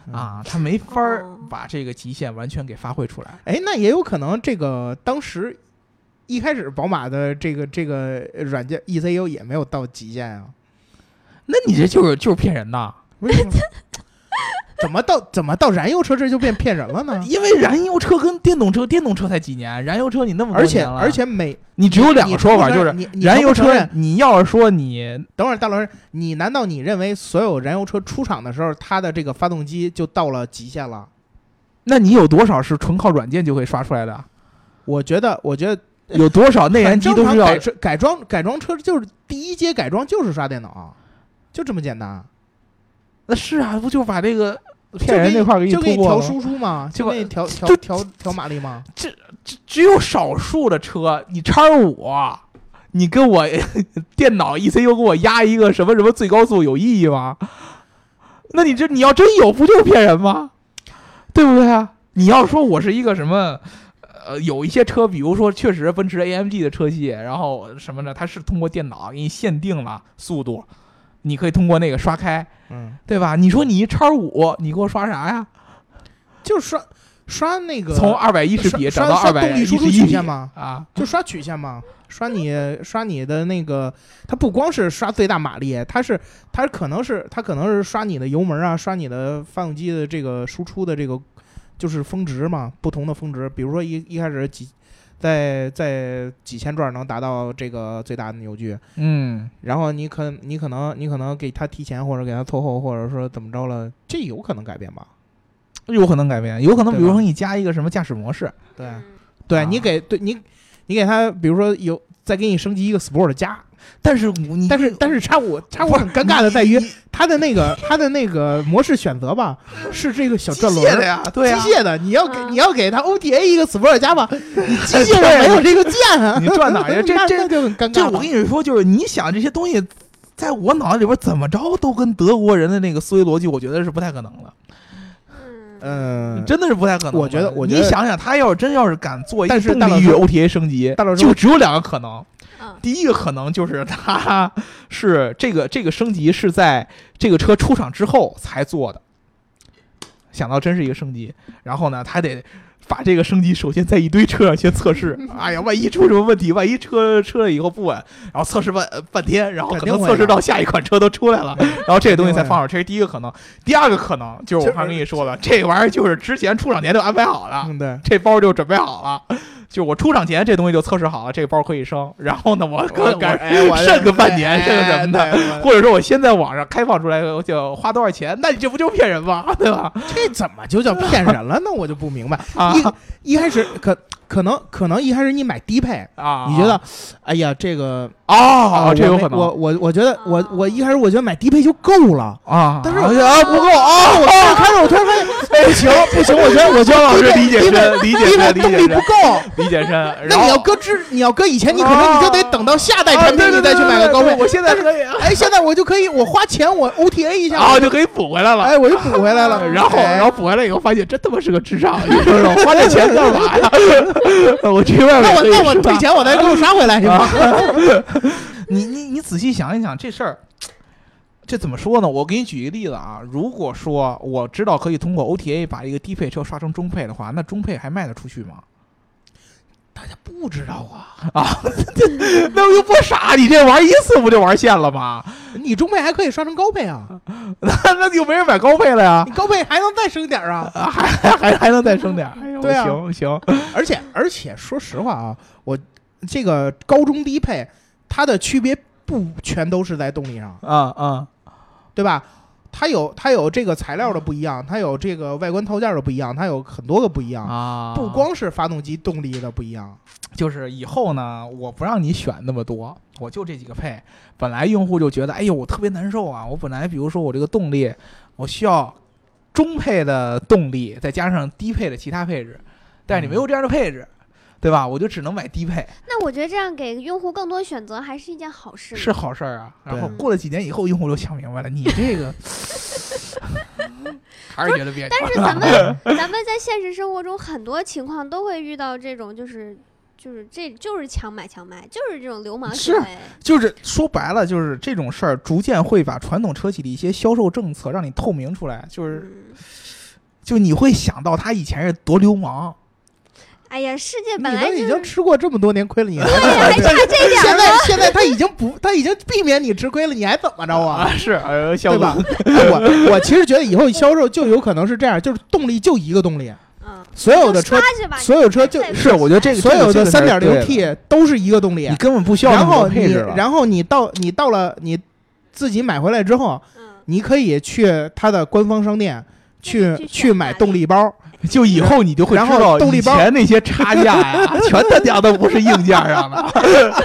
[SPEAKER 2] 嗯
[SPEAKER 3] 啊，它没法儿
[SPEAKER 1] 哦
[SPEAKER 3] 把这个极限完全给发挥出来。
[SPEAKER 2] 哎，那也有可能这个当时一开始宝马的这个这个软件 ECU 也没有到极限啊？
[SPEAKER 3] 那你这就是就是骗人的，
[SPEAKER 2] 为
[SPEAKER 3] [LAUGHS]
[SPEAKER 2] 什么？怎么到怎么到燃油车这就变骗人了
[SPEAKER 3] [LAUGHS]
[SPEAKER 2] 呢？
[SPEAKER 3] 因为燃油车跟电动车，电动车才几年，燃油车你那么多
[SPEAKER 2] 而且
[SPEAKER 3] 年了
[SPEAKER 2] 而且每
[SPEAKER 3] 你只有两个说法，就是
[SPEAKER 2] 你你
[SPEAKER 3] 燃油
[SPEAKER 2] 承不承
[SPEAKER 3] 车
[SPEAKER 2] 认，
[SPEAKER 3] 你要是说你
[SPEAKER 2] 等会儿大老师，你难道你认为所有燃油车出厂的时候，它的这个发动机就到了极限了？
[SPEAKER 3] 那你有多少是纯靠软件就可以刷出来的？
[SPEAKER 2] 我觉得，我觉得
[SPEAKER 3] 有多少内燃机都是要
[SPEAKER 2] 改装改装改装车，就是第一阶改装就是刷电脑，啊就这么简单。啊
[SPEAKER 3] 那是啊，不就把这个
[SPEAKER 2] 就
[SPEAKER 3] 骗人
[SPEAKER 2] 给
[SPEAKER 3] 那块儿给
[SPEAKER 2] 就
[SPEAKER 3] 突
[SPEAKER 2] 给你
[SPEAKER 3] 破
[SPEAKER 2] 调
[SPEAKER 3] 了吗？
[SPEAKER 2] 输出嘛，
[SPEAKER 3] 就
[SPEAKER 2] 就给你调调
[SPEAKER 3] 就
[SPEAKER 2] 调调马力嘛。
[SPEAKER 3] 只只有少数的车，你叉五，啊你跟我 [LAUGHS] 电脑 ECU 给我压一个什么什么最高速有意义吗？那你这你要真有，不就是骗人吗？对不对啊？你要说我是一个什么？呃，有一些车，比如说确实奔驰 AMG 的车系，然后什么呢？它是通过电脑给你限定了速度，你可以通过那个刷开，
[SPEAKER 2] 嗯，
[SPEAKER 3] 对吧？你说你一叉五，你给我刷啥呀？
[SPEAKER 2] 就刷刷那个
[SPEAKER 3] 从二百一十
[SPEAKER 2] 刷
[SPEAKER 3] 匹
[SPEAKER 2] 刷
[SPEAKER 3] 涨到
[SPEAKER 2] 刷
[SPEAKER 3] 二百
[SPEAKER 2] 动力
[SPEAKER 3] 一
[SPEAKER 2] 输
[SPEAKER 3] 十
[SPEAKER 2] 出
[SPEAKER 3] 一
[SPEAKER 2] 曲
[SPEAKER 3] 匹
[SPEAKER 2] 线嘛，
[SPEAKER 3] 啊！
[SPEAKER 2] 就刷曲线嘛，刷你刷你的那个，它不光是刷最大马力，它是它可能是它可能是刷你的油门啊，刷你的发动机的这个输出的这个就是峰值嘛，不同的峰值，比如说一一开始几在在几千转能达到这个最大的扭矩，
[SPEAKER 3] 嗯，
[SPEAKER 2] 然后你可你可能你可能给他提前或者给他拖后，或者说怎么着了，这有可能改变吧？
[SPEAKER 3] 有可能改变，有可能比
[SPEAKER 2] 对吧
[SPEAKER 3] 如说你加一个什么驾驶模式，
[SPEAKER 2] 对
[SPEAKER 1] 嗯
[SPEAKER 2] 对、
[SPEAKER 3] 啊
[SPEAKER 2] 你给对你你给他，比如说有再给你升级一个 Sport 加，
[SPEAKER 3] 但是你
[SPEAKER 2] 但是但是叉五叉五很尴尬的在于它的那个它的那个模式选择
[SPEAKER 3] [LAUGHS]
[SPEAKER 2] 吧，是这个小
[SPEAKER 3] 机
[SPEAKER 2] 转轮
[SPEAKER 3] 械的
[SPEAKER 2] 儿。
[SPEAKER 3] 呀，
[SPEAKER 2] 机
[SPEAKER 3] 对嗯呀，
[SPEAKER 2] 械的，你要给
[SPEAKER 1] 啊
[SPEAKER 2] 你要给他 OTA 一个 Sport 加吧，你机械上没有这个键啊，
[SPEAKER 3] 你转哪
[SPEAKER 2] [LAUGHS]
[SPEAKER 3] 儿去这
[SPEAKER 2] 那
[SPEAKER 3] 这
[SPEAKER 2] 那就很尴尬
[SPEAKER 3] 这
[SPEAKER 2] 了。
[SPEAKER 3] 我跟你说，就是你想这些东西，在我脑子里边怎么着都跟德国人的那个思维逻辑，我觉得是不太可能
[SPEAKER 1] 嗯
[SPEAKER 3] 的。
[SPEAKER 1] 嗯，
[SPEAKER 2] 嗯，
[SPEAKER 3] 真的是不太可能吧。
[SPEAKER 2] 我觉得我觉
[SPEAKER 3] 你
[SPEAKER 2] 得
[SPEAKER 3] 想想，他要是真要是敢做一
[SPEAKER 2] 但
[SPEAKER 3] 个
[SPEAKER 2] 是
[SPEAKER 3] 动
[SPEAKER 2] 大老
[SPEAKER 3] 力
[SPEAKER 2] 师
[SPEAKER 3] 于 OTA 升级，
[SPEAKER 2] 大老师
[SPEAKER 3] 就只有两个可能。
[SPEAKER 1] 嗯
[SPEAKER 3] 第一个可能就是他 [LAUGHS] 是这个这个升级是在这个车出厂之后才做的，想到真是一个升级，然后呢，他得。把这个升级首先在一堆车上先测试，哎呀，万一出什么问题，万一车车了以后不稳，然后测试半呃半天，然后可
[SPEAKER 2] 肯定
[SPEAKER 3] 能
[SPEAKER 2] 会
[SPEAKER 3] 测试
[SPEAKER 2] 的
[SPEAKER 3] 到下一款车都出来
[SPEAKER 2] [LAUGHS]
[SPEAKER 3] 了，然后这个东西才放手，这是第一个可能。第二个可能就是
[SPEAKER 2] 就
[SPEAKER 3] 我
[SPEAKER 2] 是
[SPEAKER 3] 刚才跟你说的，这玩意儿就是之前出厂前就安排好了，
[SPEAKER 2] 嗯
[SPEAKER 3] [LAUGHS]
[SPEAKER 2] 对。
[SPEAKER 3] 这包就准备好了，就我出厂前这东西就测试好了，这个包可以升。然后呢，我
[SPEAKER 2] 我
[SPEAKER 3] 可赶
[SPEAKER 2] 哎我
[SPEAKER 3] 剩个半年
[SPEAKER 2] 哎
[SPEAKER 3] 剩个什么的
[SPEAKER 2] 哎对我
[SPEAKER 3] 或者说我先在网上开放出来，就花多少钱？那你这不就骗人吗？ [LAUGHS] 对吧？
[SPEAKER 2] [LAUGHS] 这怎么就叫骗人了呢？我就不明白。
[SPEAKER 3] 啊
[SPEAKER 2] 一一开始可可能可能一开始你买低配，
[SPEAKER 3] 啊，
[SPEAKER 2] 你觉得，哎呀，这个
[SPEAKER 3] 啊，这有
[SPEAKER 2] 我
[SPEAKER 3] 可
[SPEAKER 2] 没我
[SPEAKER 3] 能
[SPEAKER 2] 我我觉得我我一开始我觉得买低配就够了，
[SPEAKER 3] 啊？
[SPEAKER 2] 但是
[SPEAKER 3] 我
[SPEAKER 2] 我
[SPEAKER 3] 觉得啊不够啊！哎
[SPEAKER 2] 我最开始我突然发现不行不行，我觉得我觉得
[SPEAKER 3] 老师啊理解
[SPEAKER 2] 低配
[SPEAKER 3] 深，理解
[SPEAKER 2] 低配
[SPEAKER 3] 深，理
[SPEAKER 2] 动
[SPEAKER 3] 解
[SPEAKER 2] 力不
[SPEAKER 3] 深，
[SPEAKER 2] 够。
[SPEAKER 3] 理解深。
[SPEAKER 2] [LAUGHS] 那你要搁之，你要搁以前，你可
[SPEAKER 3] 啊
[SPEAKER 2] 能你就得等到下代产品，你再去买个高配。
[SPEAKER 3] 我现在可以
[SPEAKER 2] 哎，现在我就可以，我花钱我 OTA 一下，
[SPEAKER 3] 啊，就可以补回来了。
[SPEAKER 2] 哎，我就补回来了。
[SPEAKER 3] [LAUGHS] 然后，
[SPEAKER 2] 哎
[SPEAKER 3] 然后补回来以后发现，真他妈是个
[SPEAKER 2] [LAUGHS]
[SPEAKER 3] 智障！你说说，花这钱干嘛呀？ [LAUGHS] 我去外面 [LAUGHS]
[SPEAKER 2] 那我
[SPEAKER 3] 可以
[SPEAKER 2] 那我
[SPEAKER 3] 吃
[SPEAKER 2] 退
[SPEAKER 3] 饭
[SPEAKER 2] 钱，我再给我刷回来行
[SPEAKER 3] 啊
[SPEAKER 2] 吗？
[SPEAKER 3] [LAUGHS] 你你你仔细想一想这事儿，这怎么说呢？我给你举一个例子啊，如果说我知道可以通过 OTA 把一个低配车刷成中配的话，那中配还卖得出去吗？
[SPEAKER 2] 大家不知道啊，
[SPEAKER 3] [LAUGHS] 那又不傻，你这玩一次不就玩线了吗？ [LAUGHS]
[SPEAKER 2] 你中配还可以刷成高配啊，
[SPEAKER 3] 那那就没人买高配了呀， [LAUGHS]
[SPEAKER 2] 你高配还能再升点儿啊。
[SPEAKER 3] 啊还还还能再升点儿。哎呦
[SPEAKER 2] 对啊
[SPEAKER 3] 行行， [LAUGHS]
[SPEAKER 2] 而且而且说实话啊，我这个高中低配它的区别不全都是在动力上，
[SPEAKER 3] 啊啊
[SPEAKER 2] 对吧？它有它有这个材料的不一样，它有这个外观套件的不一样，它有很多个不一样，
[SPEAKER 3] 啊
[SPEAKER 2] 不光是发动机动力的不一样。
[SPEAKER 3] 就是以后呢，我不让你选那么多，我就这几个配。本来用户就觉得，哎呦，我特别难受啊！我本来比如说我这个动力，我需要中配的动力，再加上低配的其他配置，但是你没有这样的配置，对吧？我就只能买低配，
[SPEAKER 1] 那我觉得这样给用户更多选择还是一件好事。
[SPEAKER 3] 是好事儿啊。
[SPEAKER 2] 对
[SPEAKER 3] 然后过了几年以后，用户就想明白了，你这个 [LAUGHS] 还是觉得别扭。
[SPEAKER 1] 但是咱
[SPEAKER 2] [LAUGHS]
[SPEAKER 1] 们咱们在现实生活中很多情况都会遇到这种，就是就是这就是强买强卖，就是这种流氓行
[SPEAKER 3] 是
[SPEAKER 1] 为。
[SPEAKER 3] 就是说白了，就是这种事儿逐渐会把传统车企的一些销售政策让你透明出来，就是
[SPEAKER 1] 嗯，
[SPEAKER 3] 就你会想到他以前是多流氓，
[SPEAKER 1] 哎呀，世界
[SPEAKER 2] 你
[SPEAKER 1] 本来
[SPEAKER 2] 都
[SPEAKER 1] 就
[SPEAKER 2] 已
[SPEAKER 1] 是
[SPEAKER 2] 经吃过这么多年亏了，
[SPEAKER 1] [LAUGHS]
[SPEAKER 2] 你还
[SPEAKER 1] 对呀，还差这点
[SPEAKER 2] 现
[SPEAKER 1] 儿吗？
[SPEAKER 2] 在现在他已经不，他已经避免你吃亏了，你还怎么着
[SPEAKER 3] [LAUGHS]
[SPEAKER 2] 啊？
[SPEAKER 3] 是呃，
[SPEAKER 2] 对吧？哎我我其实觉得以后销售就有可能是这样，就是动力就一个动力，
[SPEAKER 1] 嗯，
[SPEAKER 2] 所有的车
[SPEAKER 1] 刷去吧，
[SPEAKER 2] 所有车就
[SPEAKER 1] 再
[SPEAKER 3] 是，我觉得这个
[SPEAKER 2] 所有
[SPEAKER 3] 这
[SPEAKER 2] 的
[SPEAKER 3] 个这
[SPEAKER 2] 三
[SPEAKER 3] 个
[SPEAKER 2] 点
[SPEAKER 3] 是对
[SPEAKER 2] 零
[SPEAKER 3] 的
[SPEAKER 2] T 都是一个动力
[SPEAKER 3] 你，根本不需要那
[SPEAKER 2] 然
[SPEAKER 3] 么多
[SPEAKER 2] 后
[SPEAKER 3] 配
[SPEAKER 2] 你
[SPEAKER 3] 置了。
[SPEAKER 2] 然后你到你到了你自己买回来之后，
[SPEAKER 1] 嗯，
[SPEAKER 2] 你可以去它的官方商店去
[SPEAKER 1] 去选
[SPEAKER 2] 去买动力包，
[SPEAKER 3] 就以后你就会
[SPEAKER 2] 然
[SPEAKER 3] 知
[SPEAKER 2] 后
[SPEAKER 3] 道
[SPEAKER 2] 动
[SPEAKER 3] 以
[SPEAKER 2] 力包
[SPEAKER 3] 前那些差价呀， [LAUGHS] 全他娘的不是硬件上的。 [LAUGHS]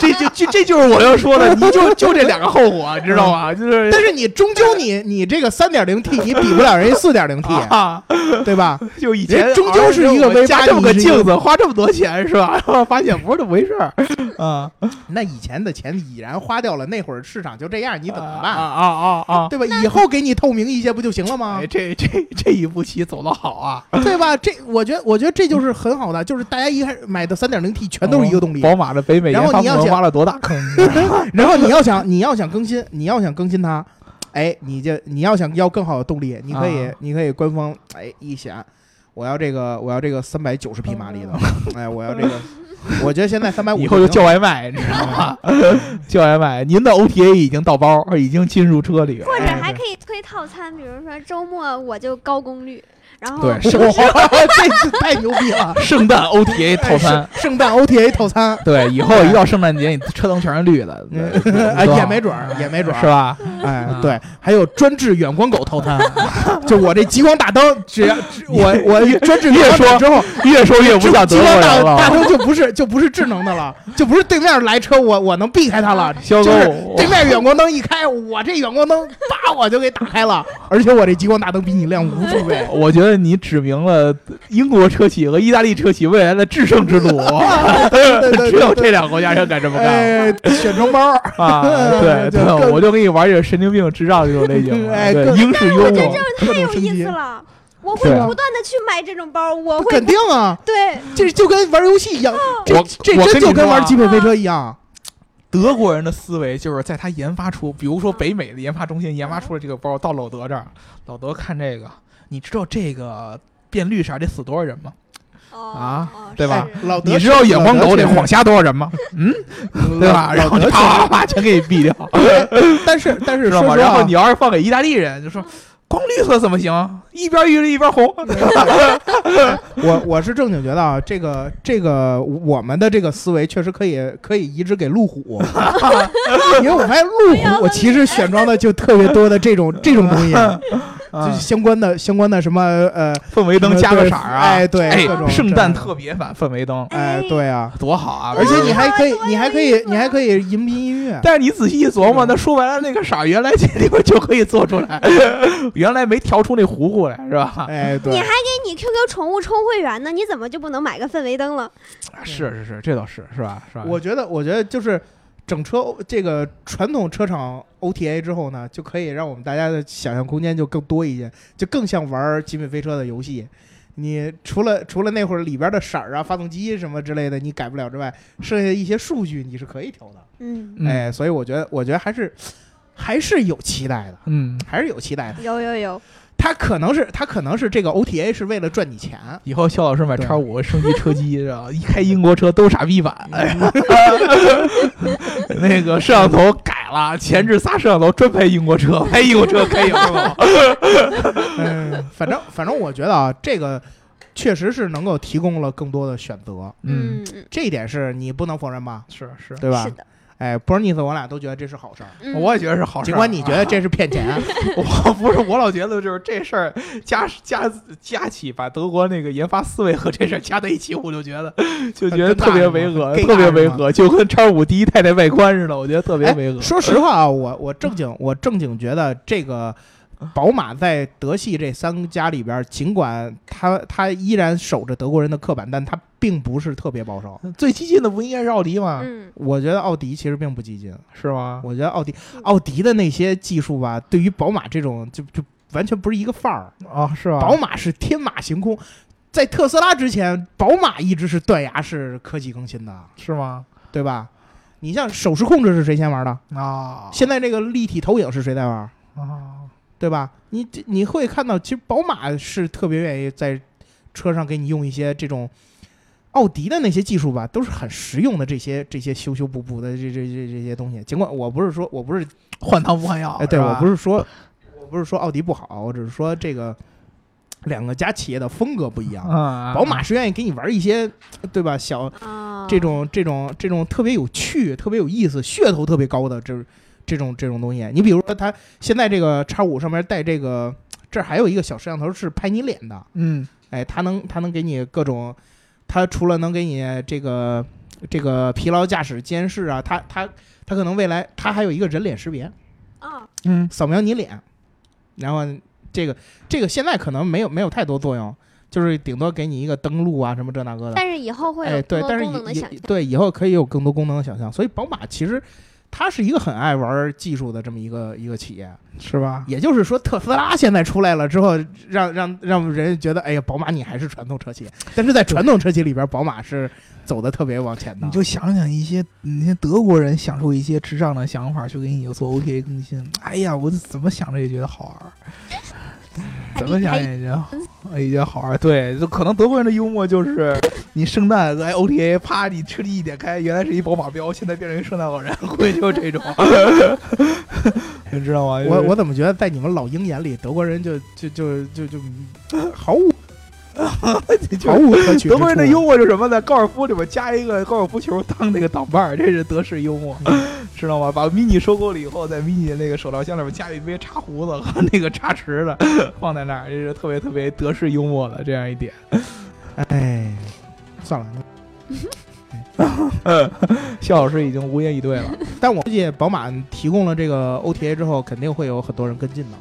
[SPEAKER 3] 这就这这就是我要说的，你就就这两个后果，你知道 [LAUGHS] 吗？就是
[SPEAKER 2] 但是你终究你你这个三点零 T 你比不了人家四点零 T，
[SPEAKER 3] [LAUGHS] 啊，
[SPEAKER 2] 对吧？
[SPEAKER 3] 就以前啊
[SPEAKER 2] 人终究是一个
[SPEAKER 3] 我们
[SPEAKER 2] V8
[SPEAKER 3] 加这么个
[SPEAKER 2] 你是一个
[SPEAKER 3] 镜子，花这么多钱是吧？然后发现不是这么回事儿 [LAUGHS] 啊，
[SPEAKER 2] 那以前的钱已然花掉了，那会儿市场就这样，你
[SPEAKER 3] 你
[SPEAKER 2] 怎么
[SPEAKER 3] 啊
[SPEAKER 2] 办？
[SPEAKER 3] 啊啊啊！
[SPEAKER 2] 对吧？以后给你透明一些不就行了吗
[SPEAKER 3] 哎，？这这这一步棋走得好啊！
[SPEAKER 2] 对吧？这我觉得，我觉得这就是很好的，就是大家一开始买的三点零 T 全都是一个动力，
[SPEAKER 3] 宝马的北美
[SPEAKER 2] 然
[SPEAKER 3] 研
[SPEAKER 2] 后
[SPEAKER 3] 发
[SPEAKER 2] 你要
[SPEAKER 3] 部门
[SPEAKER 2] 想
[SPEAKER 3] 挖了多大坑？ [LAUGHS]
[SPEAKER 2] 然后你要想你要想更新，你要想更新它，哎，你就你要想要更好的动力，你可以、
[SPEAKER 3] 啊
[SPEAKER 2] 你可以官方哎一显，我要这个我要这个三百九十匹马力
[SPEAKER 3] [LAUGHS]
[SPEAKER 2] 的，哎，我要这个，我觉得现在三百五
[SPEAKER 3] 以后就叫外卖，你知道吗？叫外卖，您的 OTA 已经到包，已经进入车里了，
[SPEAKER 1] 或者
[SPEAKER 3] 哎
[SPEAKER 1] 还
[SPEAKER 2] 嗯
[SPEAKER 1] 可以推套餐，比如说周末我就高功率，然后
[SPEAKER 3] 对
[SPEAKER 2] [LAUGHS] 哇，这次太牛逼了！哎
[SPEAKER 3] 圣诞 OTA [LAUGHS] 套餐。
[SPEAKER 2] 圣圣诞 OTA 套餐，
[SPEAKER 3] 对，以后一到圣诞节，你车灯全是绿的，
[SPEAKER 2] [LAUGHS]
[SPEAKER 3] 对
[SPEAKER 2] 哎，
[SPEAKER 3] 是吧
[SPEAKER 2] 也没准儿，也没准儿，
[SPEAKER 3] 是吧？
[SPEAKER 2] 哎
[SPEAKER 3] 啊，
[SPEAKER 2] 对，还有专治远光狗套
[SPEAKER 3] [LAUGHS]
[SPEAKER 2] 餐，就我这极光大灯，只要只我我专治
[SPEAKER 3] 越说
[SPEAKER 2] 之后，
[SPEAKER 3] 越说越不
[SPEAKER 2] 极
[SPEAKER 3] 像
[SPEAKER 2] 光
[SPEAKER 3] 德国
[SPEAKER 2] 大
[SPEAKER 3] 人
[SPEAKER 2] 大
[SPEAKER 3] 了。
[SPEAKER 2] 灯就不是就不是智能的了，就不是对面来车我我能避开它了，
[SPEAKER 3] 肖
[SPEAKER 2] 就
[SPEAKER 3] 哥，
[SPEAKER 2] 是
[SPEAKER 3] 我
[SPEAKER 2] 对面远光灯一开，我这远光灯叭我就给打开了，而且我这极光大灯比你亮无数
[SPEAKER 3] [LAUGHS]
[SPEAKER 2] 倍。
[SPEAKER 3] 我觉得你指明了英国车企和意大利车企未来的制胜之路，
[SPEAKER 2] 对对
[SPEAKER 3] 只有这两个国家人敢这么干
[SPEAKER 2] 哎，选装包，
[SPEAKER 3] [LAUGHS] 啊！
[SPEAKER 2] 就
[SPEAKER 3] 对对，
[SPEAKER 2] 更
[SPEAKER 3] [LAUGHS] 我就跟你玩这神经病、智障这种类型嘛，
[SPEAKER 2] 哎
[SPEAKER 3] 对
[SPEAKER 2] 更
[SPEAKER 3] 英式幽
[SPEAKER 1] 我觉得
[SPEAKER 3] 默
[SPEAKER 1] 这。太
[SPEAKER 2] 各种
[SPEAKER 1] 有
[SPEAKER 2] 升
[SPEAKER 1] 意
[SPEAKER 2] 级
[SPEAKER 1] 思了。我会
[SPEAKER 2] 对啊
[SPEAKER 1] 不断的去买这种包，我会
[SPEAKER 2] 肯定啊，
[SPEAKER 1] 对
[SPEAKER 2] 这就跟玩游戏一样，这
[SPEAKER 3] 我
[SPEAKER 2] 这
[SPEAKER 3] 我
[SPEAKER 2] 真
[SPEAKER 3] 跟你
[SPEAKER 2] 就跟
[SPEAKER 3] 说
[SPEAKER 2] 玩
[SPEAKER 3] 啊
[SPEAKER 2] 极品飞车一样。
[SPEAKER 3] 德国人的思维就是在他研发出，比如说北美的研发中心研发出了这个包，到老德这儿，老德看这个，你知道这个变绿色得死多少人吗？
[SPEAKER 1] 哦
[SPEAKER 3] 啊
[SPEAKER 1] 哦
[SPEAKER 3] 对吧
[SPEAKER 1] 是
[SPEAKER 2] 老
[SPEAKER 3] 你知道眼光狗得晃瞎多少人吗？嗯， [LAUGHS] 对吧？然后就啪啪啪全给毙掉，
[SPEAKER 2] 但是但是
[SPEAKER 3] 知
[SPEAKER 2] 说
[SPEAKER 3] 道
[SPEAKER 2] 实
[SPEAKER 3] 吗？
[SPEAKER 2] 话，
[SPEAKER 3] 然后你要是啊放给意大利人，就说光绿色怎么行？一边绿一边红， [LAUGHS]
[SPEAKER 2] 我我是正经觉得啊，这个这个我们的这个思维确实可以可以移植给路虎，因为我发现路虎其实选装的就特别多的这种这种东西，啊就
[SPEAKER 3] 就是
[SPEAKER 2] 相关的相关的什么呃
[SPEAKER 3] 氛围灯加个色儿啊，
[SPEAKER 2] 哎对
[SPEAKER 3] 哎
[SPEAKER 2] 各种
[SPEAKER 3] 圣诞
[SPEAKER 2] 这种
[SPEAKER 3] 特别版氛围灯
[SPEAKER 2] 哎对啊，
[SPEAKER 3] 多好啊！
[SPEAKER 2] 而且你还可以
[SPEAKER 1] 多有意思
[SPEAKER 2] 你还可以你还可以迎宾音乐，
[SPEAKER 3] 但是你仔细一琢磨，那说白了，那个色儿原来这地方就可以做出 [LAUGHS] 来，原来没调出那糊糊来，是吧？
[SPEAKER 2] 哎对
[SPEAKER 1] 你还给你 QQ 宠物充会员呢，你怎么就不能买个氛围灯了？
[SPEAKER 3] 是是是，这倒是是吧？是吧？
[SPEAKER 2] 我觉得，我觉得就是整车这个传统车厂 OTA 之后呢，就可以让我们大家的想象空间就更多一些，就更像玩《极品飞车》的游戏。你除了除了那会儿里边的色儿啊、发动机什么之类的你改不了之外，剩下一些数据你是可以调的。
[SPEAKER 1] 嗯，
[SPEAKER 3] 嗯
[SPEAKER 2] 哎，所以我觉得，我觉得还是还是有期待的，
[SPEAKER 3] 嗯，
[SPEAKER 2] 还是有期待的。
[SPEAKER 1] 有有有，
[SPEAKER 2] 它可能是它可能是这个 OTA 是为了赚你钱，
[SPEAKER 3] 以后肖老师买
[SPEAKER 2] 对
[SPEAKER 3] 叉五升级车机，是吧？一开英国车都傻逼版，哎呀 [LAUGHS] 那个摄像头改了，前置仨摄像头专拍英国车，拍英国车开英国佬。
[SPEAKER 2] 嗯，反正反正我觉得啊，这个确实是能够提供了更多的选择，
[SPEAKER 3] 嗯，
[SPEAKER 1] 嗯，
[SPEAKER 2] 这一点是你不能否认吧，
[SPEAKER 3] 是是，
[SPEAKER 2] 对吧？
[SPEAKER 1] 是的，
[SPEAKER 2] 哎，波尔尼斯，我俩都觉得这是好事儿，
[SPEAKER 1] 嗯
[SPEAKER 3] 我也觉得是好事儿啊。
[SPEAKER 2] 尽管你觉得这 [LAUGHS] 是骗钱，
[SPEAKER 3] [LAUGHS] 我不是，我老觉得就是这事儿加加加起，把德国那个研发思维和这事儿加在一起，我就觉 [LAUGHS] 得就觉得特别违和，
[SPEAKER 2] 很尴尬
[SPEAKER 3] 特别违和，就跟叉五第一代那外观似的，我觉得特别违和
[SPEAKER 2] 哎。说实话啊，我我正经我正经觉得这个。宝马在德系这三家里边，尽管它它依然守着德国人的刻板，但它并不是特别保守。
[SPEAKER 3] 最激进的不应该是奥迪吗？
[SPEAKER 1] 嗯，
[SPEAKER 2] 我觉得奥迪其实并不激进，
[SPEAKER 3] 是吗？
[SPEAKER 2] 我觉得奥迪奥迪的那些技术吧，对于宝马这种就就完全不是一个范儿。
[SPEAKER 3] 啊，是吧？
[SPEAKER 2] 宝马是天马行空，在特斯拉之前，宝马一直是断崖式科技更新的，
[SPEAKER 3] 是吗？
[SPEAKER 2] 对吧？你像手势控制是谁先玩的？
[SPEAKER 3] 啊
[SPEAKER 2] 现在这个立体投影是谁在玩？
[SPEAKER 3] 啊，
[SPEAKER 2] 对吧？你这你会看到，其实宝马是特别愿意在车上给你用一些这种奥迪的那些技术吧，都是很实用的这些这些修修补补的这这这这些东西。尽管我不是说我不是
[SPEAKER 3] 换汤不换药。
[SPEAKER 2] 哎，对我不
[SPEAKER 3] 是
[SPEAKER 2] 是说，我不是说奥迪不好，我只是说这个两个家企业的风格不一样。
[SPEAKER 3] 啊，
[SPEAKER 2] 宝马是愿意给你玩一些，对吧？小
[SPEAKER 1] 啊，
[SPEAKER 2] 这种这种这种特别有趣、特别有意思、噱头特别高的这这种这种东西。你比如说，它现在这个叉五上面带这个，这儿还有一个小摄像头是拍你脸的，
[SPEAKER 3] 嗯
[SPEAKER 2] 哎，它能它能给你各种，它除了能给你这个这个疲劳驾驶监视啊，它它它可能未来它还有一个人脸识别，
[SPEAKER 1] 啊，
[SPEAKER 3] 嗯
[SPEAKER 2] 扫描你脸，然后这个这个现在可能没有没有太多作用，就是顶多给你一个登录啊什么这那个的。
[SPEAKER 1] 但是以后会有
[SPEAKER 2] 哎，对
[SPEAKER 1] 更，多
[SPEAKER 2] 但是
[SPEAKER 1] 功能的
[SPEAKER 2] 以
[SPEAKER 1] 想
[SPEAKER 2] 以
[SPEAKER 1] 象，
[SPEAKER 2] 对以后可以有更多功能的想象，所以宝马其实它是一个很爱玩技术的这么一个一个企业。
[SPEAKER 3] 是吧？
[SPEAKER 2] 也就是说，特斯拉现在出来了之后，让让让人觉得，哎呀，宝马你还是传统车企，但是在传统车企里边，宝马是走的特别往前的
[SPEAKER 3] 你。就想想一些那些德国人想出一些智障的想法去给你做 OTA 更新，哎呀，我怎么想着也觉得好玩儿，怎么想也觉得好哎也觉得好玩儿。对，就可能德国人的幽默就是你圣诞来 OTA，啪，你车机一点开，原来是一宝马标，现在变成一圣诞老人，估计就
[SPEAKER 2] [LAUGHS]
[SPEAKER 3] 是这种， [LAUGHS] 你知道吗？
[SPEAKER 2] 我我怎么觉得在你们老鹰眼里，德国人就就就就就毫
[SPEAKER 3] [LAUGHS]
[SPEAKER 2] 无
[SPEAKER 3] 我
[SPEAKER 2] 毫无可取之处。啊
[SPEAKER 3] 德国人的幽默是什么呢？高尔夫里边加一个高尔夫球当那个挡把儿，这是德式
[SPEAKER 2] [LAUGHS]
[SPEAKER 3] 幽默，知道吗？把 mini 收购了以后，在 mini 那个手套箱里边加一杯茶壶子和那个茶匙子放在那儿，这是特别特别德式幽默的这样一点。
[SPEAKER 2] 哎，算了。
[SPEAKER 3] 肖老师已经无言以对
[SPEAKER 2] [LAUGHS]
[SPEAKER 3] 了。
[SPEAKER 2] 但我估计宝马提供了这个 OTA 之后，肯定会有很多人跟进的。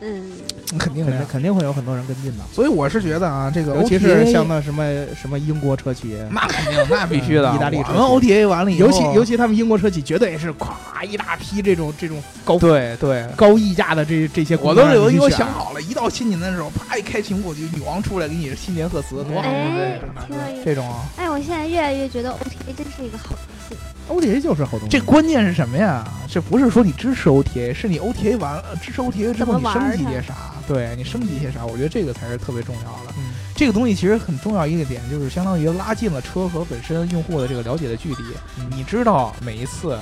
[SPEAKER 1] 嗯，
[SPEAKER 3] 肯定
[SPEAKER 2] 肯 [LAUGHS]
[SPEAKER 3] 的呀
[SPEAKER 2] 定。肯定会有很多人跟进的，
[SPEAKER 3] 所以我是觉得啊，这个
[SPEAKER 2] 尤其嗯
[SPEAKER 3] OTA
[SPEAKER 2] 是像那什么什么英国车企，
[SPEAKER 3] 那肯定，那必须的。
[SPEAKER 2] 嗯意大利
[SPEAKER 3] 我
[SPEAKER 2] 车
[SPEAKER 3] 们 OTA 完了以后，
[SPEAKER 2] 尤其尤其他们英国车企绝对是咵一大批这种这种高
[SPEAKER 3] 对对，
[SPEAKER 2] 高溢价的这这些
[SPEAKER 3] 我
[SPEAKER 2] 公司
[SPEAKER 3] 都
[SPEAKER 2] 让
[SPEAKER 3] 是
[SPEAKER 2] 你去选，啊
[SPEAKER 3] 有有想好了，一到新年的时候，啪一开屏幕就女王出来给你新年贺词，多好！
[SPEAKER 1] 哎
[SPEAKER 3] 对，
[SPEAKER 1] 挺有意思。
[SPEAKER 3] 这种啊，
[SPEAKER 1] 哎，我现在越来越觉得 OTA 真是一个好东西。
[SPEAKER 2] OTA 就是好东西，
[SPEAKER 3] 这关键是什么呀？这不是说你支持 OTA，是你 OTA 完了支持 OTA 之后
[SPEAKER 1] 怎么
[SPEAKER 3] 你
[SPEAKER 1] 玩儿
[SPEAKER 3] 升级一些啥？对你升级一些啥？我觉得这个才是特别重要的。
[SPEAKER 2] 嗯
[SPEAKER 3] 这个东西其实很重要一个点，就是相当于拉近了车和本身用户的这个了解的距离。
[SPEAKER 2] 嗯
[SPEAKER 3] 你知道每一次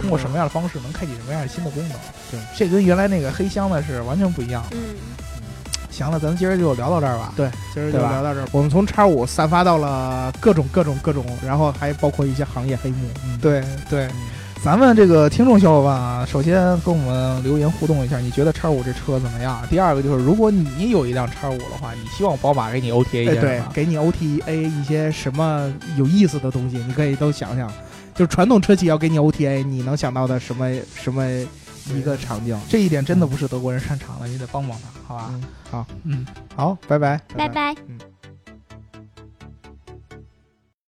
[SPEAKER 3] 通过什么样的方式能开启什么样的新的功能，
[SPEAKER 2] 对，
[SPEAKER 3] 这跟原来那个黑箱的是完全不一样。
[SPEAKER 1] 嗯，
[SPEAKER 3] 行了，咱们今儿就聊到这儿吧。呃
[SPEAKER 2] 对，今儿就
[SPEAKER 3] 对吧
[SPEAKER 2] 聊到这儿。我们从叉五散发到了各种各种各种，然后还包括一些行业黑幕。嗯，
[SPEAKER 3] 对对，咱们这个听众小伙伴啊，首先跟我们留言互动一下，你觉得叉五这车怎么样？第二个就是，如果你有一辆叉五的话，你希望宝马给你 OTA 一
[SPEAKER 2] 哎
[SPEAKER 3] 些
[SPEAKER 2] 对
[SPEAKER 3] 什，么？
[SPEAKER 2] 给你 OTA 一些什么有意思的东西，你可以都想想。就是传统车企要给你 OTA，你能想到的什么什么一个场景？
[SPEAKER 3] 这一点真的不是德国人擅长的，你得帮帮他，好吧？
[SPEAKER 2] 嗯，好，
[SPEAKER 3] 嗯，
[SPEAKER 2] 好，拜拜，
[SPEAKER 1] 拜拜。
[SPEAKER 2] 嗯。